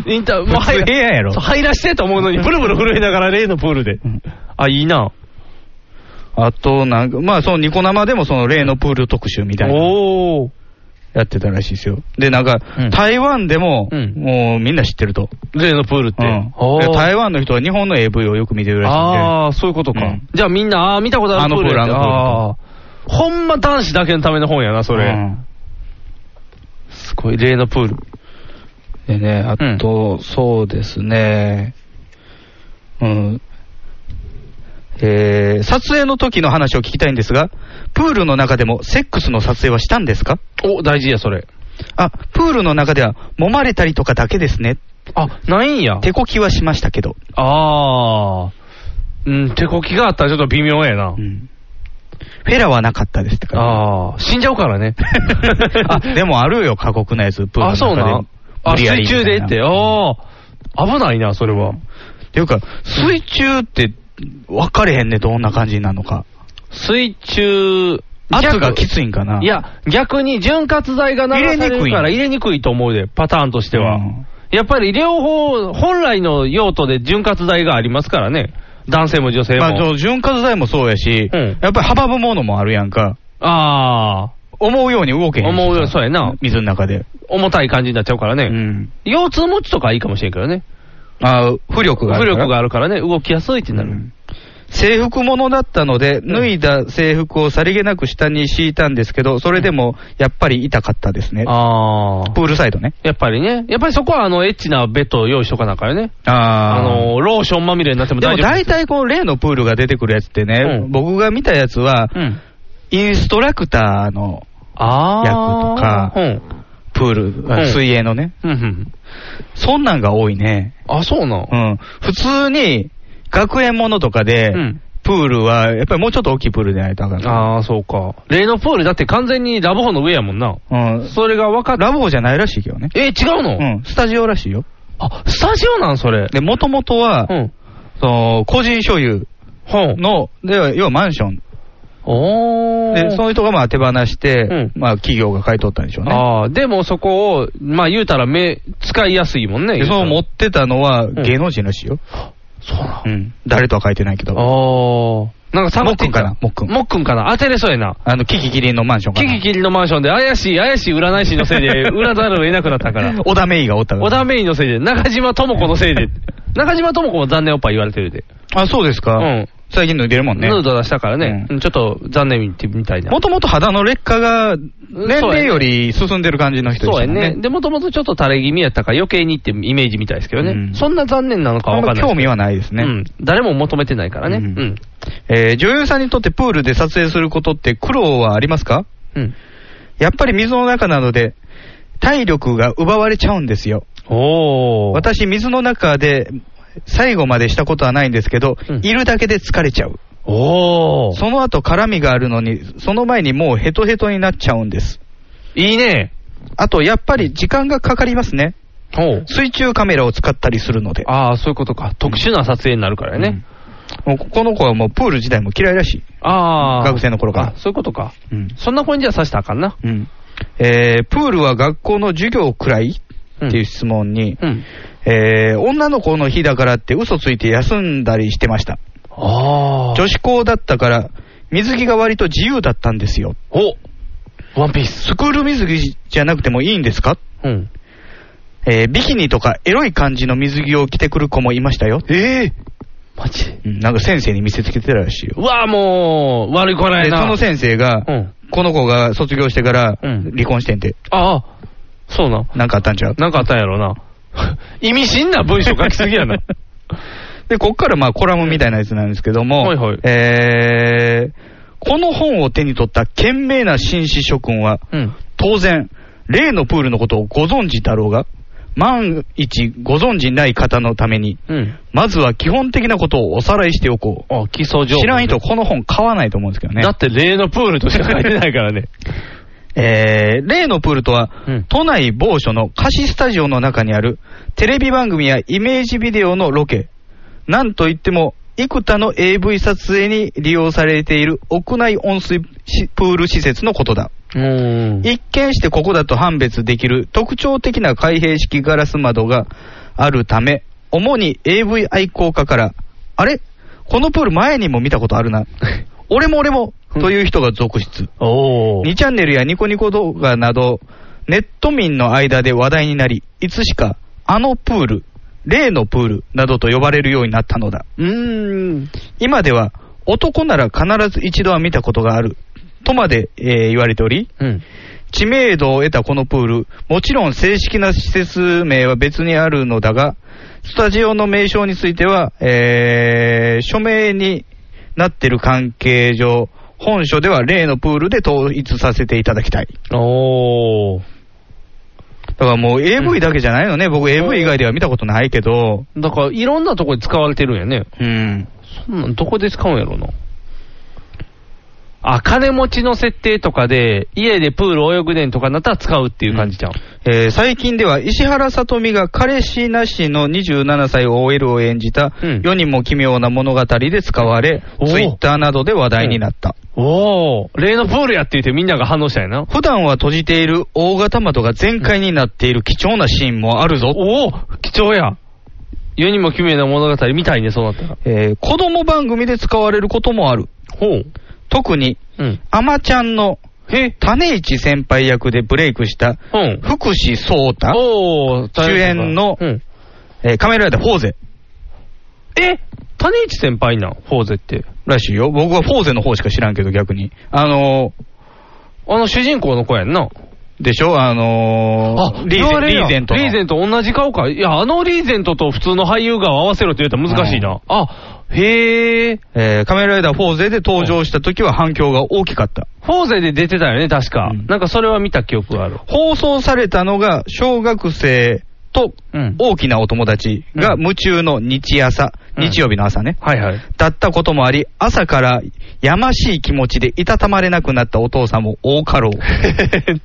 インタ、
もう入らや ろ
そう。入らしてと思うのに、ブルブル震えながら例のプールで
ん。
あ、いいな。
あと、なんか、まあ、そのニコ生でもその例のプール特集みたいな。
おー。
やってたらしいですよ。で、なんか
うん、
台湾でも、
うん
もうみんな知ってると。
例のプールって。
うん
おー
台湾の人は日本の AV をよく見てるらしいんで。
ああ、そういうことか。
うん
じゃあみんな、ああー、見たことあるプールやって
あのプールあのプール
あーほんま男子だけのための本やな、それ。
うん
こういう例のプール。
でね、あと、そうですね、うん。えー、撮影の時の話を聞きたいんですが、プールの中でもセックスの撮影はしたんですか
お、大事や、それ。
あ、プールの中では揉まれたりとかだけですね。
あ、ないんや。
手こきはしましたけど。
ああ。うん、手こきがあったらちょっと微妙やな。
フェラはなかったですってから。
ああ、死んじゃうからね。
あ、でもあるよ、過酷なやつ、プールの
あ、
中で。
そうなん。あ、
無理やり
水
みたい
中でって。ああ。危ないな、それは。
っていうか、水中って分かれへんね、どんな感じになるのか。
水中、
圧が
逆
きついんかな。
い、や、逆に潤滑剤が流されるから
入
入れにくいと思うで、パターンとしては。やっぱり両方、本来の用途で潤滑剤がありますからね。男性も女性も。
まあ、そう潤滑剤もそうやし、やっぱり阻むものもあるやんか。
ああ。
思うように動けへんしさ
思うようそうやな。
水の中で。
重たい感じになっちゃうからね。腰痛持ちとかいいかもしれんけどね。
あ浮力があ
浮
るから
力があるからね、動きやすいってなる。
制服ものだったので、脱いだ制服をさりげなく下に敷いたんですけど、それでもやっぱり痛かったですね。
ああ。
プールサイドね。
やっぱりね。やっぱりそこは、あの、エッチなベッドを用意しとかなあかんよね。
あ
あの、ローションまみれになっても
でも
大丈夫。
大体この例のプールが出てくるやつってね、僕が見たやつは、インストラクターの
あ
役とか、プール、あ
うん
水泳のね、そんなんが多いね。
あ、そうなん
うん。普通に、学園ものとかで、プールは、やっぱりもうちょっと大きいプールじゃないとあかん。
ああ、そうか。例のプールだって完全にラブホの上やもんな。
うん。
それが分かっ
ラボじゃないらしいけどね。
え、違うの
うん。スタジオらしいよ。
あ、スタジオなんそれ。
で、もともとは、その、個人所有の、で、要はマンション。
お
で、その人がまあ手放して、まあ企業が買い取ったんでしょうね。
ああ、でもそこを、まあ言うたら目、使いやすいもんね。
で、その持
も
ってたのは芸能人らしいよ。そう
な
うん。誰とは書いてないけど。
ああ。なんか探ってんかな。
もっくん。
もっくんかな。当てれそうやな。
あの、キキキリンのマンションか
キ
な。
キキリのマンションで怪しい怪しい占い師のせ いで、占ざるを得なくなったから。
小田メイがおったから
小田メイのせいで、中島智子のせいで。中島智子も残念おっぱい言われてるで。
あ、そうですか。
うん。
最近脱いでるもんね
ヌ。ード出したからね。うんちょっと残念みたいな。
もともと肌の劣化が、年齢より進んでる感じの人で
そ
した
うや
もん
ね。
ね。
で、もともとちょっと垂れ気味やったから余計にってイメージみたいですけどね。
うん
そんな残念なのかわかんない。
あんま興味はないですね
うん。誰も求めてないからね。
う
うんん。
えー女優さんにとってプールで撮影することって苦労はありますか
うん。
やっぱり水の中なので、体力が奪われちゃうんですよ。
おー。
私、水の中で最後までしたことはないんですけど、いるだけで疲れちゃう。
おー。
その後、絡みがあるのに、その前にもうヘトヘトになっちゃうんです。
いいね。
あと、やっぱり時間がかかりますね。
おう
水中カメラを使ったりするので。
ああ、そういうことか。特殊な撮影になるからね。
もうここの子はもうプール自体も嫌いらしい。
ああ。
学生の頃から
あそういうことか。
うん
そんな子にじゃあ刺したらあかんな。
うんえープールは学校の授業くらいっていう質問に、えー女の子の日だからって嘘ついて休んだりしてました。
あ
女子校だったから、水着が割と自由だったんですよ。
おワンピース。
スクール水着じゃなくてもいいんですか
うん。
えービキニとかエロい感じの水着を着てくる子もいましたよ。
ええマジ
うんなんか先生に見せつけてたらしいよ。
うわあ、もう、悪い子ら
で
やな。
その先生が、この子が卒業してから離婚してんて、
ああ、そうなん。
なんかあったんちゃう
なんかあったんやろな。 意味深な文章書きすぎやな。
で、こっからまあコラムみたいなやつなんですけども、えーこの本を手に取った懸命な紳士諸君は、当然、例のプールのことをご存知だろうが、万一ご存知ない方のために、
うん。
まずは基本的なことをおさらいしておこう。
あ、基礎情報。
知らん人、この本買わないと思うんですけどね。
だって例のプールとしか書いてないから ね。
えー例のプールとは、都内某所の貸しスタジオの中にある、テレビ番組やイメージビデオのロケ、なんといっても、幾多の AV 撮影に利用されている屋内温水しプール施設のことだ。
うん。
一見してここだと判別できる特徴的な開閉式ガラス窓があるため、主に AV 愛好家から、あれこのプール前にも見たことあるな。 俺も俺もという人が続出。
お
2チャンネルやニコニコ動画など、ネット民の間で話題になり、いつしか、あのプール、例のプールなどと呼ばれるようになったのだ。
うーん。
今では、男なら必ず一度は見たことがある、とまで、えー言われており、知名度を得たこのプール、もちろん正式な施設名は別にあるのだが、スタジオの名称については、えー、署名になっている関係上、本書では例のプールで統一させていただきたい。
おー。
だからもう AV だけじゃないのね、僕 AV 以外では見たことないけど、
だから、いろんなとこで使われてるんやね。
うん。
そんなんどこで使うんやろな。あ、金持ちの設定とかで、家でプール泳ぐねんとかなったら使うっていう感じじゃん。
えー最近では石原さとみが彼氏なしの27歳 OL を演じた世にも奇妙な物語で使われ、
おー
ツイッターなどで話題になった。
おお、例のプールやって言ってみんなが反応したんやな。
普段は閉じている大型窓が全開になっている貴重なシーンもあるぞ。
おお、貴重や。世にも奇妙な物語みたいね、そうなったら。
えー子供番組で使われることもある。
ほう。
特に、
うん。
アマちゃんの種市先輩役でブレイクした
うん。
福士蒼太
おお、
主演の、
うん。
えー仮面ライダーフォーゼ
え種市先輩なん、フォーゼって。
らしいよ。僕はフォーゼの方しか知らんけど逆に。あの
あの主人公の子やんな。
ー、でしょあのー、リーゼ
言わ
ン
れる
リ
や
ー
ん
ゼントの。
リーゼント同じ顔か。いや、あのリーゼントと普通の俳優が合わせろって言うたら難しいな。あ、へえ。
えー仮面ライダーフォーゼで登場した時は反響が大きかった。
フォーゼで出てたよね、確か。
うん
なんかそれは見た記憶がある。
放送されたのが小学生と
うん
大きなお友達が夢中の日朝、
うん
日曜日の朝ね。
はい はい。
だったこともあり、朝からやましい気持ちでいたたまれなくなったお父さんも多か ろう。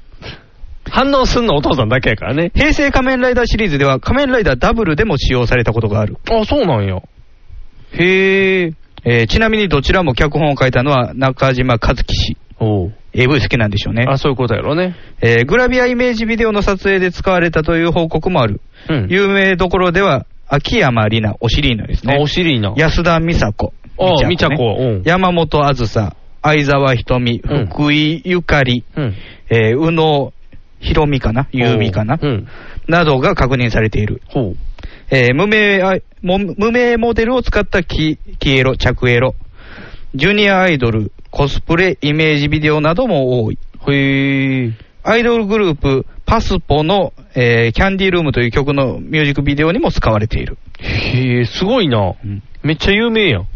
反応すんのお父さんだけやからね。
平成仮面ライダーシリーズでは仮面ライダーダブルでも使用されたことがある。
あ、そうなんや。
へー。えーちなみにどちらも脚本を書いたのは中島和樹氏。
おう。
AV 好きなんでしょうね。
あ、そういうことやろね。
えーグラビアイメージビデオの撮影で使われたという報告もある。
うん。
有名どころでは、秋山里奈、お尻りのです
あ、
ね
お。尻な。
安田美佐子。
ああ、み
み
ち
ち
ゃ
ゃこ
こ。
ね
うん。
山本あずさ、相沢ひとみ、
うん
福井ゆかり、
うん。
えー宇野ひろみかなゆうみかな
うん。
などが確認されている。
ほう。
えー無名あも無名モデルを使ったキキエロ、着エロ、ジュニアアイドル、コスプレ、イメージビデオなども多い。
へえ。
アイドルグループ、パスポの、えーキャンディールームという曲のミュージックビデオにも使われている。
へえ、すごいな。めっちゃ有名やん。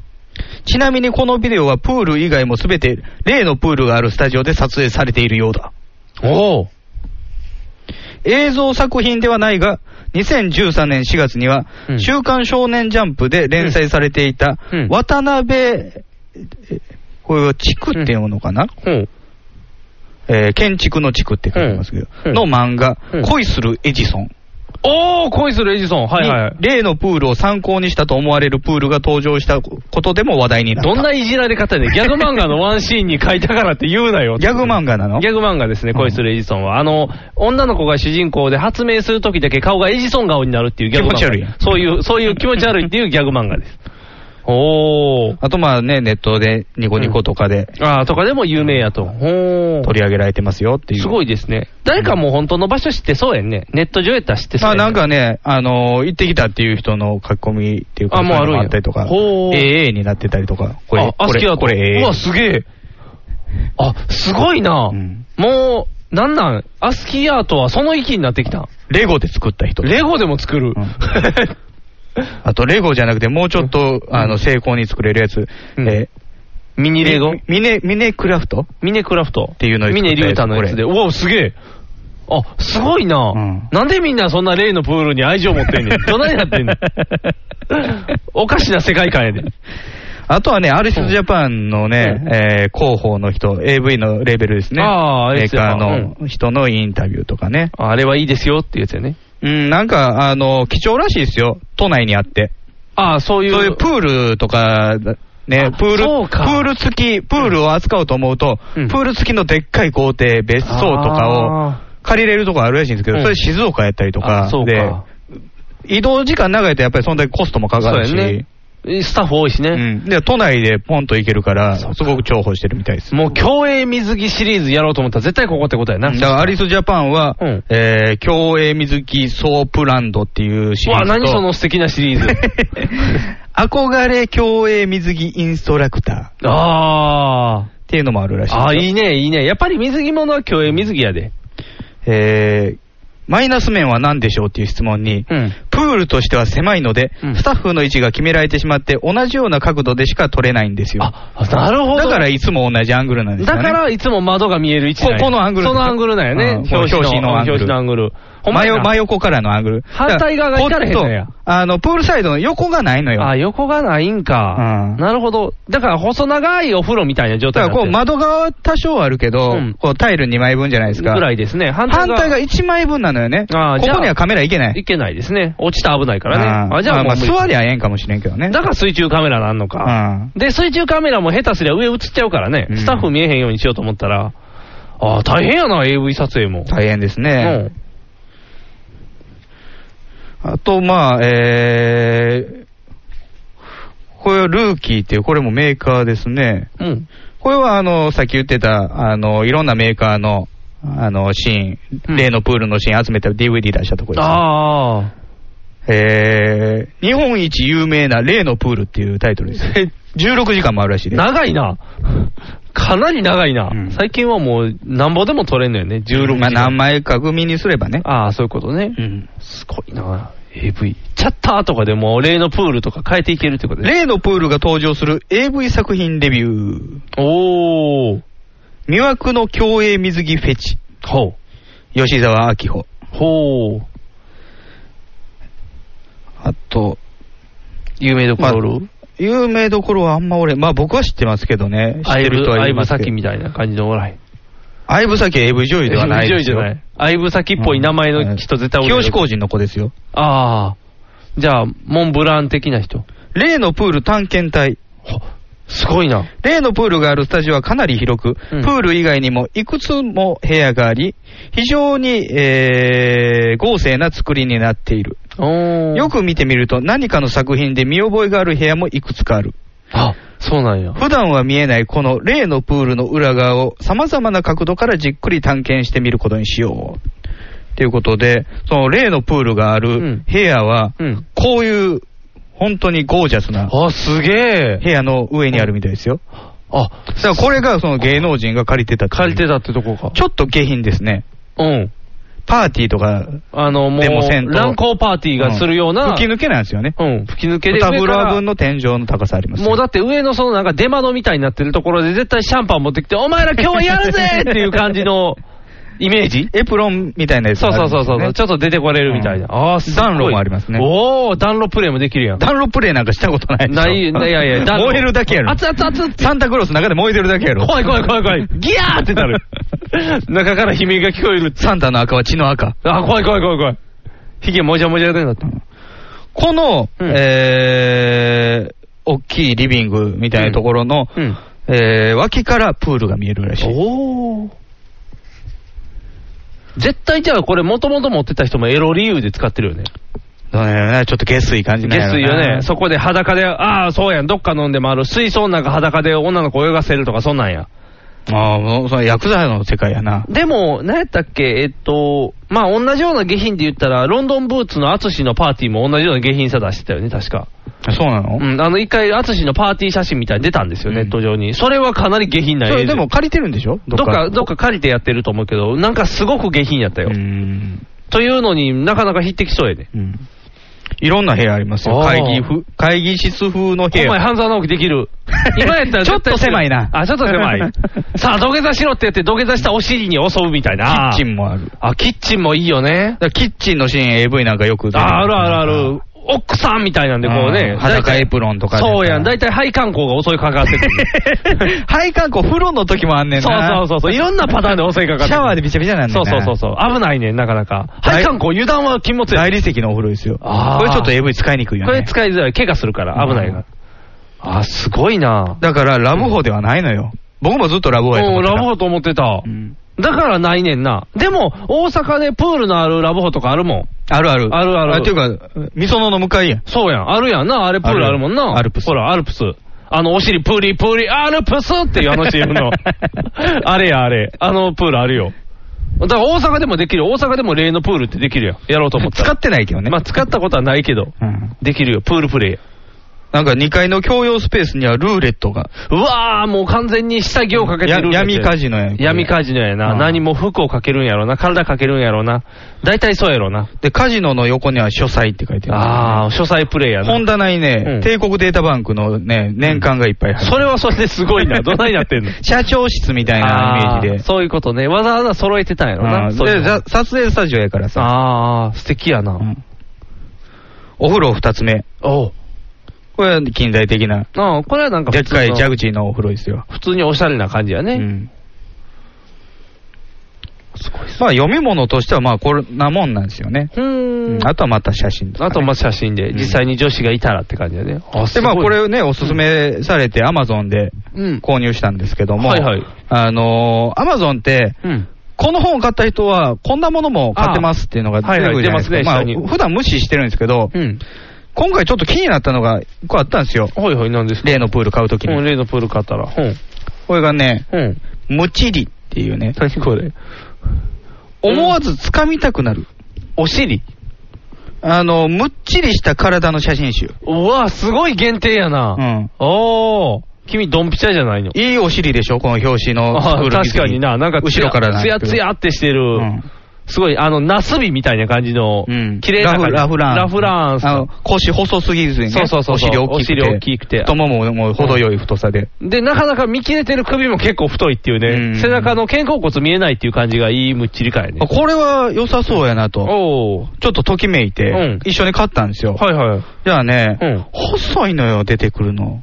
ちなみにこのビデオはプール以外もすべて例のプールがあるスタジオで撮影されているようだ。
おお。
映像作品ではないが、2013年4月には
う、ん
週刊少年ジャンプで連載されていた
うんうん、
渡辺、えこれは地区って読むのかな、
ほう。
えー建築の地区って書いてますけど、
うん
の漫画、
うん
恋するエジソン
おお、恋するエジソン。はい
に、
はい。
例のプールを参考にしたと思われるプールが登場したことでも話題になった。
どんないじられ方やねんギャグ漫画のワンシーンに書いたからって言うなよ。
ギャグ漫画なの
ギャグ漫画ですね、恋するエジソンは。あの、女の子が主人公で発明するときだけ顔がエジソン顔になるっていうギャグ漫画。
気持ち悪いやん
そういう、そういう気持ち悪いっていうギャグ漫画 です。おー。
あとまあね、ネットでニコニコとかで
あーとかでも有名やと。ほー。
取り上げられてますよっていう。
すごいですね。誰かもう本当の場所知ってそうやんね。ネット上やったら知ってそ
あ
うやね
なんかね、あのー行ってきたっていう人の書き込みっていうか、
あもうある
そういう
んや
のがったりとか、
ほう
AA になってたりとか、こ
あ
れ、こ
あ好き
れ、
やと
これ
う
AA
わ、。すげえ。あ、すごいな。
うん
もう、なんなん、アスキーアートはその域になってきた。
レゴで作った人。
レゴでも作る。
うんあと、レゴじゃなくて、もうちょっと、あの、精巧に作れるやつ。
うん
え
ミニ
ー
レゴ
ミミネ、ミネクラフト
ミネクラフト。
っていうのを作
ミ
ったや
ネ
つ
リュータのやつで。うわ、すげえ。あ、すごいな、
うん
なんでみんなそんな例のプールに愛情持ってんね ん。どないなってんねん。おかしな世界観やで。
あとはね、アリスジャパンのね、
うん
えー広報の人、AV のレベルですね。
あー
メーカー
AS
の人のインタビューとかね。
あれはいいですよっていうやつやね。
うん、なんか、あの、貴重らしいですよ。都内にあって。
ああ、そういう。
そういうプールとか、ね
あ、
プール、
そう
プ
か
ール付き、プールを扱おうと思うと、
うん
プール付きのでっかい豪邸、別荘とかを
あ
借りれるとこあるらしいんですけど、
うん
それ静岡やったり
ー
とか
あそう
で、
か。
移動時間長いとやっぱりそんだけコストもかかるし、
そうやねスタッフ多いしね。
うん、で都内でポンと行けるから、す
そうか
ごく重宝してるみたいです。
もう競泳水着シリーズやろうと思ったら絶対ここってことやな。
だからアリスジャパンは、
うん
えー、競泳水着ソープランドっていうシリ
う
ー
わ、
ズと。
何その素敵なシリ ーズ。
憧れ競泳水着インストラクター
あ
っていうのもあるら
あ。
しいですよ。
ああ、いいね、いいね。やっぱり水着物は競泳水着やで。
えーマイナス面は何でしょうっていう質問に、プールとしては狭いので、スタッフの位置が決められてしまって、同じような角度でしか取れないんですよ。
なるほど
だからいつも同じアングルなんですよ、
だ
ね。
から、いつも窓が見える位置
ここのアングル
そのアングルなんやね。
うん表紙のアングル
表紙のアングル。ほんま
真
や
よ
な
真横からのアングル。
反対側が光らへんのや
こっとあの、プールサイドの横がないのよ。
あ、横がないんか。なるほど。だから、細長いお風呂みたいな状
だか
態
らこう
になって
窓側は多少あるけど、こうタイル2枚分じゃないです
る
か。
ぐらいですね。反
反対が1枚分なのよね。こ
あーじゃあ
こにはカメラいけない。
いけないですね。落ちたら危ないから
あ
ね。
ー
あ、じゃあも
まあ
う無
ま
理、
あ座りゃええんかもしれんけどね。
だから水中カメラなんのか。で、水中カメラも下手すりゃ上映っちゃうからね。スタッフ見えへんようにしようと思ったら、あー大変やな、AV 撮影も。
大変ですね。あと、まあ、えー、これはルーキーっていう、これもメーカーですね。
うん。
これは、あの、さっき言ってた、あの、いろんなメーカーの、あの、シーン、例のプールのシーン集めた DVD 出したとこです、
ああ。
えー、日本一有名な例のプールっていうタイトルです。16時間もあるらしいです。
長いな。 かなり長いな。最近はもう、なんぼでも撮れんのよね。16時
まあ、
間。
何枚か組にすればね。
ああ、そういうことね。
うん。
すごいな。AV。チャッターとかでも、例のプールとか変えていけるってことね。
例のプールが登場する AV 作品レビュー。
おー。
魅惑の競泳水着フェチ。
ほう。
吉沢明穂。
ほう。
あと、
有名どころ、
有名どころはあんま俺、まあ僕は知ってますけどね。知っ
アイ
て
ブ
る人はいます
アイブ
け
先
ど。
みたいな感じのおらへん。
相武咲 AV 女優ではないですよ。
AV 女優じゃない。アイブ先っぽい名前の人絶対おるよ
清志工人の子ですよ。
ああ。じゃあ、モンブラン的な人。
例のプール探検隊。
すごいな。
例のプールがあるスタジオはかなり広く、プール以外にもいくつも部屋があり、非常に、えー、豪勢な作りになっている。よく見てみると、何かの作品で見覚えがある部屋もいくつかある。
あ、そうなんや。
普段は見えないこの例のプールの裏側を様々な角度からじっくり探検してみることにしよう。ということで、その例のプールがある部屋は、こういう本当にゴージャスな、
あ、すげえ。
部屋の上にあるみたいですよ。
あ、
だからこれがその芸能人が借りてた借りて
たってとこか。
ちょっと下品ですね。
うん。
パーティーとか、
あの、もう、
でもせんと
乱行パーティーがするような。
ん吹き抜けなんですよね。
うん、吹き抜けで
タ
上
ブ
か
ラ
ら
分の天井の高さあります。
もうだって上のそのなんか出窓みたいになってるところで絶対シャンパン持ってきて、お前 ら今日はやるぜっていう感じのイメージ
エプロンみたいなやつ
そ
が
う
あ
そ
る
う
で
ん
す
そ
よね
うそう。ちょっと出てこれるみたいな。ああ、すごい。
暖炉もありますね
おお、暖炉プレイもできるやん。
暖炉プレイなんかしたことないでしょ
ない、いやいや、暖炉
燃えるだけやろ。
熱々熱々
サンタクロースの中で燃えてるだけやろ。
怖い怖い怖い怖い。ギャーってなる。中から悲鳴が聞こえる。
サンタの赤は血の赤。
あ、怖い怖い怖い怖い。ヒゲもじゃもじゃでなった。
この、えー、大きいリビングみたいなところの、えー脇からプールが見えるらしい。
おお。絶対じゃあこれもともと持ってた人もエロ理由で使ってるよね。
どうなんやろなちょっと下水感じない
下水よね。そこで裸で、ああ、そうやん、どっか飲んでもある。水槽なんか裸で女の子泳がせるとか、そんなんや。
ああ、もう、それ薬剤の世界やな。
でも、何やったっけ、えっと、まあ、同じような下品で言ったら、ロンドンブーツの淳のパーティーも同じような下品さ出してたよね、確か。
そうなの
うん、あの、一回、淳のパーティー写真みたいに出たんですよ、ネット上に。それはかなり下品な
そ
映
れで
像
も借りてるんでしょ
どっか、どっか借りてやってると思うけど、なんかすごく下品やったよ。というのになかなか匹敵しそうやね。
いろんな部屋ありますよ。
あー
会議風、会議室風の部
お
屋。
前、半沢直樹で きる。今やったら
ちょっと
絶対する
狭いな
あ、ちょっと 狭い。さあ、土下座しろって言って、土下座したお尻に襲うみたいな。
キッチンもある。
あ、キッチンもいいよね。
だからキッチンのシーン AV なんかよく出て
あ、あるあるあ
る。
る。奥さんみたいなんで、こうね。
うん裸エプロンとかで
そうやん。大体配管工が襲いかかって くる。
配管工、風呂の時もあんねんな。
そうそうそうそう。いろんなパターンで襲いかかってくる。
シャワーでびちゃびちゃなんねん
そ
な
うそうそうそう。危ないねん、なかなか。配管工、油断は禁物や。
大理石のお風呂ですよ。
あー
これちょっと AV 使いにくいよ
これ
ね。
使いづらい。怪我するから、危ないから。あ、すごいな。
だから、ラブホではないのよ。僕もずっとラブホやと思っ
うん、
てた
ラブホと思ってた。だからないねんな。でも、大阪でプールのあるラブホとかあるもん。
あるある。
あるある
あていうか、みそのの向かいやん。
そうやん。あるやんな。あれプールあるもんな。アルプス。ほら、アルプス。あの、お尻プーリープーリー、アルプスっていうあの CM の。あれや、あれ。あのプールあるよ。だから大阪でもできる。大阪でも例のプールってできるよ。やろうと思ったら。
使ってないけどね。
まあ、使ったことはないけど。できるよ。プールプレイ。
なんか2階の共用スペースにはルーレットが。
うわー、もう完全に下着をかけて
や
るんだって
闇カジノやんこれ
闇カジノやな。
うん
何も服をかけるんやろな。体かけるんやろな。大体そうやろな。
で、カジノの横には書斎って書いてあ
ああ、書斎プレイヤー
る。
な。
本棚にね、
うん
帝国データバンクのね、年間がいっぱい入って
それはそれですごい な。どないなってんの
社長室みたいなイメージで
あ。そういうことね。わざわざ揃えてたんやろ
う
な。
ん
そういう
で、
の
ざ撮影スタジオやからさ。
ああ、素敵やな。
お風呂二つ目。
おう
これは近代的な。
ああ、これはなんか
でっ
普通の
かい蛇口のお風呂ですよ。
普通におしゃれな感じやね。
うんまあ読み物としてはまあこれなもんなんですよね。うんあとはまた写真とかね
あとまあ写真で、
うん
実際に女子がいたらって感じだね。
で、まあ、これをね、おすす
め。
めされて、アマゾンで
うん
購入したんですけども、
はいはい
あのー、アマゾンって、
うん。
この本を買った人は、こんなものも買ってますっていうのが出てくるじゃないですか。
あはいはい出ますね下に
あ、普段無視してるんですけど、
うん。
今回ちょっと気になったのが一個あったんですよ。
はいはい、なんですか
例のプール買うとき
うん
に。
例のプール買ったら。うん。
これがね、
うん。
ムチリっていうね、
何これ
思わず掴みたくなる。
お尻
あの、むっちりした体の写真集。
うわ、すごい限定やな。
うん。
おー。君、ドンピシャじゃないの。
いいお尻でしょこの表紙の。
あー確かにな、なんか
後ろからなん
つ
です
や
けど
つやってしてる、
うん
すごい、あの、ナスビみたいな感じの、
うん
綺麗な
ラフラフラン。
ラフランス
あの腰細すぎずにね。
そうそうそうそう
お尻
お尻
大
大き
き
く
く
て
て。太ももも程よい太さで。
で、なかなか見切れてる首も結構太いっていう
う
ね、
ん
背中の肩甲骨見えないっていう感じがいいむっちり感やね
あ。これは良さそうやなと。
おー。
ちょっとときめいうて
ん、
一緒に買ったんですよ。
はいはい。
じゃあね
うん、
細いのよ、出てくるの。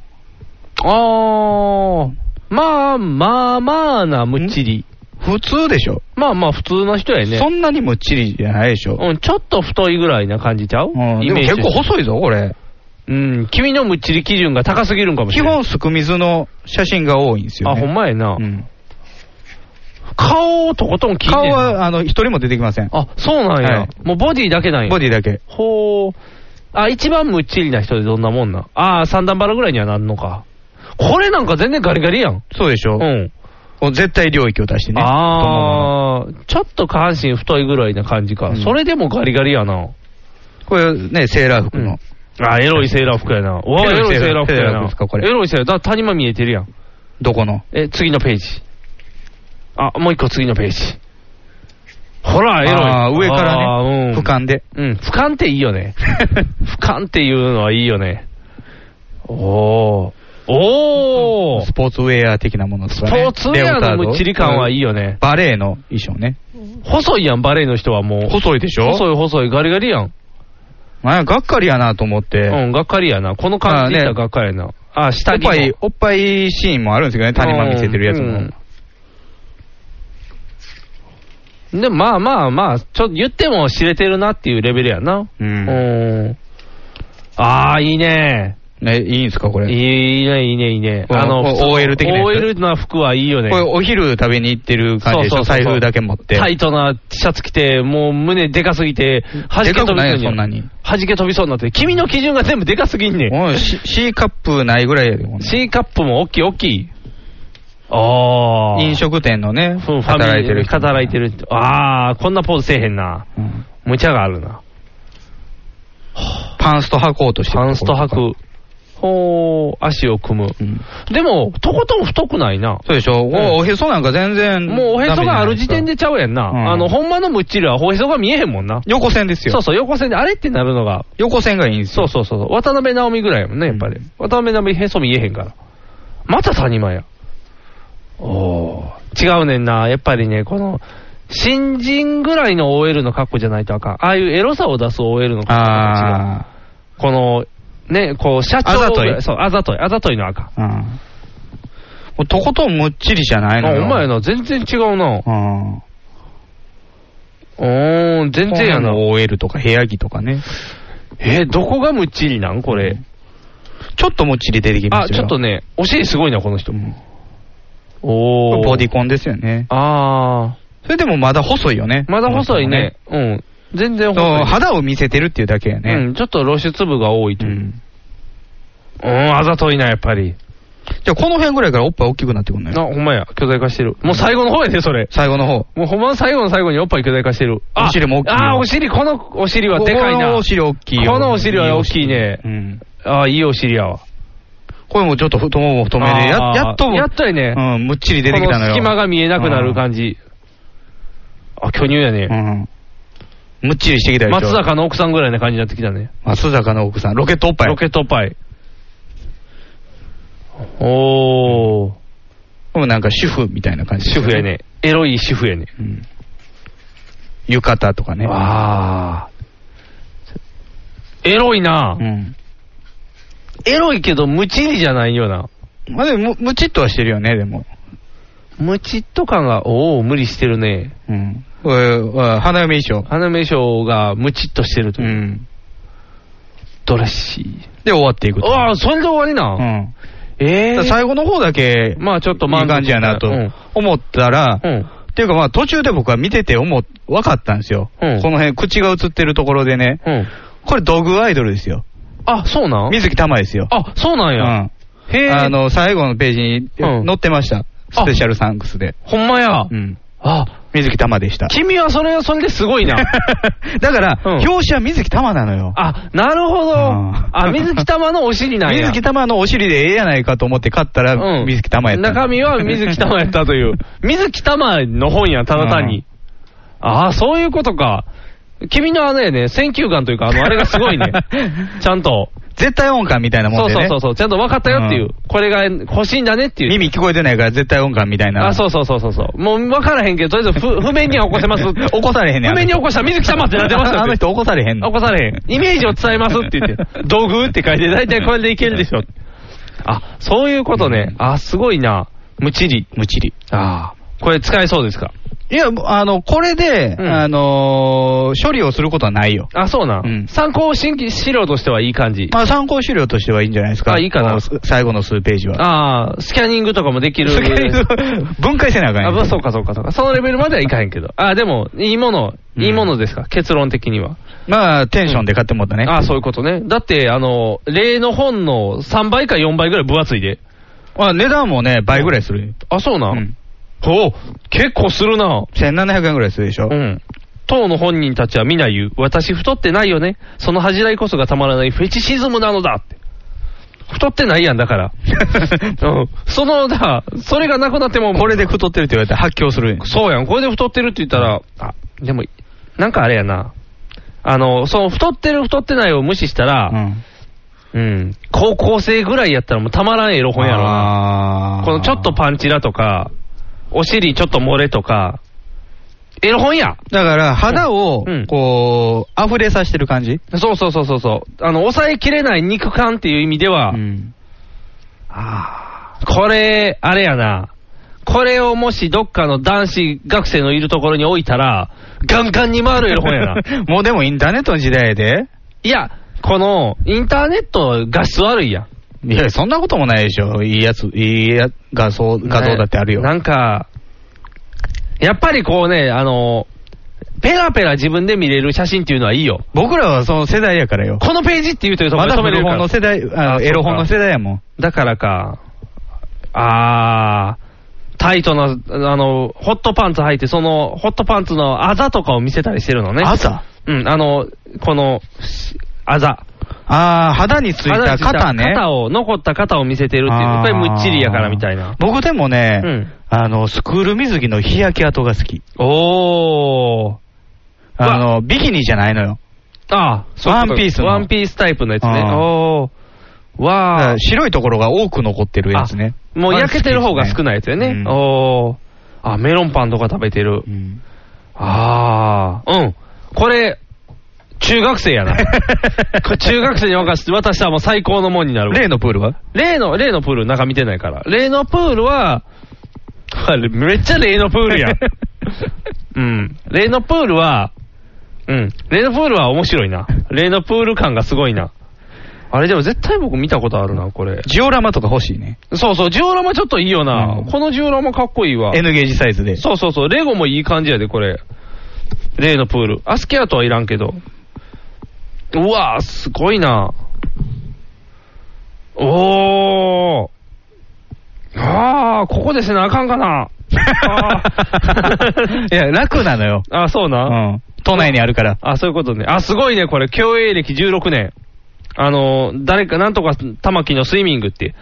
あー。まあ、まあまあなむっちり。
普通でしょ。
まあまあ普通の人やね
そ。んなにむっちりじゃないでしょ。
うん、ちょっと太いぐらいな感じちゃう、
うんでも結構細いぞ、これ。
い。うん、君のむっちり基準が高すぎるんかもし
基
れない。
本、すく水の写真が多いんですよ、
あ、
ね。
ほんまやな。
うん
顔をとことん聞いてんの
顔は、あの、一人も出てきません。
あ、そうなんや、
はい
もうボディだけなんや。
ボディだけ。
ほう。あ、一番むっちりな人でどんなもんなんあー三段腹ぐらいにはなんのか。これなんか全然ガリガリやん。
そうでし
う
ょ。
ん。
こう絶対領域を出してね。太ももの
ああ、ちょっと下半身太いぐらいな感じか。
うん
それでもガリガリやな。
これね、セーラー服の。
あーエロいセーラー服やな。うわエ
エ
ロ
ロ
い
い
セ
セ
ー
ー
ラ
ラー
ー
服
服や
セーラー服
な
ですかこ。れ
エロいセーラー、だから谷間見えてるやん。
どこの
え、次のページ。あ、もう一個次のページ。ほら、エロい。
あー上から
あー
ね、
うん
俯瞰で。
うん、俯瞰っていい よね。俯瞰っていうのはいいよね。おー。おー
スポーツウェア的なものと
ス
か
ポ
ね。
ーツウェアのむっちり感はいい
い。
よね。
バレエの衣装ね。
細いやん、バレエの人はもう。
細いでしょ
細い細い、ガリガリやん。
なんかがっかりやなと思って。
うん、がっかりやな。この感じでいったら
あーね
がっかりやな。あ、
お
下
っ
着も
ぱい、おっぱいシーンもあるんですけどね、谷間見せてるやつ
う
も
ん。でもまあまあまあ、ちょっと言っても知れてるなっていうレベルやな。
う。
うんん。ああ、いいね。
ね、いいんですか、これ。
いいね、いいね、いいね。
これ
あの、
これ
普通の
OL 的なやつ
OL な服はいいよね。
これ、お昼食べに行ってる感じでしょ、財布だけ持って。
タイトなシャツ着て、もう胸でかすぎて、弾
で
け
か
飛
く
び
ないよ
そうに。
そんなに。
弾け飛びそうになって。君の基準が全部でかすぎんねん。
もう C C カップないぐらいやで、こんな
C カップも大きい大きい。ああ。
飲食店のね、
うんファミリー
働いてる人。
働いてる人。ああ、こんなポーズせえへんな。
うん
無茶があるな。
パンスト履こうとしてる
パンスト
ところ
履く。ほう、足を組む。
とか。うん
でも、とことん太くないな。
そうでしょ、おおへそなんか全然。
もうおへそがある時点。でちゃうやんな。
うん
あの、ほんまのむっちりはおへそが見えへんもんな。
横線ですよ。
そうそう、横線であれってなるのが、
横線がいいんです
そ
よ。
うそうそう、渡辺直美ぐらいやもんね、やっぱり。
うん
渡辺直美へそ見えへんから。また谷間や。おー違うねんな。やっぱりね、この、新人ぐらいの OL の格好じゃないとあかん。ああいうエロさを出す OL の格好が違う。
あ
この、ね、こう、社長
あざとい
そう、あざとい。あざといのあかん。
あ。うん。もうとことんむっちりじゃないの
あ、
よ。
お前な、全然違うな。
うん。
うーん、全然やな。
の OL とか部屋着とかね。
えー、どこがむっちりなんこれ。
ちょっとむっちり出てきま
あ、
す
ち
よ。
ょっと
ね。
ね、お尻すごいな、この人。おー。
ボディコンですよね。
あ
それでもまだ細いよね。
ー。まだ細いね。うん。全
こ
然
の人もね。そう
細い。
肌を見せてるっていうだけや
う
ね。
ん、ちょっと露出部が多いと
う
いう。うん、
ん。
あざといな、やっぱり。
じゃあこの辺ぐらいからおっぱい大きくなってくんの
あ、
よ。
ほんまや。巨大化してる。もう最後の方やで、それ。
最後の方。
もうほんまの最後の最後におっぱい巨大化してる。あ
お尻も大きいよ
あー、お尻、このお尻はでかい
こ
な。
のお尻大きいよ。
このお尻は大きいね
うん。
ああ、いいお尻やわ。
これもちょっと太もも太めで、や
あー
やっとも、
やっとりね
うん、むっちり出てきたのよ。
この隙間が見えなくなる感じ。あ、巨乳や
ね。うん。むっちりしてきたでしょ。
松坂の奥さんぐらいな感じになってきたね。
松坂の奥さん、ロケットおっぱい。
ロケットパイ。おー。
これなんか主婦みたいな感じ。
主婦や。ね。エロい主婦やね。
浴衣とかね。
ああ。エロいな、エロいけど、無知にじゃないよな。
まあでも、むむちっとはしてるよね、でも。
無知っと感が、おお、無理してるね。
うん。これは花嫁衣装。
花名称がムチっとしてるという。ドレッシー。
で、終わっていくと。
ああ、それで終わりな。
うん。
ええ
だから最後の方だけ、
まあちょっと
いい感じやなと
うん
思ったら、
うん
っていうかまあ途中で僕は見てて思う、分かったんですよ。
うん
この辺、口が映ってるところでね。
うん
これドグアイドルですよ。
あ、そうなん
水木玉ですよ。
あ、そうなんや。
うん。
へえ。
あの、最後のページに載ってました。スペシャルサンクスで。
ほんまや。
うん。
あ、
水木玉で した。
君はそれ、それです ごいな。
だから、
うん
表紙は水木玉なのよ。
あ、なるほど。あ、水木玉のお尻なんや。
水木玉のお尻でええやないかと思って買ったら、水木玉やった。
中身は水木玉やったという。 水木玉の本や、ただ単に。ああ、そういうことか。君のあのやね、選球眼というか、あの、あれがす ごいね。ちゃんと。
絶対音感みたいなも
そ
ん
う
で
そう
ね。
そうそう、ちゃんと分かったよっていう。これが欲しいんだねっていう。
耳聞こえてないから絶対音感みたいな。
あ、そうそうそうそうそう。もう分からへんけど、とりあえず 不不便には起こせます。
起こされへんねん。
不明に起こした水木様ってなってますよ
あの人起こされへんの
起こされへん。イメージを伝えますって 言って、道具って書いて、大体これでいけるでしょ。あ、そういうことね。あ、すごいな。むちり。
むちり。
ああ。これ使えそうですか。
いや、あの、これで、
うん
あのー処理をすることはないよ。
あ、そうな。
うん
参考し資料としてはいい感じ。
まあ、参考資料としてはいいんじゃないですか。
あいいかな
このす最後の数ページは。
ああ、スキャニングとかもできる。
スキャニング 分解せなあかんや
あ、
ん
まあそうかそうかそうか。そのレベルまではいかへんけど。あ、でも、いいもの、いいものですか、結論的には。
まあ、テンションで買ってもらったね。
ああ、そういうことね。だって、あの、例の本の3倍か4倍ぐらい分厚いで。
まあ、値段もね、倍ぐらいする。
あ、そうな。
うん。
お結構するな。
1700円ぐらいするでしょ。
うん。当の本人たちは皆言う。私太ってないよね。その恥じらいこそがたまらないフェチシズムなのだって。太ってないやんだ から。うんその、だからそれがなくなっても、
これで太ってるって言われたら発狂するんや
そうやん。これで太ってるって言ったら、あ、でも、なんかあれやな。あの、その太ってる太ってないを無視したら、
ん。
うん。高校生ぐらいやったらもうたまらんエロ本やろな。
あー
このちょっとパンチラとか、お尻ちょっと漏れとか、エロ本や
だから、肌を
うんうん、
こう、溢れさせてる感じ
そうそうそうそうそう。あの、抑えきれない肉感っていう意味では、
うん。
あーこれ、あれやな。これをもしどっかの男子学生のいるところに置いたら、ガンガンに回るエロ 本やな。
もうでもインターネットの時代やで。
いや、この、インターネット画質悪いやん。
いや、そんなこともないでしょ。いいやつ、いいや画像、画像だってあるよ。
なんか、やっぱりこうね、あの、ペラペラ自分で見れる写真っていうのはいいよ。
僕らはその世代やからよ。
このページって言うというと
まだ
認め
古
れるか
本
ら
の世代、あ
あ
のエロ本の
そ
世代やもん。
だからか。あー、タイトな、あの、ホットパンツ履いて、その、ホットパンツのあざとかを見せたりしてるのね。
あざ
うん、あの、この、しあざ。
ああ、肌についた肩ね。
肩を、残った肩を見せてるっていう。やっぱりむっちりやからみたいな。
僕でもね、
うん
あの、スクール水着の日焼け跡が好き。
おー。
あの、ビキニじゃないのよ。
あーそういうこと
ワンピースの
ワンピースタイプのやつね。
うん
おー。
だか
わー
ら。白いところが多く残ってるやつね。
もう焼けてる方が少ない
い。
やつよね。
うん
おー。あ、メロンパンとか食べてる。
うん
ああ、うん。これ、中学生や な。これ中学生に渡し渡したらもう最高のもんになるわ。
例のプールは
例の、例のプール中見てないから。例のプールは、あれめっちゃ例のプールやん。 うん。例のプールは、うん。例のプールは面白いな。例のプール感がすごいな。あれでも絶対僕見たことあるな、これ。
ジオラマとか欲しいね。
そうそう、ジオラマちょっといいよ
う
な。
ん
このジオラマかっこいいわ。
N ゲージサイズで。
そうそうそう、レゴもいい感じやで、これ。例のプール。アスキャートはいらんけど。うわぁ、すごいなおー。あー、ここでせなあかん かな。あ ー
いや、楽なのよ。
あ、そう
う
な。
ん。都内にあるから。
あ、そういうことね。あ、すごいね、これ。競泳歴16年。あの、誰か、なんとか玉木のスイミングっていう、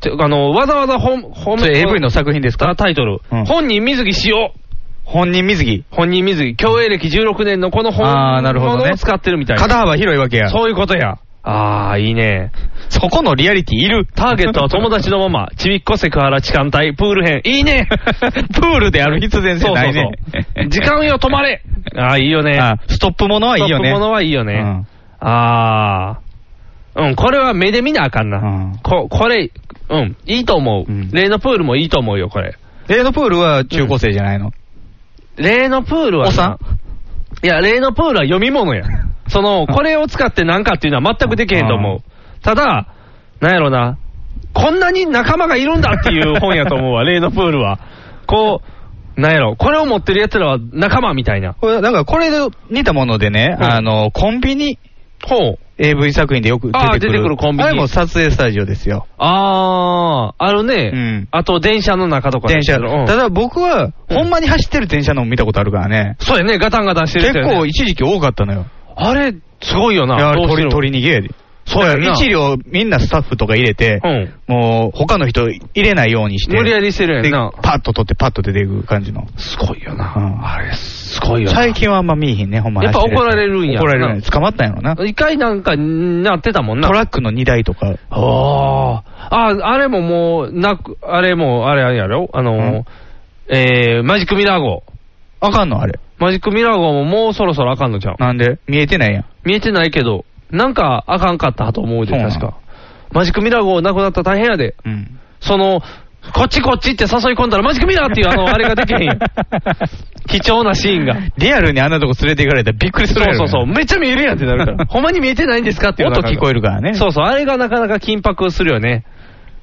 てあの、わざわざ本、本
それ AV の作品ですか
タイトル。
うん
本人水着しよう
本人水着。
本人水着。競泳歴16年のこの本
あーなるほどね
物を使ってるみたいな。
肩幅広いわけや。
そういうことや。あー、いいね。
そこのリアリティいる。
ターゲットは友達のマ マ、ちびっこセクハラ痴漢隊、プール編。いいね
プールである必然性ないね。
そうそうそう。時間よ、止まれあー、いいよね。
あストップものはいいよね。
トップものはいいよね。あー。うん、これは目で見なあかんな。
うん
こ、これ、うん、いいと思う。例のプールもいいと思うよ、これ。
例のプールは中高生じゃないの。
例のプールはな。
お産
いや、例のプールは読 み物や。その、これを使って何かっていうのは全くできへんと思う。ただ、なんやろな、こんなに仲間がいるんだっていう本や と思うわ、例のプールは。こう、なんやろ、これを持ってる奴らは仲間みたいな。
これだからこれと似たものでね、あの、コンビニ、
ほう。
AV 作品でよく出てく
あー
る。
出てくるコンビニ
あれも撮影スタジオですよ。
あー、あるね。
うん
あと、電車の中とかで
電車。
うん
ただ僕は、ほんまに走ってる電車のも見たことあるからね。
そうやね、ガタンガタンしてる
結
人やね
構一時期多かったのよ。
あれ、すごいよ
いや
な。
あれ
どうして
鳥鳥
る
逃げやで。
そうやんな
だから一両みんなスタッフとか入れて、
うん
もう他の人入れないようにして。
無理やりしてるやんな
でパッと取ってパッと出ていく感じの。
すごいよな。
うん
あれ、すごいよな。
最近はあんま見えへんね、ほんま
やっぱ怒られるんや
怒られるんや捕まったんやろな。
一回なんかなってたもんな。
トラックの荷台とか。
ああ。あ、あれももう、なく、あれも、あれあれやろあの、えー、マジックミラー号。
あかんのあれ。
マジックミラー号ももうそろそろあかんのじゃん。
なんで見えてないやん。
見えてないけど、なんかあかんかったと思うで、
そうなん
確か。マジックミラー号なくなったら大変やで。
うん。
その、こっちこっちって誘い込んだらマジックミラーっていうあの、あれができへんやん貴重なシーンが。
リアルにあんなとこ連れて行かれたらびっくりするやろ
そうそうそう。めっちゃ見えるやんってな るから。ほんまに見えてないんですかっていう
音聞こえるからね
そうそう。あれがなかなか緊迫するよね。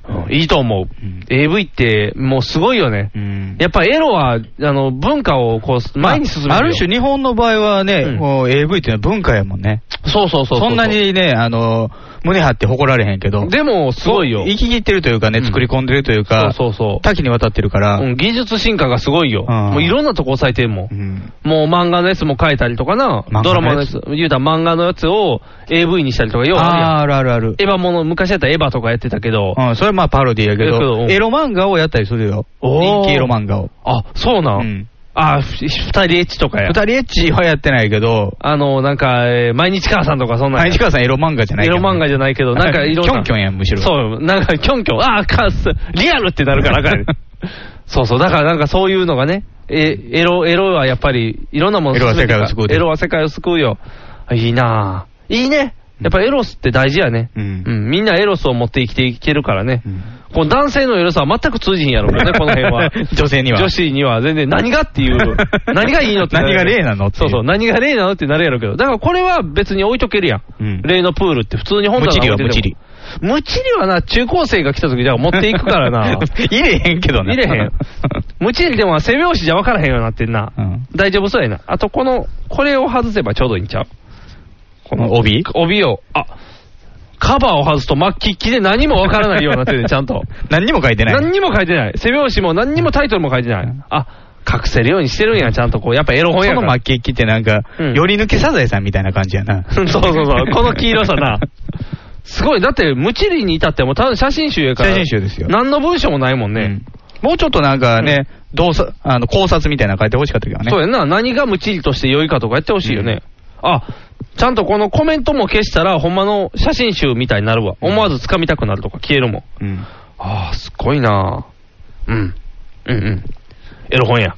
うんいいと思う。AV ってもうすごいよね。
うん
やっぱエロは、あの、文化をこう、前に進めるよ。
ある種日本の場合はね、
うん
もう AV っていうのは文化やもんね。
そうそうそうう。
そんなにね、あの、胸張って誇られへんけど。
でも、すごいよ。
生き切ってるというかね、
うん
作り込んでるというか、
そうそうそう
多岐にわたってるから。
うん、技術進化がすごいよ。
うん
もういろんなとこ押さえてるもん
う。ん
もう漫画のやつも書いたりとかな
漫画のや、つ
ドラマのやつ、言うたら漫画のやつを AV にしたりとか、ようあるや
あー
ん
あるあるある。
エヴァもの、昔やったらエヴァとかやってたけど、
うん、それはまあパロディやけ
だけどう
ど、
ん
エロ漫画をやったりするよ。
おー
人気エロ漫画を。
あ、そうなん。
うん
あ、ふ二人エッチとかや
二。人エッチはやってないけど、
あの、なんか、えー毎日母さんとかそんなんや。
はい、市川さんエロ漫画じゃない
エロ漫画じゃ
ない。
ないけど、なんかいろんな。
キョンキョンやんむしろ
そう、なんかキョンキョン、あーかす、リアルってなるから、あかんねそうそう、だからなんかそういうのがね、え、エロ、エロはやっぱり、いろんなもの
エロは世界を救うで
エロは世界を救うよ。いいなぁ。いいね。やっぱエロスって大事やね。
うん
うん、みんなエロスを持って生きていけるからね。
うん。
この男性のエロさは全く通じひんやろうけどね、この辺は
女性には
女子には全然何がっ ていう。何がいいのってなるやろ
何が例なのってい
そううそう、何が例なのってなるやろうけど。だからこれは別に置いとけるやん。
うん
例のプールって普通に本棚に置いてても
むちり
むちりはな、中高生が来た時だから持っていくか らな。
入れへんけどな。
入れへん。むちりでも背拍子じゃ分からへんようになってんな。
うん
大丈夫そうやな。あとこの、これを外せばちょうどいいんちゃう
この帯
帯を、あ、カバーを外すと末期期で何も分からないようになって るね、ちゃんと。
何にも書いてない。
何にも書いてない。背拍子も何にもタイトルも書いてない。あ、隠せるようにしてるんや、ちゃんとこう。やっぱエロ本
そ
やか
の
ら
巻。き切ってなんか、
うん
より抜きサザエさんみたいな感じやな。
そうそうそう、この黄色さな。すごい、だって、ムチリに至っても、ただ写真集やから。
写真集ですよ
何の文章もないもんね。
うんもうちょっとなんかね、洞察あの考察みたいなの書いてほしかったけどね。
そうやんな、何がムチリとして良いかとかやってほしいよね。あ、ちゃんとこのコメントも消したら、ほんまの写真集みたいになるわ。思わず掴みたくなるとか消えるもん。
うん
ああ、すごいなうん。うんうん。エロ本 や。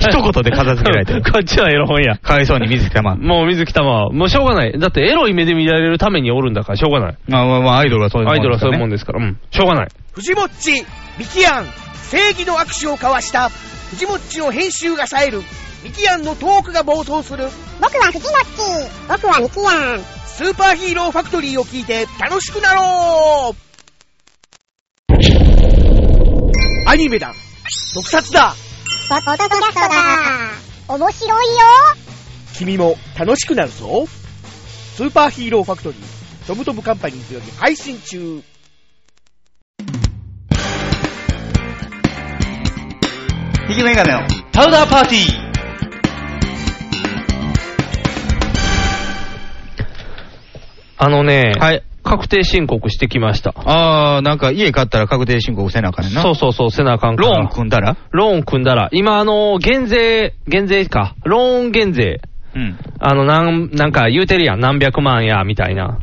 一言で片付けられてる
こっちはエロ本や。
かわいそうに水木玉。
もう水木玉は、もうしょうがない。だってエロい目で見られるためにおるんだから、しょうがない。
まあまあまあ、アイドルはそういうも
ア
ん
イドルはそういうもん
で
ですから、うん。しょうがない。
藤もっち、ミキアン、正義の握手を交わした、藤もっちの編集が冴える、ミキアンのトークが暴走する、
僕は藤もっち僕はミキヤン
スーパーヒーローファクトリーを聞いて楽しくなろうアニメだ特撮だ
ポポッドキャストだ面白いよ
君も楽しくなるぞスーパーヒーローファクトリー、トムトムカンパニーズより配信中
ひげメガネのパウダーパーティー。
あのね、確定申告してきました。
ああ、なんか家買ったら確定申告せなあかんねんな。
そうそうそう、せなあかんから
ローン組んだら
ローン組んだら、今、あの、減税、減税か、ローン減税、
うん。
あの、なん、なんか言うてるやん、何百万や、みたいな。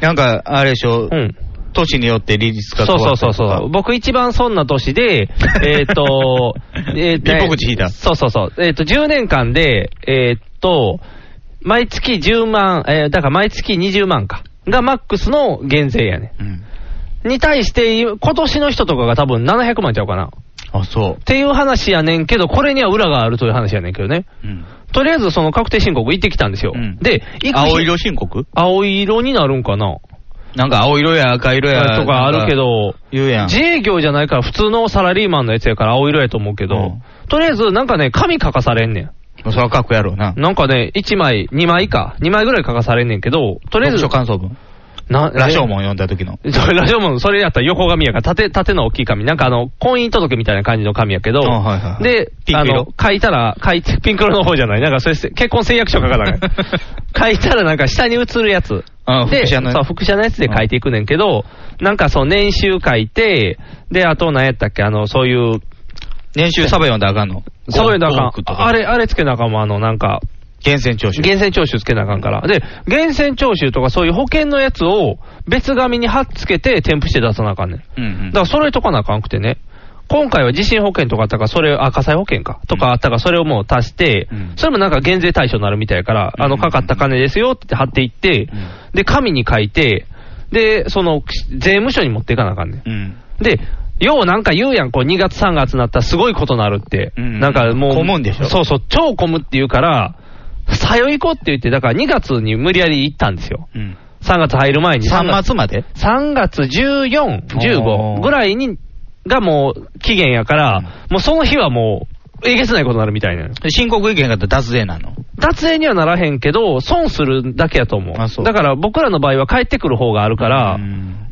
なんか、あれでしょ、
うん。
都市によって利率が
そうそうそう
う。
そう。僕一番そんな 年で、えっと、えっと、
一歩口引いた
そうそうそう。えっと、10年間で、えっと、毎月10万、えーだから毎月20万か。がマックスの減税やね。に対して、今年の人とかが多分700万ちゃうかな。
あ、そう
っ。ていう話やねんけど、これには裏があるという話やねんけどね。
うん。
とりあえずその確定申告行ってきたんですよ。で、行く日
青色申告
青色になるんかな
なんか青色や赤色や。
とかあるけど、
言うやん。
自営業じゃないから普通のサラリーマンのやつやから青色やと思うけど、とりあえずなんかね、紙書かされんねん。
そら書くやろうな。
なんかね、1枚、2枚か、2枚ぐらい書かされんねんけど、とりあえ
読
ず。
書感想文。
な、
羅生門読んだ時の。
え。それラジオもそれやったら横紙やから、縦、縦の大きい紙。なんかあの、婚姻届みたいな感じの紙やけど、
あはいはいはい
で、
ピン
あ
ク色
の、書いたら、書いて、ピンク色の方じゃない。なんかそれ、せ結婚誓約書書かない。 書いたらなんか下に映るやつ。
あ
で、
複写のやつ
そう、副社のやつで書いていくねんけど、なんかそう、年収書いて、で、あと何やったっけ、あの、そういう、
年収サバ読んだらあかんの。
そういうなん
ゴ
か
ーク、と
あれ、あれつけなあかんもんあの、なんか、
源泉徴収。
源泉徴収つけなあかんから。で、源泉徴収とかそういう保険のやつを別紙に貼っつけて添付して出さなあかんねん。
うんうん
だからそれとかなあかんくてね。今回は地震保険とかあったから、それ、あ、火災保険か、とかあったから、それをもう足して、それもなんか減税対象になるみたいやから、あの、かかった金ですよって貼っていって、で、紙に書いて、で、その、税務署に持っていかなあかんねん。
うん。
で、ようなんか言うやん、こう2月3月になったらすごいことになるって。
ん
なんかもう。
混むんでしょ
そうそう、超混むって言うから、さよ行こうって言って、だから2月に無理やり行ったんですよ。
うん。
3月入る前に。
3月まで
?3 月14、15ぐらいに、がもう期限やから、もうその日はもう、えげつないことになるみたいな。
申告意見があったら脱税なの。
脱税にはならへんけど、損するだけやと思う。だから僕らの場合は帰ってくる方があるから、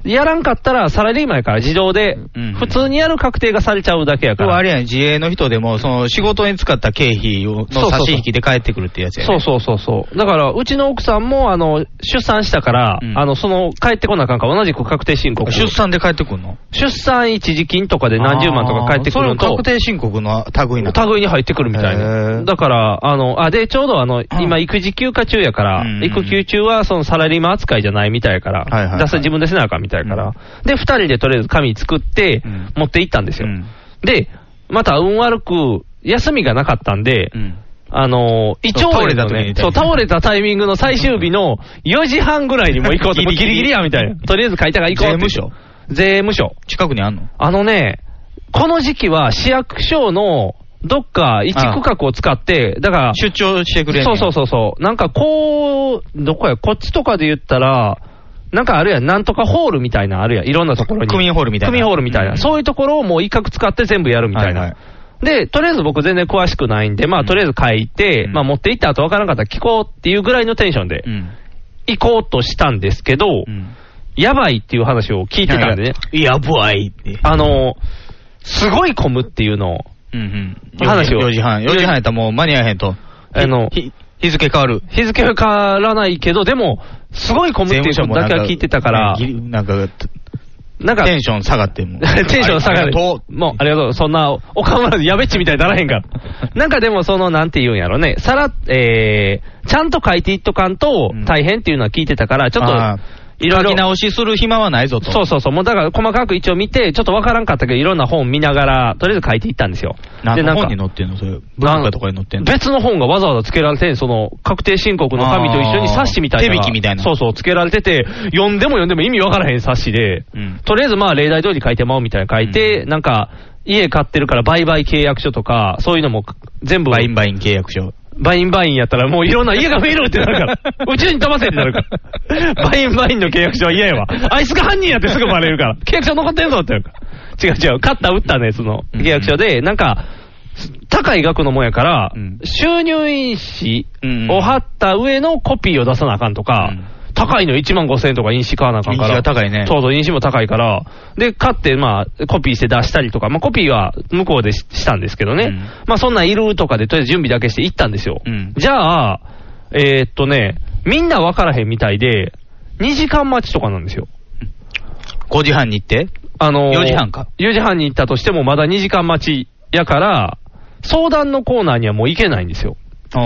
やらんかったらサラリーマンやから自動で、普通にやる確定がされちゃうだけやか
要は
ら。
あれやん、自営の人でも、その仕事に使った経費を
そうそう
の
そう
差し引きで帰ってくるってやつや
そうそうそうそう。だから、うちの奥さんも、あの、出産したから、あの、その、帰ってこなあかんから、同じく確定申告。
う出産で帰ってくるの
出産一時金とかで何十万とか返ってくるの
あーそれ
と
も確、定申告の類なの
類に入ってくるみたいな。だから、あの、あ、で、ちょうどあの、今、育児休暇中やから、育休中はそのサラリーマン扱いじゃないみたいやから、出す自分でせなあかんみたいやから、で、二人でとりあえず紙作って、持って行ったんですよ。で、また運悪く、休みがなかったんで、あの胃腸炎
倒れ
の
た時に
ね
ね、
そう、倒れたタイミングの最終日の4時半ぐらいにもう行こうと、もうギリギリやみたいな。とりあえず書いたから行こうって。
税務署
税務署。
近くにあんの
あのね、この時期は市役所のどっか一区画を使って、だから、
出張してくれんね
そ
や
うそうそうそう、なんかこう、どこや、こっちとかで言ったら、なんかあるやん、なんとかホールみたいな、あるやん、いろんなところに。
区民ホールみたいな
区民ホールみたいな。そういうところをもう一角使って全部やるみたいな。で、とりあえず僕全然詳しくないんで、まあとりあえず書いて、まあ持って行った後わからんかったら聞こうっていうぐらいのテンションで、行こうとしたんですけど、やばいっていう話を聞いてたんでね。
やばいって。
あの、すごい混むっていうのを、
うんうん。
話を
4時半。4時半やったらもう間に合わへんと。
あの、
ひ日付変わる。
日付は変わらないけど、でも、すごい混むっていうことだけは聞いてたから、
税務署もなんか、ねギリ
なんか、
テンション下がっても
テンション下がる
ありがと。
もう、ありがとう。そんな、岡村のやべっちみたいにならへ んから。なんかでも、その、なんて言うんやろね。さら、えー、ちゃんと書いていっとかんと大変っていうのは聞いてたから、ちょっと
あー、
いろい
書
ろ
き。直しする暇はないぞと。
そうそうそう。もうだから、細かく一応見て、ちょっとわからんかったけど、いろんな本見ながら、とりあえず書いていったんですよ。
何
で、
の
なんか
本に、載ってんのそれ。文化とかに載ってんの
別の本がわざわざ付けられてんその、確定申告の紙と一緒に冊子みた
あ
いな。
ー手引きみたいな
そうそう、付けられてて、読んでも読んでも意味わからへん冊子で、とりあえずまあ、例題通り書いてまおうみたいな書いて、なんか、家買ってるから売買契約書とか、そういうのも全部。バイン
バイン契約書。
バインバインやったらもういろんな家が増えるってなる から。宇宙に飛ばせってなるから。バインバインの契約書は嫌やわ。あいつが犯人やってすぐバレるから。契約書残ってんぞってなるから。違う違う。勝った打ったね、その契約書で、なんか、高い額のもんやから、収入印紙を貼った上のコピーを出さなあかんとか、高いの1万5千円とか印紙買わなあかんか
印
ら。
紙が高いね
そうそう、印紙も高いから。で、買って、まあ、コピーして出したりとか、まあ、コピーは向こうでししたんですけどね。まあ、そんなんいるとかで、とりあえず準備だけして行ったんですよ。じゃあ、えーっとね、みんなわからへんみたいで、 2時間待ちとかなんですよ。
5時半に行って
あの
4時半か。
4時半に行ったとしてもまだ2時間待ちやから、相談のコーナーにはもう行けないんですよ。あ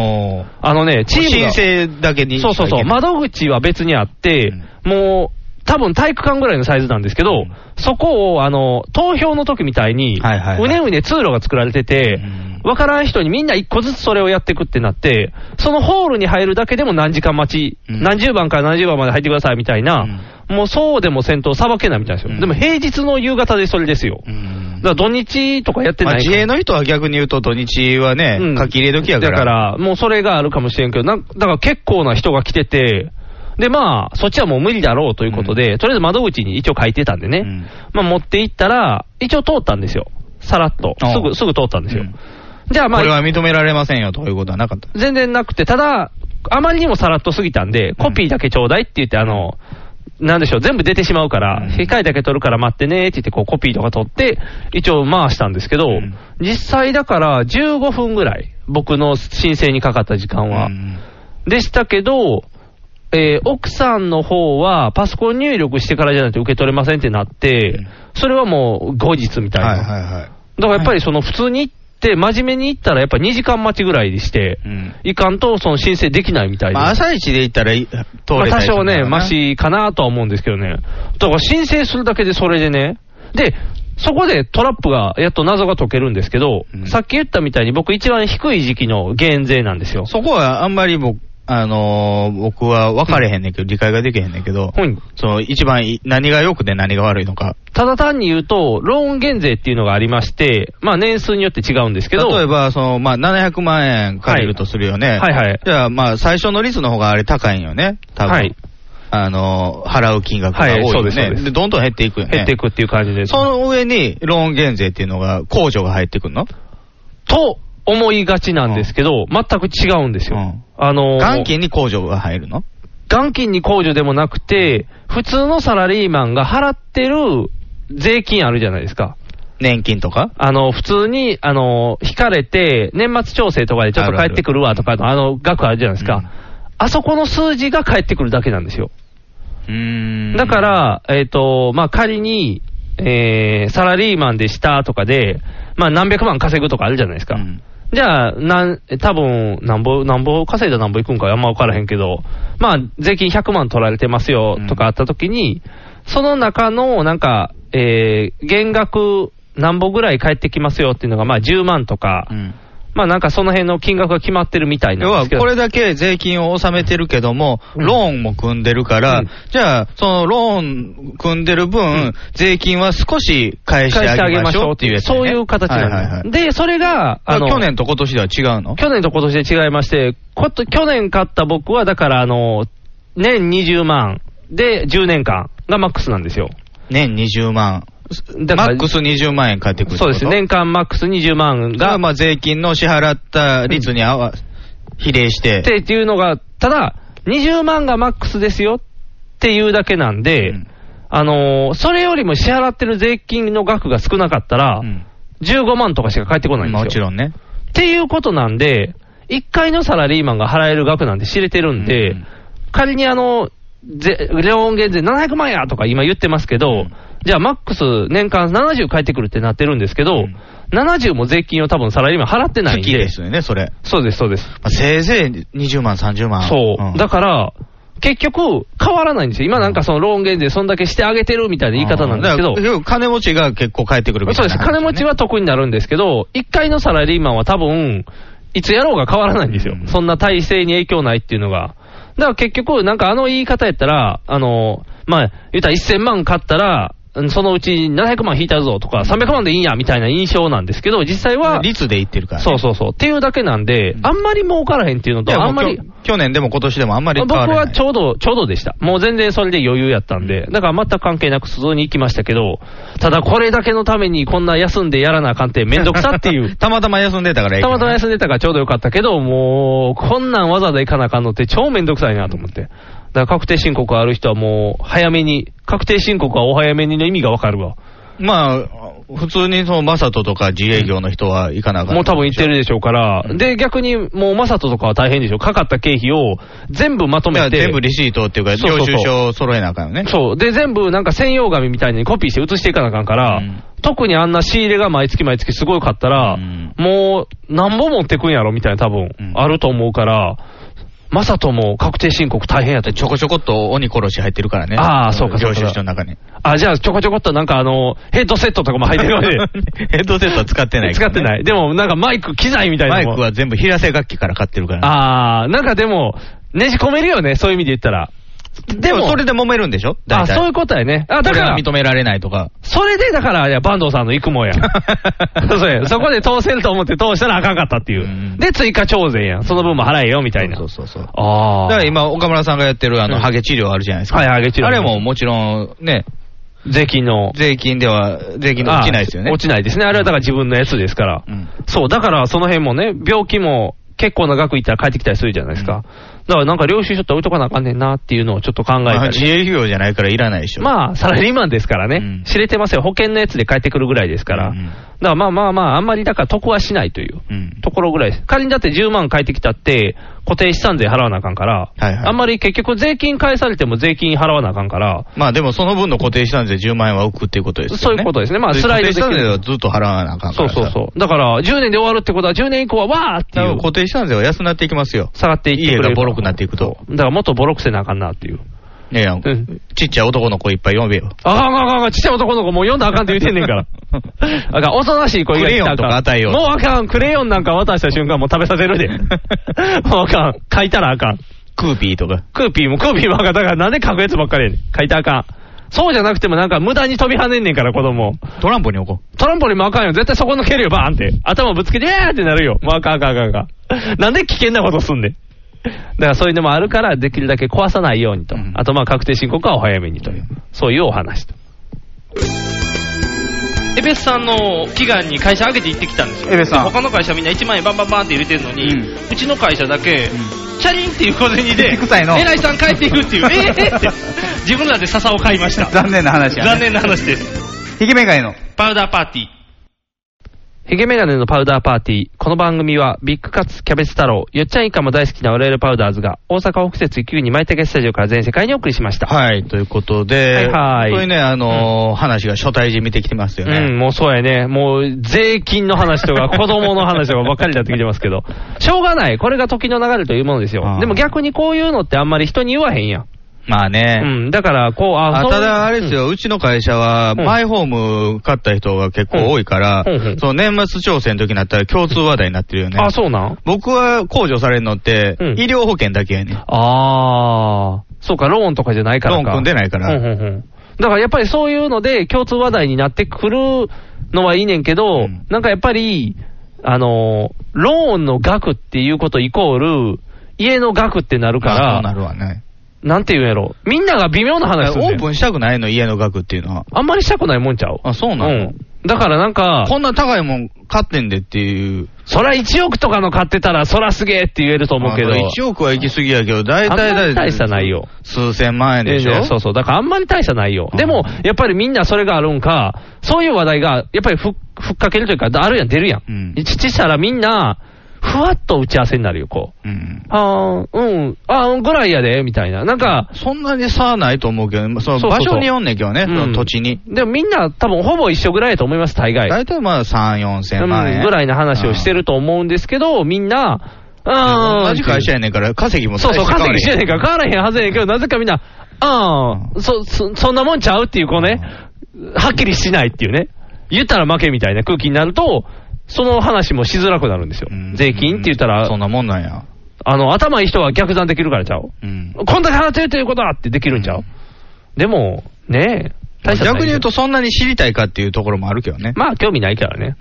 のね、チームが
申請だけにしか
そう
行け
そ
な
う
い
そう。窓口は別にあって、もう、多分体育館ぐらいのサイズなんですけど、そこを、あの、投票の時みたいに、うねうね通路が作られてて、わからん人にみんな一個ずつそれをやっていくってなって、そのホールに入るだけでも何時間待ち、何十番から何十番まで入ってくださいみたいな、もうそうでも戦闘さばけないみたいですよ。でも平日の夕方でそれですよ。だから土日とかやって
まあ
ないから
自衛の人は逆に言うと土日はね、書き入れ時やか。
だからら、もうそれがあるかもしれんけど、なんだから結構な人が来てて、で、まあ、そっちはもう無理だろうということで、とりあえず窓口に一応書いてたんでね、まあ持って行ったら、一応通ったんですよ。さらっと。すぐ、すぐ通ったんですよ。じゃあまあ
これは認められませんよということはなかった。
全然なくて、ただ、あまりにもさらっと過ぎたんで、コピーだけちょうだいって言って、あの、なんでしょう、全部出てしまうから、控えだけ取るから待ってねって言って、こうコピーとか取って、一応回したんですけど、実際だから15分ぐらい、僕の申請にかかった時間は。でしたけど、えー奥さんの方はパソコン入力してからじゃないと受け取れませんってなって、それはもう後日みたいな。だからやっぱりその普通に行って、真面目に行ったらやっぱ2時間待ちぐらいでして、いかんとその申請できないみたいで。
まあ、朝一で行ったらい通れたり
まあ多
する
少
んだ
ね、
ろうな
マシかなとは思うんですけどね。だから申請するだけでそれでね。で、そこでトラップが、やっと謎が解けるんですけど、さっき言ったみたいに僕一番低い時期の減税なんですよ。
そこはあんまり僕、あのー僕は分かれへんねんけど、理解ができへんねんけど、その一番い何が良くて何が悪いのか。
ただ単に言うと、ローン減税っていうのがありまして、まあ年数によって違うんですけど、
例えば、その、まあ、700万円借りるとするよね。
はいはいはい
じゃあ、まあ、最初の率の方があれ高いんよね。多分。
はい
あのー、払う金額が多いよね。
はいそうですそうです
どんどん減っていくよね。
減っていくっていう感じで。
その上に、ローン減税っていうのが、控除が入ってくるの
と思いがちなんですけど、全く違うんですよ。あの
元金に控除が入るの
元金に控除でもなくて、普通のサラリーマンが払ってる税金あるじゃないですか。
年金とか
あの、普通に、あの、引かれて、年末調整とかでちょっと返ってくるわとかの、あの、額あるじゃないですか。あそこの数字が返ってくるだけなんですよ。だから、えっ、と、まあ、仮に、えーサラリーマンでしたとかで、まあ、何百万稼ぐとかあるじゃないですか。じゃあ、なん、多分、なんぼ、なんぼ稼いだらなんぼいくんかあんま分からへんけど、まあ、税金100万取られてますよとかあった時に、その中の、なんか、えー、減額、なんぼぐらい返ってきますよっていうのが、まあ、10万とか、まあ、なんかその辺の金額が決まってるみたいなん
要
で
は
すけど。
これだけ税金を納めてるけども、ローンも組んでるから、じゃあ、そのローン組んでる分、税金は少し返してあげましょうっていうやつ、ね、
そういう形なんです。
はいはいはい
で、それが、あの、
去年と今年では違うの
去年と今年で違いまして、こと去年買った僕は、だから、あの、年20万で10年間がマックスなんですよ。
年20万。
だから
マックス20万円返ってくるって
そ
こ
う
と
です。年間マックス20万
それは
が、
まあ税金の支払った率に合わ、比例して。
ってっていうのが、ただ、20万がマックスですよっていうだけなんで、あのーそれよりも支払ってる税金の額が少なかったら、15万とかしか返ってこないんですよ。もち
ろんね。
っていうことなんで、1回のサラリーマンが払える額なんて知れてるんで、仮にあの、ぜローン減税700万やとか今言ってますけど、じゃあマックス年間70返ってくるってなってるんですけど、70も税金を多分サラリーマン払ってないんで。
月ですよね、それ。
そうです、そうです。
せいぜい20万、30万。
そう。
ん
だから、結局、変わらないんですよ。今なんかそのローン減税、そんだけしてあげてるみたいな言い方なんですけど
だか。ら要は金持ちが結構返ってくるみた
そ
いうな。
です。金持ちは得になるんですけど、一回のサラリーマンは多分、いつやろうが変わらないんですよ。そんな体制に影響ないっていうのが。だから結局、なんかあの言い方やったら、あの、まあ、言ったら1000万買ったら、うんそのうち700万引いたぞとか、300万でいいんやみたいな印象なんですけど、実際は。
率で言ってるから、
そうそうそう。っていうだけなんで、あんまり儲からへんっていうの
いや
と、
もう
あんまり
きょ。去年でも今年でもあんまり変
僕
わらない。
はちょうど、ちょうどでした。もう全然それで余裕やったんで、だから全く関係なく普通に行きましたけど、ただこれだけのためにこんな休んでやらなあかんってめんどくさってい う。
たまたま休んでたからいい
たまたま休んでたからちょうどよかったけど、もう、こんなんわざわざ行かなあかんのって超めんどくさいなと思って。だから確定申告ある人はもう、早めに、確定申告はお早めにの意味がわかるわ。
まあ、普通にその、マサトとか自営業の人は行かなあかん
もう多分行ってるでしょうから、で、逆にもう、マサトとかは大変でしょう、かかった経費を全部まとめて、
全部レシートっていうか、
そうそう
領
そ
収
う
書揃えなあかんよね。
そう、で、全部なんか専用紙みたいにコピーして写していかなあかんから、特にあんな仕入れが毎月毎月すごかったら、もう、なんぼ持ってくんやろみたいな、多分、あると思うから、マサトも確定申告大変やったちょこちょこっと鬼殺し入ってるからねああ、そうか、そう
領
か。
収書の 中に。
あ、じゃあ、ちょこちょこっとなんかあの、ヘッドセットとかも入ってるわけ
ヘッドセットは使ってない
使ってない。でも、なんかマイク、機材みたいなのも
マイクは全部平成楽器から買ってるからね
あー、なんかでも、ねじ込めるよね、そういう意味で言ったら。
でもそれで揉めるんでしょ大
あ、
体
そういうことやね。あ、だ
これ
か
は
ら、
認められないとか。
それでだから、いや、坂東さんの行く もんや。そうや。そこで通せると思って通したらあかんかったっていう。で、追加徴税やん。その分も払えよ、みたいな。そう
そうそう。
あ
だ
ー。
から今、岡村さんがやってる、あ
う
の、
ん
ハゲ治療あるじゃないですか。
はいハゲ治療
あれももちろん、ね、
税金の。
税金では、税金で落ちないですよね。
あ落ちないですね。あれはだから自分のやつですから。そう、だからその辺もね、病気も結構な額いったら帰ってきたりするじゃないですか。だからなんか領収書って置いとかなあかんねんなっていうのをちょっと考え
ま
た
あ
り。
自営業じゃないからいらないでしょ。
まあ、サラリーマンですからね、知れてますよ、保険のやつで帰ってくるぐらいですから、だからまあまあまあ、あんまりだから得はしないというところぐらいです、仮にだって10万返ってきたって、固定資産税払わなあかんから、あんまり結局、税金返されても税金払わなあかんから、
まあでもその分の固定資産税10万円は浮くっていうことですよね。
そういうことですねまあスライドできる
固定資産税はずっと払わなあかんから
そうそうそう。だから、10年で終わるってことは、10年以降はわーっていう。
固定資産税は安くなっていきますよ。
下がっていって
家
くれ
が
る
ボロくなっていくと。
だからもっとボロくせなあかんなっていう。
ねえやん。ちっちゃい男の子いっぱい呼べよ。
あかんあかんあかん、ちっちゃい男の子もう読んだらあかんって言うてんね んから。あかん、おとなしい子以外来
クレヨ
たらあ
ンとか与えよう
もうあかん、クレヨンなんか渡した瞬間もう食べさせる で。もうあかん、書いたらあかん。
クーピーとか。
クーピーもクーピーもあかん。だからなんで書くやつばっかりやねん。書いたらあかん。そうじゃなくてもなんか無駄に飛び跳ねんねんから子供。
トランポに置こ
トランポリンもあかんよ。絶対そこの蹴るよ、バーンって。頭ぶつけて、えーってなるよ。もうあかんあかんあかんあかん。なんで危険なことすんねん。だからそういうのもあるから、できるだけ壊さないようにと。あとまあ確定申告はお早めにという。そういうお話と。
エベスさんの祈願に会社上げて行ってきたんですよ。
エベスさん
他の会社みんな1万円バンバンバンって入れてるのに、うちの会社だけ、チャリンっていう小銭 で、
臭いの
偉いさん帰っていく っていう、えーって、自分らで笹を買いました。
残念な話やね
残念な話です。
ひげメガネの。
パウダーパーティー。
ヒゲメガネのパウダーパーティー。この番組は、ビッグカツ、キャベツ太郎、よっちゃん以下も大好きな我々パウダーズが、大阪北節9に舞茸スタジオから全世界にお送りしました。
はい、ということで、
はいはい。
そういうね、あのー話が初対じみてきてますよね。
うん、もうそうやね。もう、税金の話 とか、子供の話とかばっかりだってきてますけど。しょうがない。これが時の流れというものですよ。でも逆にこういうのってあんまり人に言わへんやん。
まあね。
うん、だから、こう、あ、
あ
そう
ただ、あれですよ、うちの会社は、マイホーム買った人が結構多いから、その年末調整の時になったら共通話題になってるよね。
あ、そうなん
僕は控除されるのって、医療保険だけやねん。
ああ、そうか、ローンとかじゃないからか。
ローン組んでないから
うんうんうんだからやっぱりそういうので、共通話題になってくるのはいいねんけど、なんかやっぱり、あのー、ローンの額っていうことイコール、家の額ってなるか
そう
ら、
なるわね。
なんて言うんやろ。みんなが微妙な話すんねん
オープンしたくないの、家の額っていうのは。
あんまりしたくないもんちゃう
あ、そうなの、
うん。だからなんか、
こんな高いもん買ってんでっていう。
そら1億とかの買ってたら、そらすげえって言えると思うけど。
あの1億は行き過ぎやけど、大
あ
体
んま
だ
り大差ないよ。
数千万円でしょ
ええねそうそう。だからあんまり大差ないよ。でも、やっぱりみんなそれがあるんか、そういう話題が、やっぱりふふっかけるというか、あるやん、出るやん。ちちしたらみんな、ふわっと打ち合わせになるよ、こう。あーうん、あーぐらいやで、みたいな。なんか、
そんなに差はないと思うけど、まあその
そうそ
場
うそう
所によんねんけどね、その土地に。
でもみんな多分ほぼ一緒ぐらいだと思います、大概。
大体まあ3、4
う
千
ん
万円。
ぐらいの話をしてると思うんですけど、みんな、あー
同じ会社やねんから、稼ぎも
そうそう、
大
稼ぎし
して変
てねえから変わらへんはずやねんけど、なぜかみんな、ああ、そ、そ、そんなもんちゃうっていう、こうね、はっきりしないっていうね、言ったら負けみたいな空気になると、その話もしづらくなるんですよ。税金って言ったら、そん
なもんなんや。
あの、頭いい人は逆算できるからちゃう。こんだけ払ってるということはってできるんちゃう。でも、ねえ、
わらへん逆に言うと、
と、
そんなに知りたいかっていうところもあるけどね。
まあ、興味ないからね。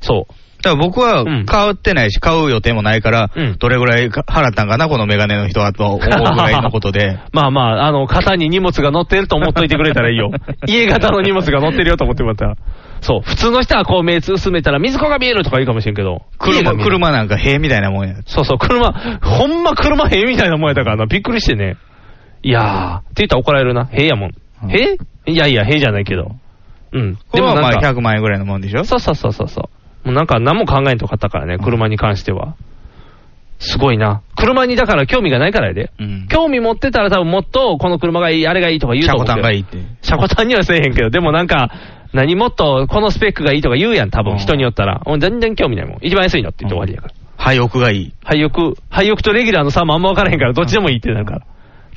そう。
だから僕は買ってないし、買う予定もないから、どれぐらい払ったんかな、このメガネの人はと思うぐらいのこと で。
まあまあ、あの、肩に荷物が乗ってると思っといてくれたらいい よ。家型の荷物が乗ってるよと思ってもらったら。そう。普通の人はこう目つ薄めたら水子が見えるとか言うかもしれんけど。
車、車なんか塀みたいなもんや。
そうそう、車、ほんま車塀みたいなもんやったからな。びっくりしてね。いやー、って言ったら怒られるな。塀やもん。塀いやいや、塀じゃないけど。うん。
これはまあ
なんか
100万円ぐらいのもんでしょ
そうそうそうそうそう。もうなんか何も考えんと買ったからね、車に関しては。すごいな。車にだから興味がないからやで。興味持ってたら多分もっとこの車がいい、あれがいいとか言うと思う。
車庫単がいいって。
車庫単にはせえへんけど、でもなんか、何もっとこのスペックがいいとか言うやん、多分人によったら。もう全然興味ないもん。一番安いのって言って終わりやから。
廃屋がいい。
廃屋、廃屋とレギュラーの差もあんま分からへんから、どっちでもいいってなるから。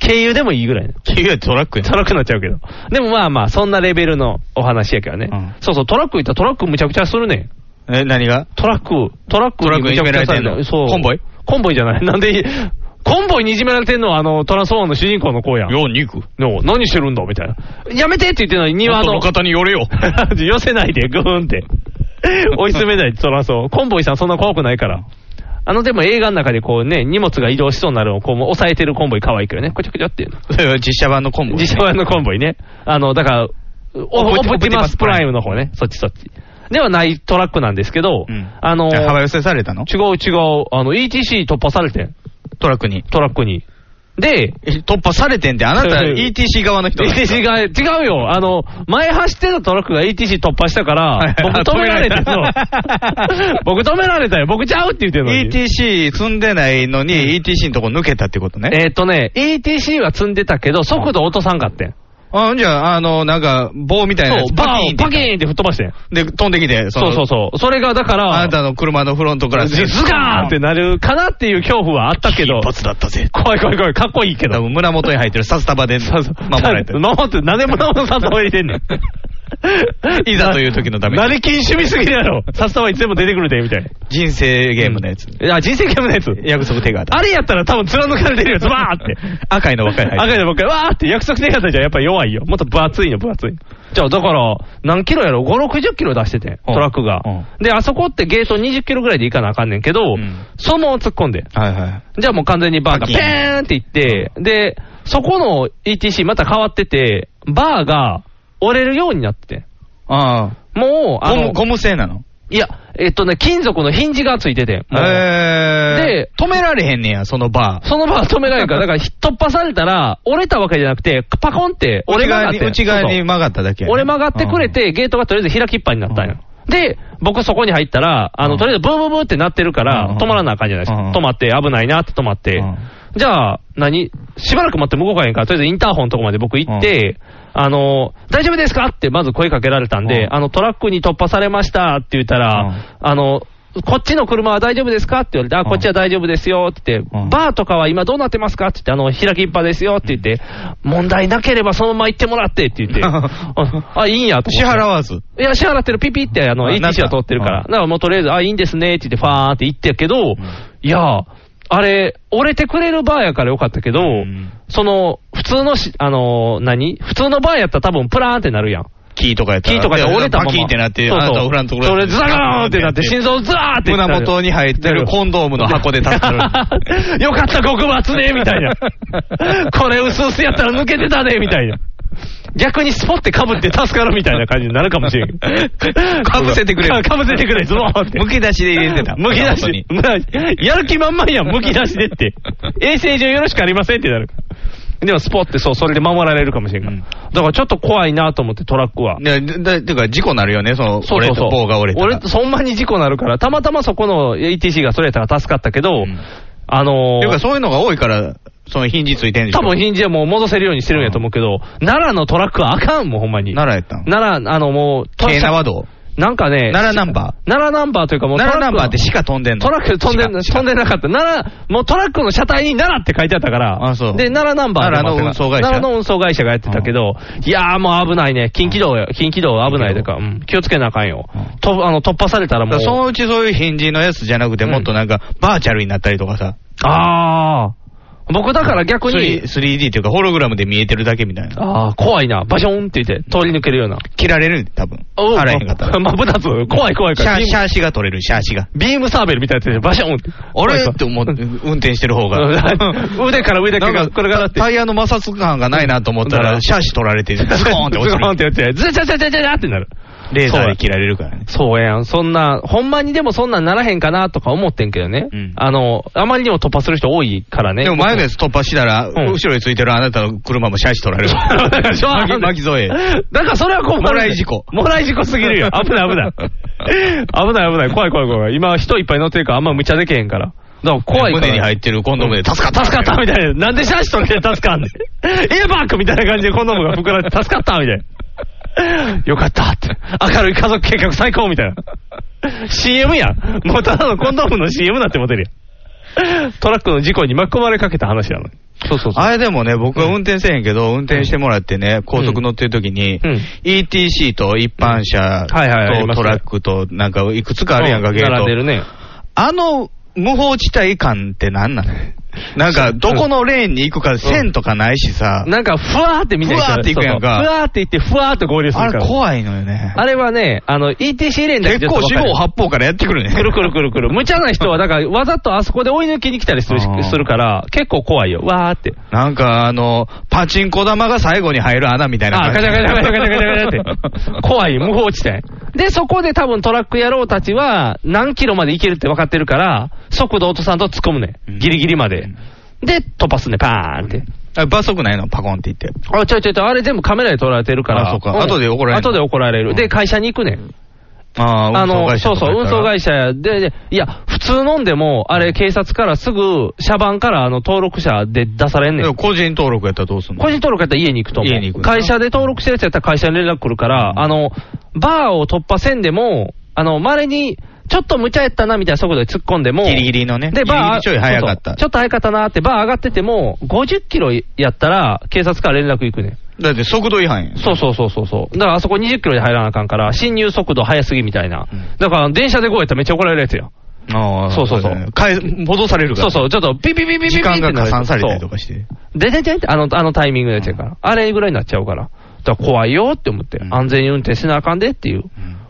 軽油でもいいぐらいの。
軽油はトラックや
トラックになっちゃうけど。でもまあまあ、そんなレベルのお話やけどね。そうそう、トラック行ったらトラックむちゃくちゃするね
ん。え、何が
トラック、トラック
トラッ
に
ク
む
い
ち
じ
ゃく
め
ち
ら
ゃ
れて
さ
んの
れそう。
コンボイ
コンボイじゃない。なんで、コンボイにいじめられてんのは、あの、トランスフォーマーの主人公の子やん。
よう肉。
の何してるんだみたいな。やめてって言ってんのに、庭の。
もっと路肩に寄れよ。
寄せないで、ぐーん って。追い詰めないで、そらそう。コンボイさんそんな怖くないから。あの、でも映画の中でこうね、荷物が移動しそうになるのをこう、もう抑えてるコンボイ可愛いけどね。こちょこちょっていうの。
実写版のコンボイ。
実写版のコンボイね。あの、だから、オオプティマスプライムの方ね。そっちそっち。ではないトラックなんですけど、あの、
幅寄せされたの
違う違う、あの、ETC 突破されてん。
トラックに。
トラックに。で、
突破されてんって、あなた ETC 側の人
ETC 側、違うよ。あの、前走ってたトラックが ETC 突破したから、僕止められてんの。僕止められたよ。僕ちゃうって言ってんのに。
ETC 積んでないのに ETC のとこ抜けたってことね。
えーっとね、ETC は積んでたけど、速度落とさんかってん。
あ、じゃあ、あの、なんか、棒みたいなや
そ
つ、
う
パキーン
バキーンって吹っ飛ばしてん。
で、飛んできて、
そうそうそう。それがだから、
あなたの車のフロントから
ズズガーンってなるかなっていう恐怖はあったけど。一発
だったぜ。
怖い怖い怖い。かっこいいけど。
胸元に入ってる札束で守られてる。
守って、何でも何も札束入れてんねん。
いざという時のために。
何禁止みすぎるやろ。札束いつでも出てくるで、みたいな。
人生ゲームのやつ。
あ、人生ゲームのやつ。
約束手形。
あれやったら多分貫かれてる よ、ズバーって。
赤いのばっかり入って
赤いのばっかり、わーって約束手形じゃやっぱ弱いよ。もっと分厚いの、分厚い。じゃあ、だから、何キロやろ ?5、60キロ出しててん、トラックが。で、あそこってゲート20キロぐらいで行かなあかんねんけど、そのまま突っ込んでん。
はいはい。
じゃあもう完全にバーがペーンっていって、で、そこの ETC また変わってて、バーが折れるようになってて。
あ
あ。もう、あ
ゴムゴム製なの
いや、えっとね、金属のヒンジがついてて。もう
え
で、
ー、止められへんねや、そのバー。
その場は止められんから、だからひ突破されたら、折れたわけじゃなくて、パコンって
内
折れ曲が
側
っ
に
て。
内側に曲がっただけやね。
俺曲がってくれて、ゲートがとりあえず開きっぱになったんよ。で、僕そこに入ったら、あの、とりあえずブーブーブーってなってるから、止まらなあかんじゃないですか。止まって、危ないなって止まって。じゃあ、何しばらく待っても動かへんから、とりあえずインターホンのとこまで僕行って、あの、大丈夫ですかってまず声かけられたんで、あの、トラックに突破されましたって言ったら、あの、こっちの車は大丈夫ですかって言われて、あ、こっちは大丈夫ですよって言って、バーとかは今どうなってますかって言って、あの、開きっぱですよって言って、問題なければそのまま行ってもらってって言って、あ、あいいんやと思っ
支
て。
払わず。
いや、支払ってる、ピピって、あの、
あ
ETC は通ってるから。だからもうとりあえず、あ、いいんですね、って言って、ファーって言ってるけど、いや、あれ、折れてくれるバーやからよかったけど、その、普通のし、あの、何普通のバーやったら多分、プラーンってなるやん。
キーとかやった
キ
ら。
ーとかで折れたまま。
バキーってなって、
そう
あ
そう
なたお風呂のところ
それ、ズラーンってなって、心臓ズラーってな
胸
る
元に入ってるコンドームの箱で立ってる。
よかった、極厚ね、みた いな。これ、薄々やったら抜けてたね、みたいな。逆にスポって被って助かるみたいな感じになるかもしれん。
かぶせてくれる
かぶせてくれ、ズボンって。
むき出しで入れてた。
むき出しで。やる気満々やん、むき出しでって。衛生上よろしくありませんってなる。でもスポってそう、それで守られるかもしれんから。だからちょっと怖いなと思って、トラックは。
で、だ、てか、事故なるよね、その、俺と棒が折れたら。
俺と、そんなに事故なるから、たまたまそこの ETC がそれやったら助かったけど、あのー、
ていうか、そういうのが多いから、そのヒンジついてんでしょ。
多分ヒンジはもう戻せるようにしてるんやと思うけど、奈良のトラックはあかんもん、ほんまに。
奈良やったん
奈良、あのもう、
京奈和道
なんかね、
奈良ナンバ
ー奈良ナンバーというかもう
奈良
トラックは
ナンバーって鹿飛んでんの
トラック飛んでんの、飛んでなかった。奈良、もうトラックの車体に奈良って書いてあったから、
あそう
で、奈良ナンバーで
奈良の運送会社
奈良の運送会社がやってたけど、いやーもう危ないね。近畿道や、近畿道は危ないというか、うん気をつけなあかんよ。と、あの、突破されたらも
だ
う
から。そのうちそういうヒンジのやつじゃなくて、もっとなんか、バーチャルになったりとかさ。
あー。僕だから逆
3
に、
3D というか、ホログラムで見えてるだけみたいな。
あー、怖いな。バションって言って、通り抜けるような。
切られる、多分。
おう
あらへんか ったら。
まぶたつ。怖い怖いから。
シャー、シャー
ー
シが取れる、シャーシが。
ビームサーベルみたいなやつでバシャンって。
あれって思って、 運転してる方が。
腕から上だけ
な
が、
ん
これからって。
タイヤの摩擦感がないなと思った
だから
ら、シャーシ取られて、ズコーンって落ち
ズコーンって
る。
やって、ズチャチャチャチャチャってなる。
レーザーで切られるからね。
そうやん。そんな、ほんまにでもそんなんならへんかなとか思ってんけどね。あの、あまりにも突破する人多いからね。
でも前のやつ突破したら、後ろについてるあなたの車もシャーシ取られる。 巻き巻き添え。
だからそれは困る。
もらい事故。
もらい事故す ぎるよ。危ない危ない。危ない危ない。怖い怖い怖い。今人いっぱい乗ってるからあんま無茶でけへんから。だから怖いから。
胸に入ってるコンドームで助かった。
助かったみたいな。なんでシャーシ取れて助かんねん。エアバックみたいな感じでコンドームが膨らんで助かったみたいな。よかったって。明るい家族計画最高みたいな。CM やん。もうただのコンドームの CM なってモデルやん。トラックの事故に巻き込まれかけた話なのに。そうそうそう。
あれでもね、僕は運転せえへんけど、運転してもらってね、高速乗ってる時に、ETC と一般車
はいはいあり
と
ます
ト
ね
ラックと、なんかいくつかあるやんか、
うん
ゲート。
並んでるね。
あの無法地帯感ってなんなのなんか、どこのレーンに行くか、線とかないしさ。
なんか、ふわーってみんな
ふわーって行くやんか
そうそうふわーって行って、ふわーって合流する
あ
から。
れ怖いのよね。
あれはね、あの、ETC レーンだけ
結構四方八方からやってくるね。
くるくるくるくる。無茶な人は、だから、わざとあそこで追い抜きに来たりするし
あー
するから、結構怖いよ。わーって。
なんかあの、パチンコ玉が最後に入る穴みたいな
あ
感
ー、
じ。
ガチャガチャガチャガチャガチャガチャって。 怖い、無法地帯。で、そこで多分トラック野郎たちは、何キロまで行けるって分かってるから、速度落とさんと突っ込むねん。ギリギリまで。で、突破すんねん、パーンって。
あ罰則ないのパコンって言って。
あ、ちょいちょいちょい、あれ全部カメラで撮られてるから。
あそうか
ん
後で怒られる
後で怒られる。で、会社に行くねん。
ああ、
あ
運送
の、
会社
そう
とか
そう、
やっ
運
たら
送会社で、でいや、普通飲んでも、あれ、警察からすぐ、車番から、あの、登録者で出されんね
でも
ん。
個人登録やったらどうすんの
個人登録やったら家に行くと思う。
家に行くんだ
会社で登録してるやつやったら会社に連絡来るから、あの、バーを突破せんでも、あの、稀に、ちょっと無茶やったなみたいな速度で突っ込んでも、
ギリギリのね。
で、バー、
ギリギリちょい早かっ
そうそ
た
う。ちょっと早かったなーって、バー上がってても、50キロやったら、警察から連絡行くねん。
だって速度違反やん。
そうそうそうそうそう。だからあそこ20キロで入らなあかんから、進入速度速すぎみたいな。だから電車でこうやったらめっちゃ怒られるやつよ。
ああ
そうそうそう
だね返戻されるか
そう
ら。
そう、ちょっとピピピピピピ
時間が加算されたり
と
とかして。
でででって、あの、あのタイミングのやつやから。あれぐらいになっちゃうから。だから怖いよって思って、安全に運転しなあかんでっていう、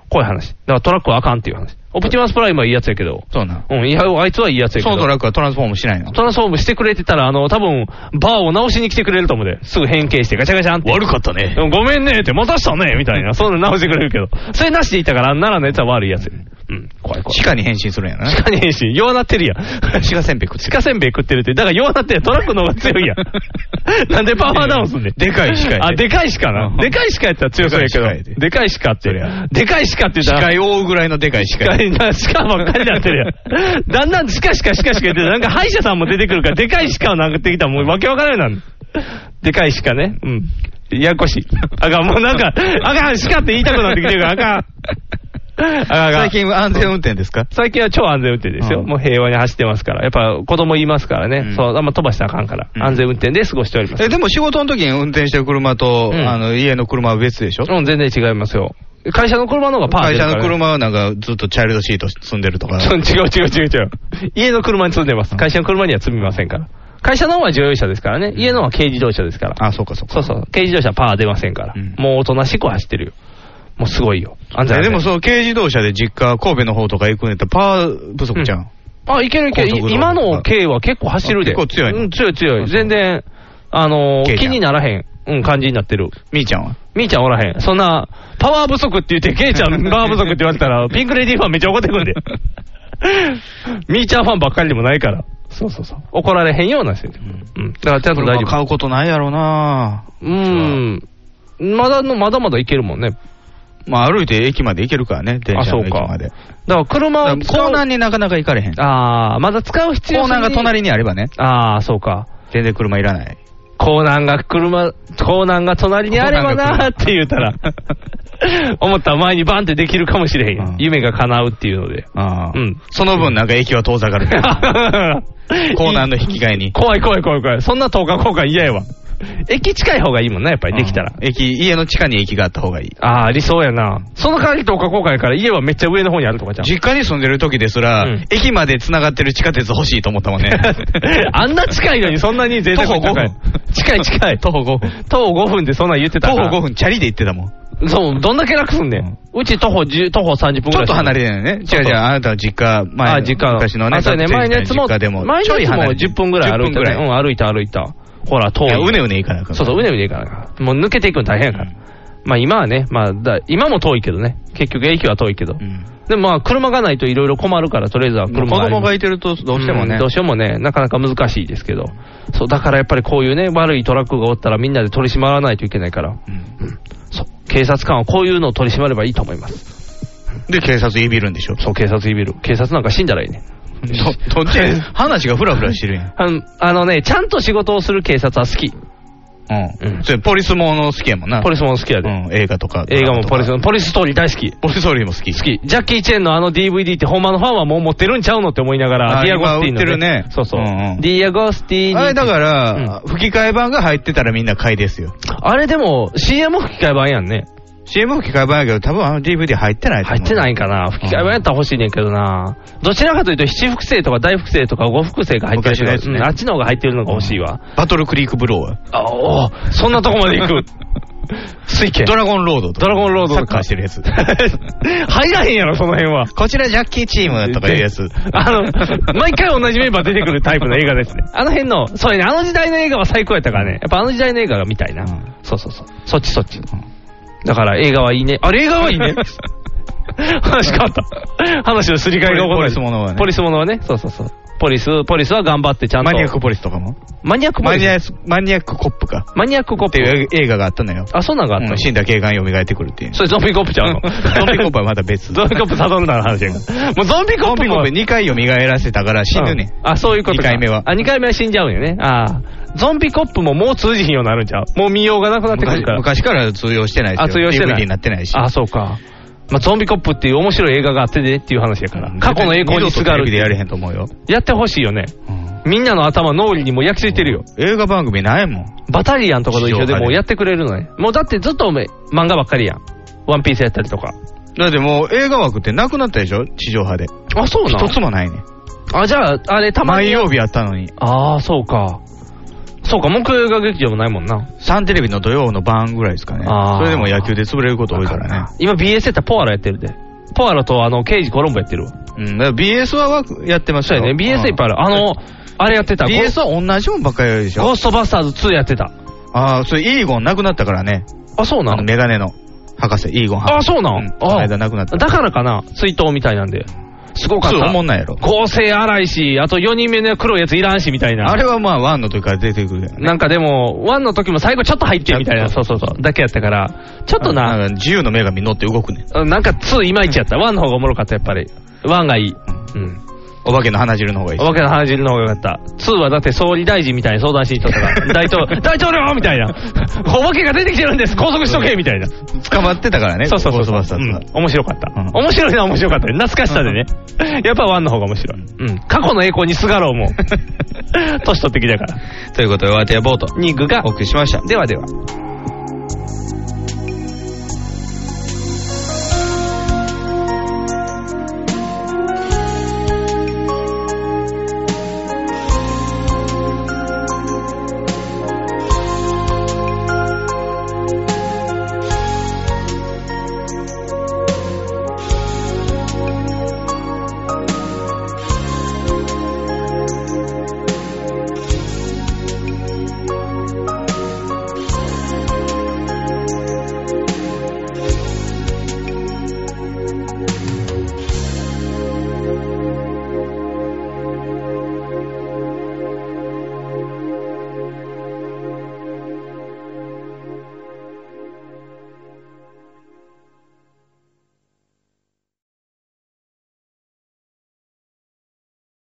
こういう話。だからトラックはあかんっていう話。オプティマスプライムはいいやつやけど。
そうなん。
うん、いや、あいつはいいやつやけ
そ
ど。
のトラックはトランスフォームしないの
トランスフォームしてくれてたら、あの、多分バーを直しに来てくれると思うで、すぐ変形して、ガチャガチャンって。悪
かったね。
ごめんねって、またしたねみたいな、そんなの直してくれるけど。それなしでいたから、あんならのやつは悪いやつ。うん、怖い怖い。
地下に変身するんやな。
鹿に変身、弱なってるやん。
地下せんべい食ってる。
鹿せんべい食ってるって、だから弱なってるトラックの方が強いや ん。なんでパワーダウンすんねん。
でかい鹿やで
あ、でかい鹿な。でかい鹿やったら強そうやけ
でかい鹿や
ど。でかい鹿って。でかい鹿って言ったら。
視界覆うぐらいのでかい視界。
しかばっかりになって るやん。だんだんしかしかしかしか言ってる、なんか歯医者さんも出てくるから、でかい鹿を殴ってきたらもうわけわからんようになる。でかい鹿ね。うん。ややこしい。あかん、もうなんか、あかん、鹿って言いたくなってきてるから、あかん。あかんあかん
最近は安全運転ですか
最近は超安全運転ですよ。もう平和に走ってますから。やっぱ子供いますからね。そう、あんま飛ばしたらあかんから。安全運転で過ごしております。
え、でも仕事の時に運転してる車と、
うん
あの、家の車は別でしょ
うん、全然違いますよ。会社の車の方がパ
会
ー出る
社
から
の車はなんかずっとチャイルドシート積んでるとか。
そう 違う違う違う違う。家の車に積んでます。会社の車には積みませんから。会社の方は乗用車ですからね。家の方は軽自動車ですから。
あ、そうかそうか。
そうそう。軽自動車はパー出ませんから。もうおとなしく走ってるよ。もうすごいよ。安全
え
安全
でもその軽自動車で実家、神戸の方とか行くんやったらパー不足じゃん。
あ、いけるいけ
高速道
る。
路
今の軽は結構走るで。
あ結構強いの
うん、強い強い。全然、あのー
軽じゃん
気にならへん、うん、感じになってる。
みーちゃんは
みーちゃんおらへん。そんな、パワー不足って言って、ケイちゃ んパワー不足って言われたら、ピンクレディーファンめっちゃ怒ってくるん で。みーちゃんファンばっかりでもないから。そうそうそう。怒られへんような人。うん。だからちゃんと大
車
丈
買うことないやろな
夫。うん。まだの、まだまだいけるもんね。
まあ歩いて駅まで行けるからね、電
あ、
車
そ
の
う
駅
か。
ま
だ
で。
から車を
だからコーナーになかなか行かれへん。コ
ああ、まだ使う必要
ーナーが隣にあればね、
ああ、そうか。
全然車いらない。
コーナンが車、コーナンが隣にあればなーって言うた ら、思ったら前にバンってできるかもしれへんやん。夢が叶うっていうので。
ああ
うん。
その分なんか駅は遠ざ かるけど。 コーナーの引き換えに。
怖い怖い怖い怖い。そんな10日交換嫌やわ。駅近い方がいいもんな、やっぱりできたら。
駅、家の地下に駅があった方がいい。
ああ、理想やな。その代わり10日交換やから家はめっちゃ上の方にあるとかじゃ ん。
実家に住んでる時ですら、駅まで繋がってる地下鉄欲しいと思ったもんね。
あんな近いのにそんなに贅沢に高い。近い近い。徒歩5分。徒歩5分でそんなん言ってた
徒
から。
歩5分、チャリで行ってたもん。
そう、どんだけ楽すんねん。うち徒歩10、徒歩30分ぐ
ちょ
ら
っ
い。
と離れてないね。
そ
違
うそう
う違う、あなたは実家、前
あ、実家の。
昔のね、
あそうやね、
学生
前
時代
のやつも、
実家でも、
前
ち
の
ょい
やつも
離れて
10分ぐらい歩
10
いた
分ぐ
ね。
ら
うん、歩いた歩いた。ほら、
い
遠
や
い。
うねうね行かなあかん
そうそう、うねうね行かなあかん。もう抜けていくの大変やから。まあ今はね、まあだ、今も遠いけどね、結局駅は遠いけど。でもまあ車がないといろいろ困るから、とりあえずは車
子供がい
て
てるとどうしてもね、
どうしてもね、なかなか難しいですけど。そう、だからやっぱりこういうね、悪いトラックがおったらみんなで取り締まらないといけないから。うんそう、警察官はこういうのを取り締まればいいと思います。
で、警察いびるんでしょ。
そう、警察いびる。警察なんか死んだらいいね。
と、とっちゃ話がフラフラしてるやん。
あのあのね、ちゃんと仕事をする警察は好き。
うん。それポリスもの好きやもんな。
ポリスも好きやで。
うん、映画とか。
映画もポリス、ポリスストーリー大好き。
ポリストーリーも好き。
好き。ジャッキー・チェンのあの DVD ってほんまのファンはもう持ってるんちゃうのって思いながら、
あ
ディアゴスティ
今
ー
売ってるね
そうそう。
うんうん
ディアゴスティーニ
あれだから、吹き替え版が入ってたらみんな買いですよ。
あれでも CM 吹き替え版やんね。
CM 吹き替え版やけど、多分あの DVD 入ってないと思う。
入ってないんかな吹き替え版やったら欲しいねんけどなどちらかというと七複製とか大複製とか五複製が入ってる
昔のやつね
うんあっちの方が入ってるのが欲しいわ。
バトルクリークブローは。
あおうそんなとこまで行 く。水拳。
ドラゴンロードとか
ドラゴンロード
サ
と
ッカ
か
ーしてるやつ。
入らへんやろ、その辺は。
こちらジャッキーチームとかいうやつ。
あの、毎回同じメンバー出てくるタイプの映画ですね。あの辺の、そうやね、あの時代の映画は最高やったからね。やっぱあの時代の映画が見たいな。そうそうそう。そっちそっち。だから映画はいいね。あれ映画はい いね。話変わった。話のすり替えが起こる。
ポリスものはね
ポリスものはね。そうそうそう。ポリス、ポリスは頑張ってちゃん
マ
と。
ニアックポリスとかも。
マニアックポ
マ
リ
ニ
ス。
アスマニアックコップか。
マニアックコッ
って
プ。
いう映画があったのよ。
あ、そうなんがあった
う
の
ん死んだ警官蘇ってくるっていう。
それゾンビコップちゃうの。
ゾンビコップはまた別。
ゾンビコップサドンダ の話やから。 もうゾンビコ
コン
ップ
ビコ
も
ップ2回蘇らせたから死ぬねん。
うんあ、そういうこと
二
か
回目は
あ、2回目は死んじゃうんよね。ああ。ゾンビコップももう通じひんようになるんちゃうもう見ようがなくなってく
昔
るから。
昔から通用してないですよ。
あ、通用してない。
DVD になってないし。
あ、そうか。まあ、ゾンビコップっていう面白い映画があってでっていう話やから。過去の栄光にすが
二度とテレ
る
ビでやれへんと思うよ。
やってほしいよね。みんなの頭、脳裏にもう焼き付いてるよ。
映画番組ないもん。
バタリアンとかと一緒で
地上波
もう
で
やってくれるのね。もうだってずっとおめ漫画ばっかりやん。ワンピースやったりとか。
だってもう映画枠ってなくなったでしょ地上波で。
あ、そうなの
一つもないねん。
あ、じゃあ、あれたま
毎
に。
曜日やったのに。
ああ、そうか。そうか、木曜映画劇場もないもんな。
サンテレビの土曜の晩ぐらいですかね。
あー
それでも野球で潰れること多いからね。
今 BS やったらポアラやってるで。ポアラとあの、刑事コロンボやってるわ。
うん、だから BS は枠やってました
そう
よ
やね。BS いっぱいある。あの、あれやってた。
BS は同じもんばっかりやるでし
ゴ
ょ
ーストバスターズ2やってた。
ああ、それイーゴンなくなったからね。
あ、そうな
あの
の
メガネの博士、イーゴン博士。
あ、そうな
うん
の
この
あ
間亡くなった。
だからかな。追悼みたいなんで。すごかっ
そう、
た。
おもんないやろ。
合成荒いし、あと4人目の黒いやついらんしみたいな。
あれはまあ、ワンの時から出てくるやんね。
なんかでも、ワンの時も最後ちょっと入ってみたいな、そうそうそう、だけやったから、ちょっとな、
なんか自由の女神乗って動くねん。
なんか2いまいちやった。1の方がおもろかった、やっぱり。1がいい。うん。
お化けの花汁の方がいいし
お。化けの話の方が良かった。2はだって総理大臣みたいに相談しに行っとった から、大統領、大統領みたいな。お化けが出てきてるんです拘束しとけみたいな。
捕まってたからね。
そうそうそう
ゴ
そ
ーストバ
う。
スターズが
うん面白かった。
うん
面白いのは面白かったね。懐かしさでね。やっぱワンの方が面白い。うん。過去の栄光にすがろうも ん。年取ってきたから。
ということで、お相手はボート。
ニグが
お送りしました。
ではでは。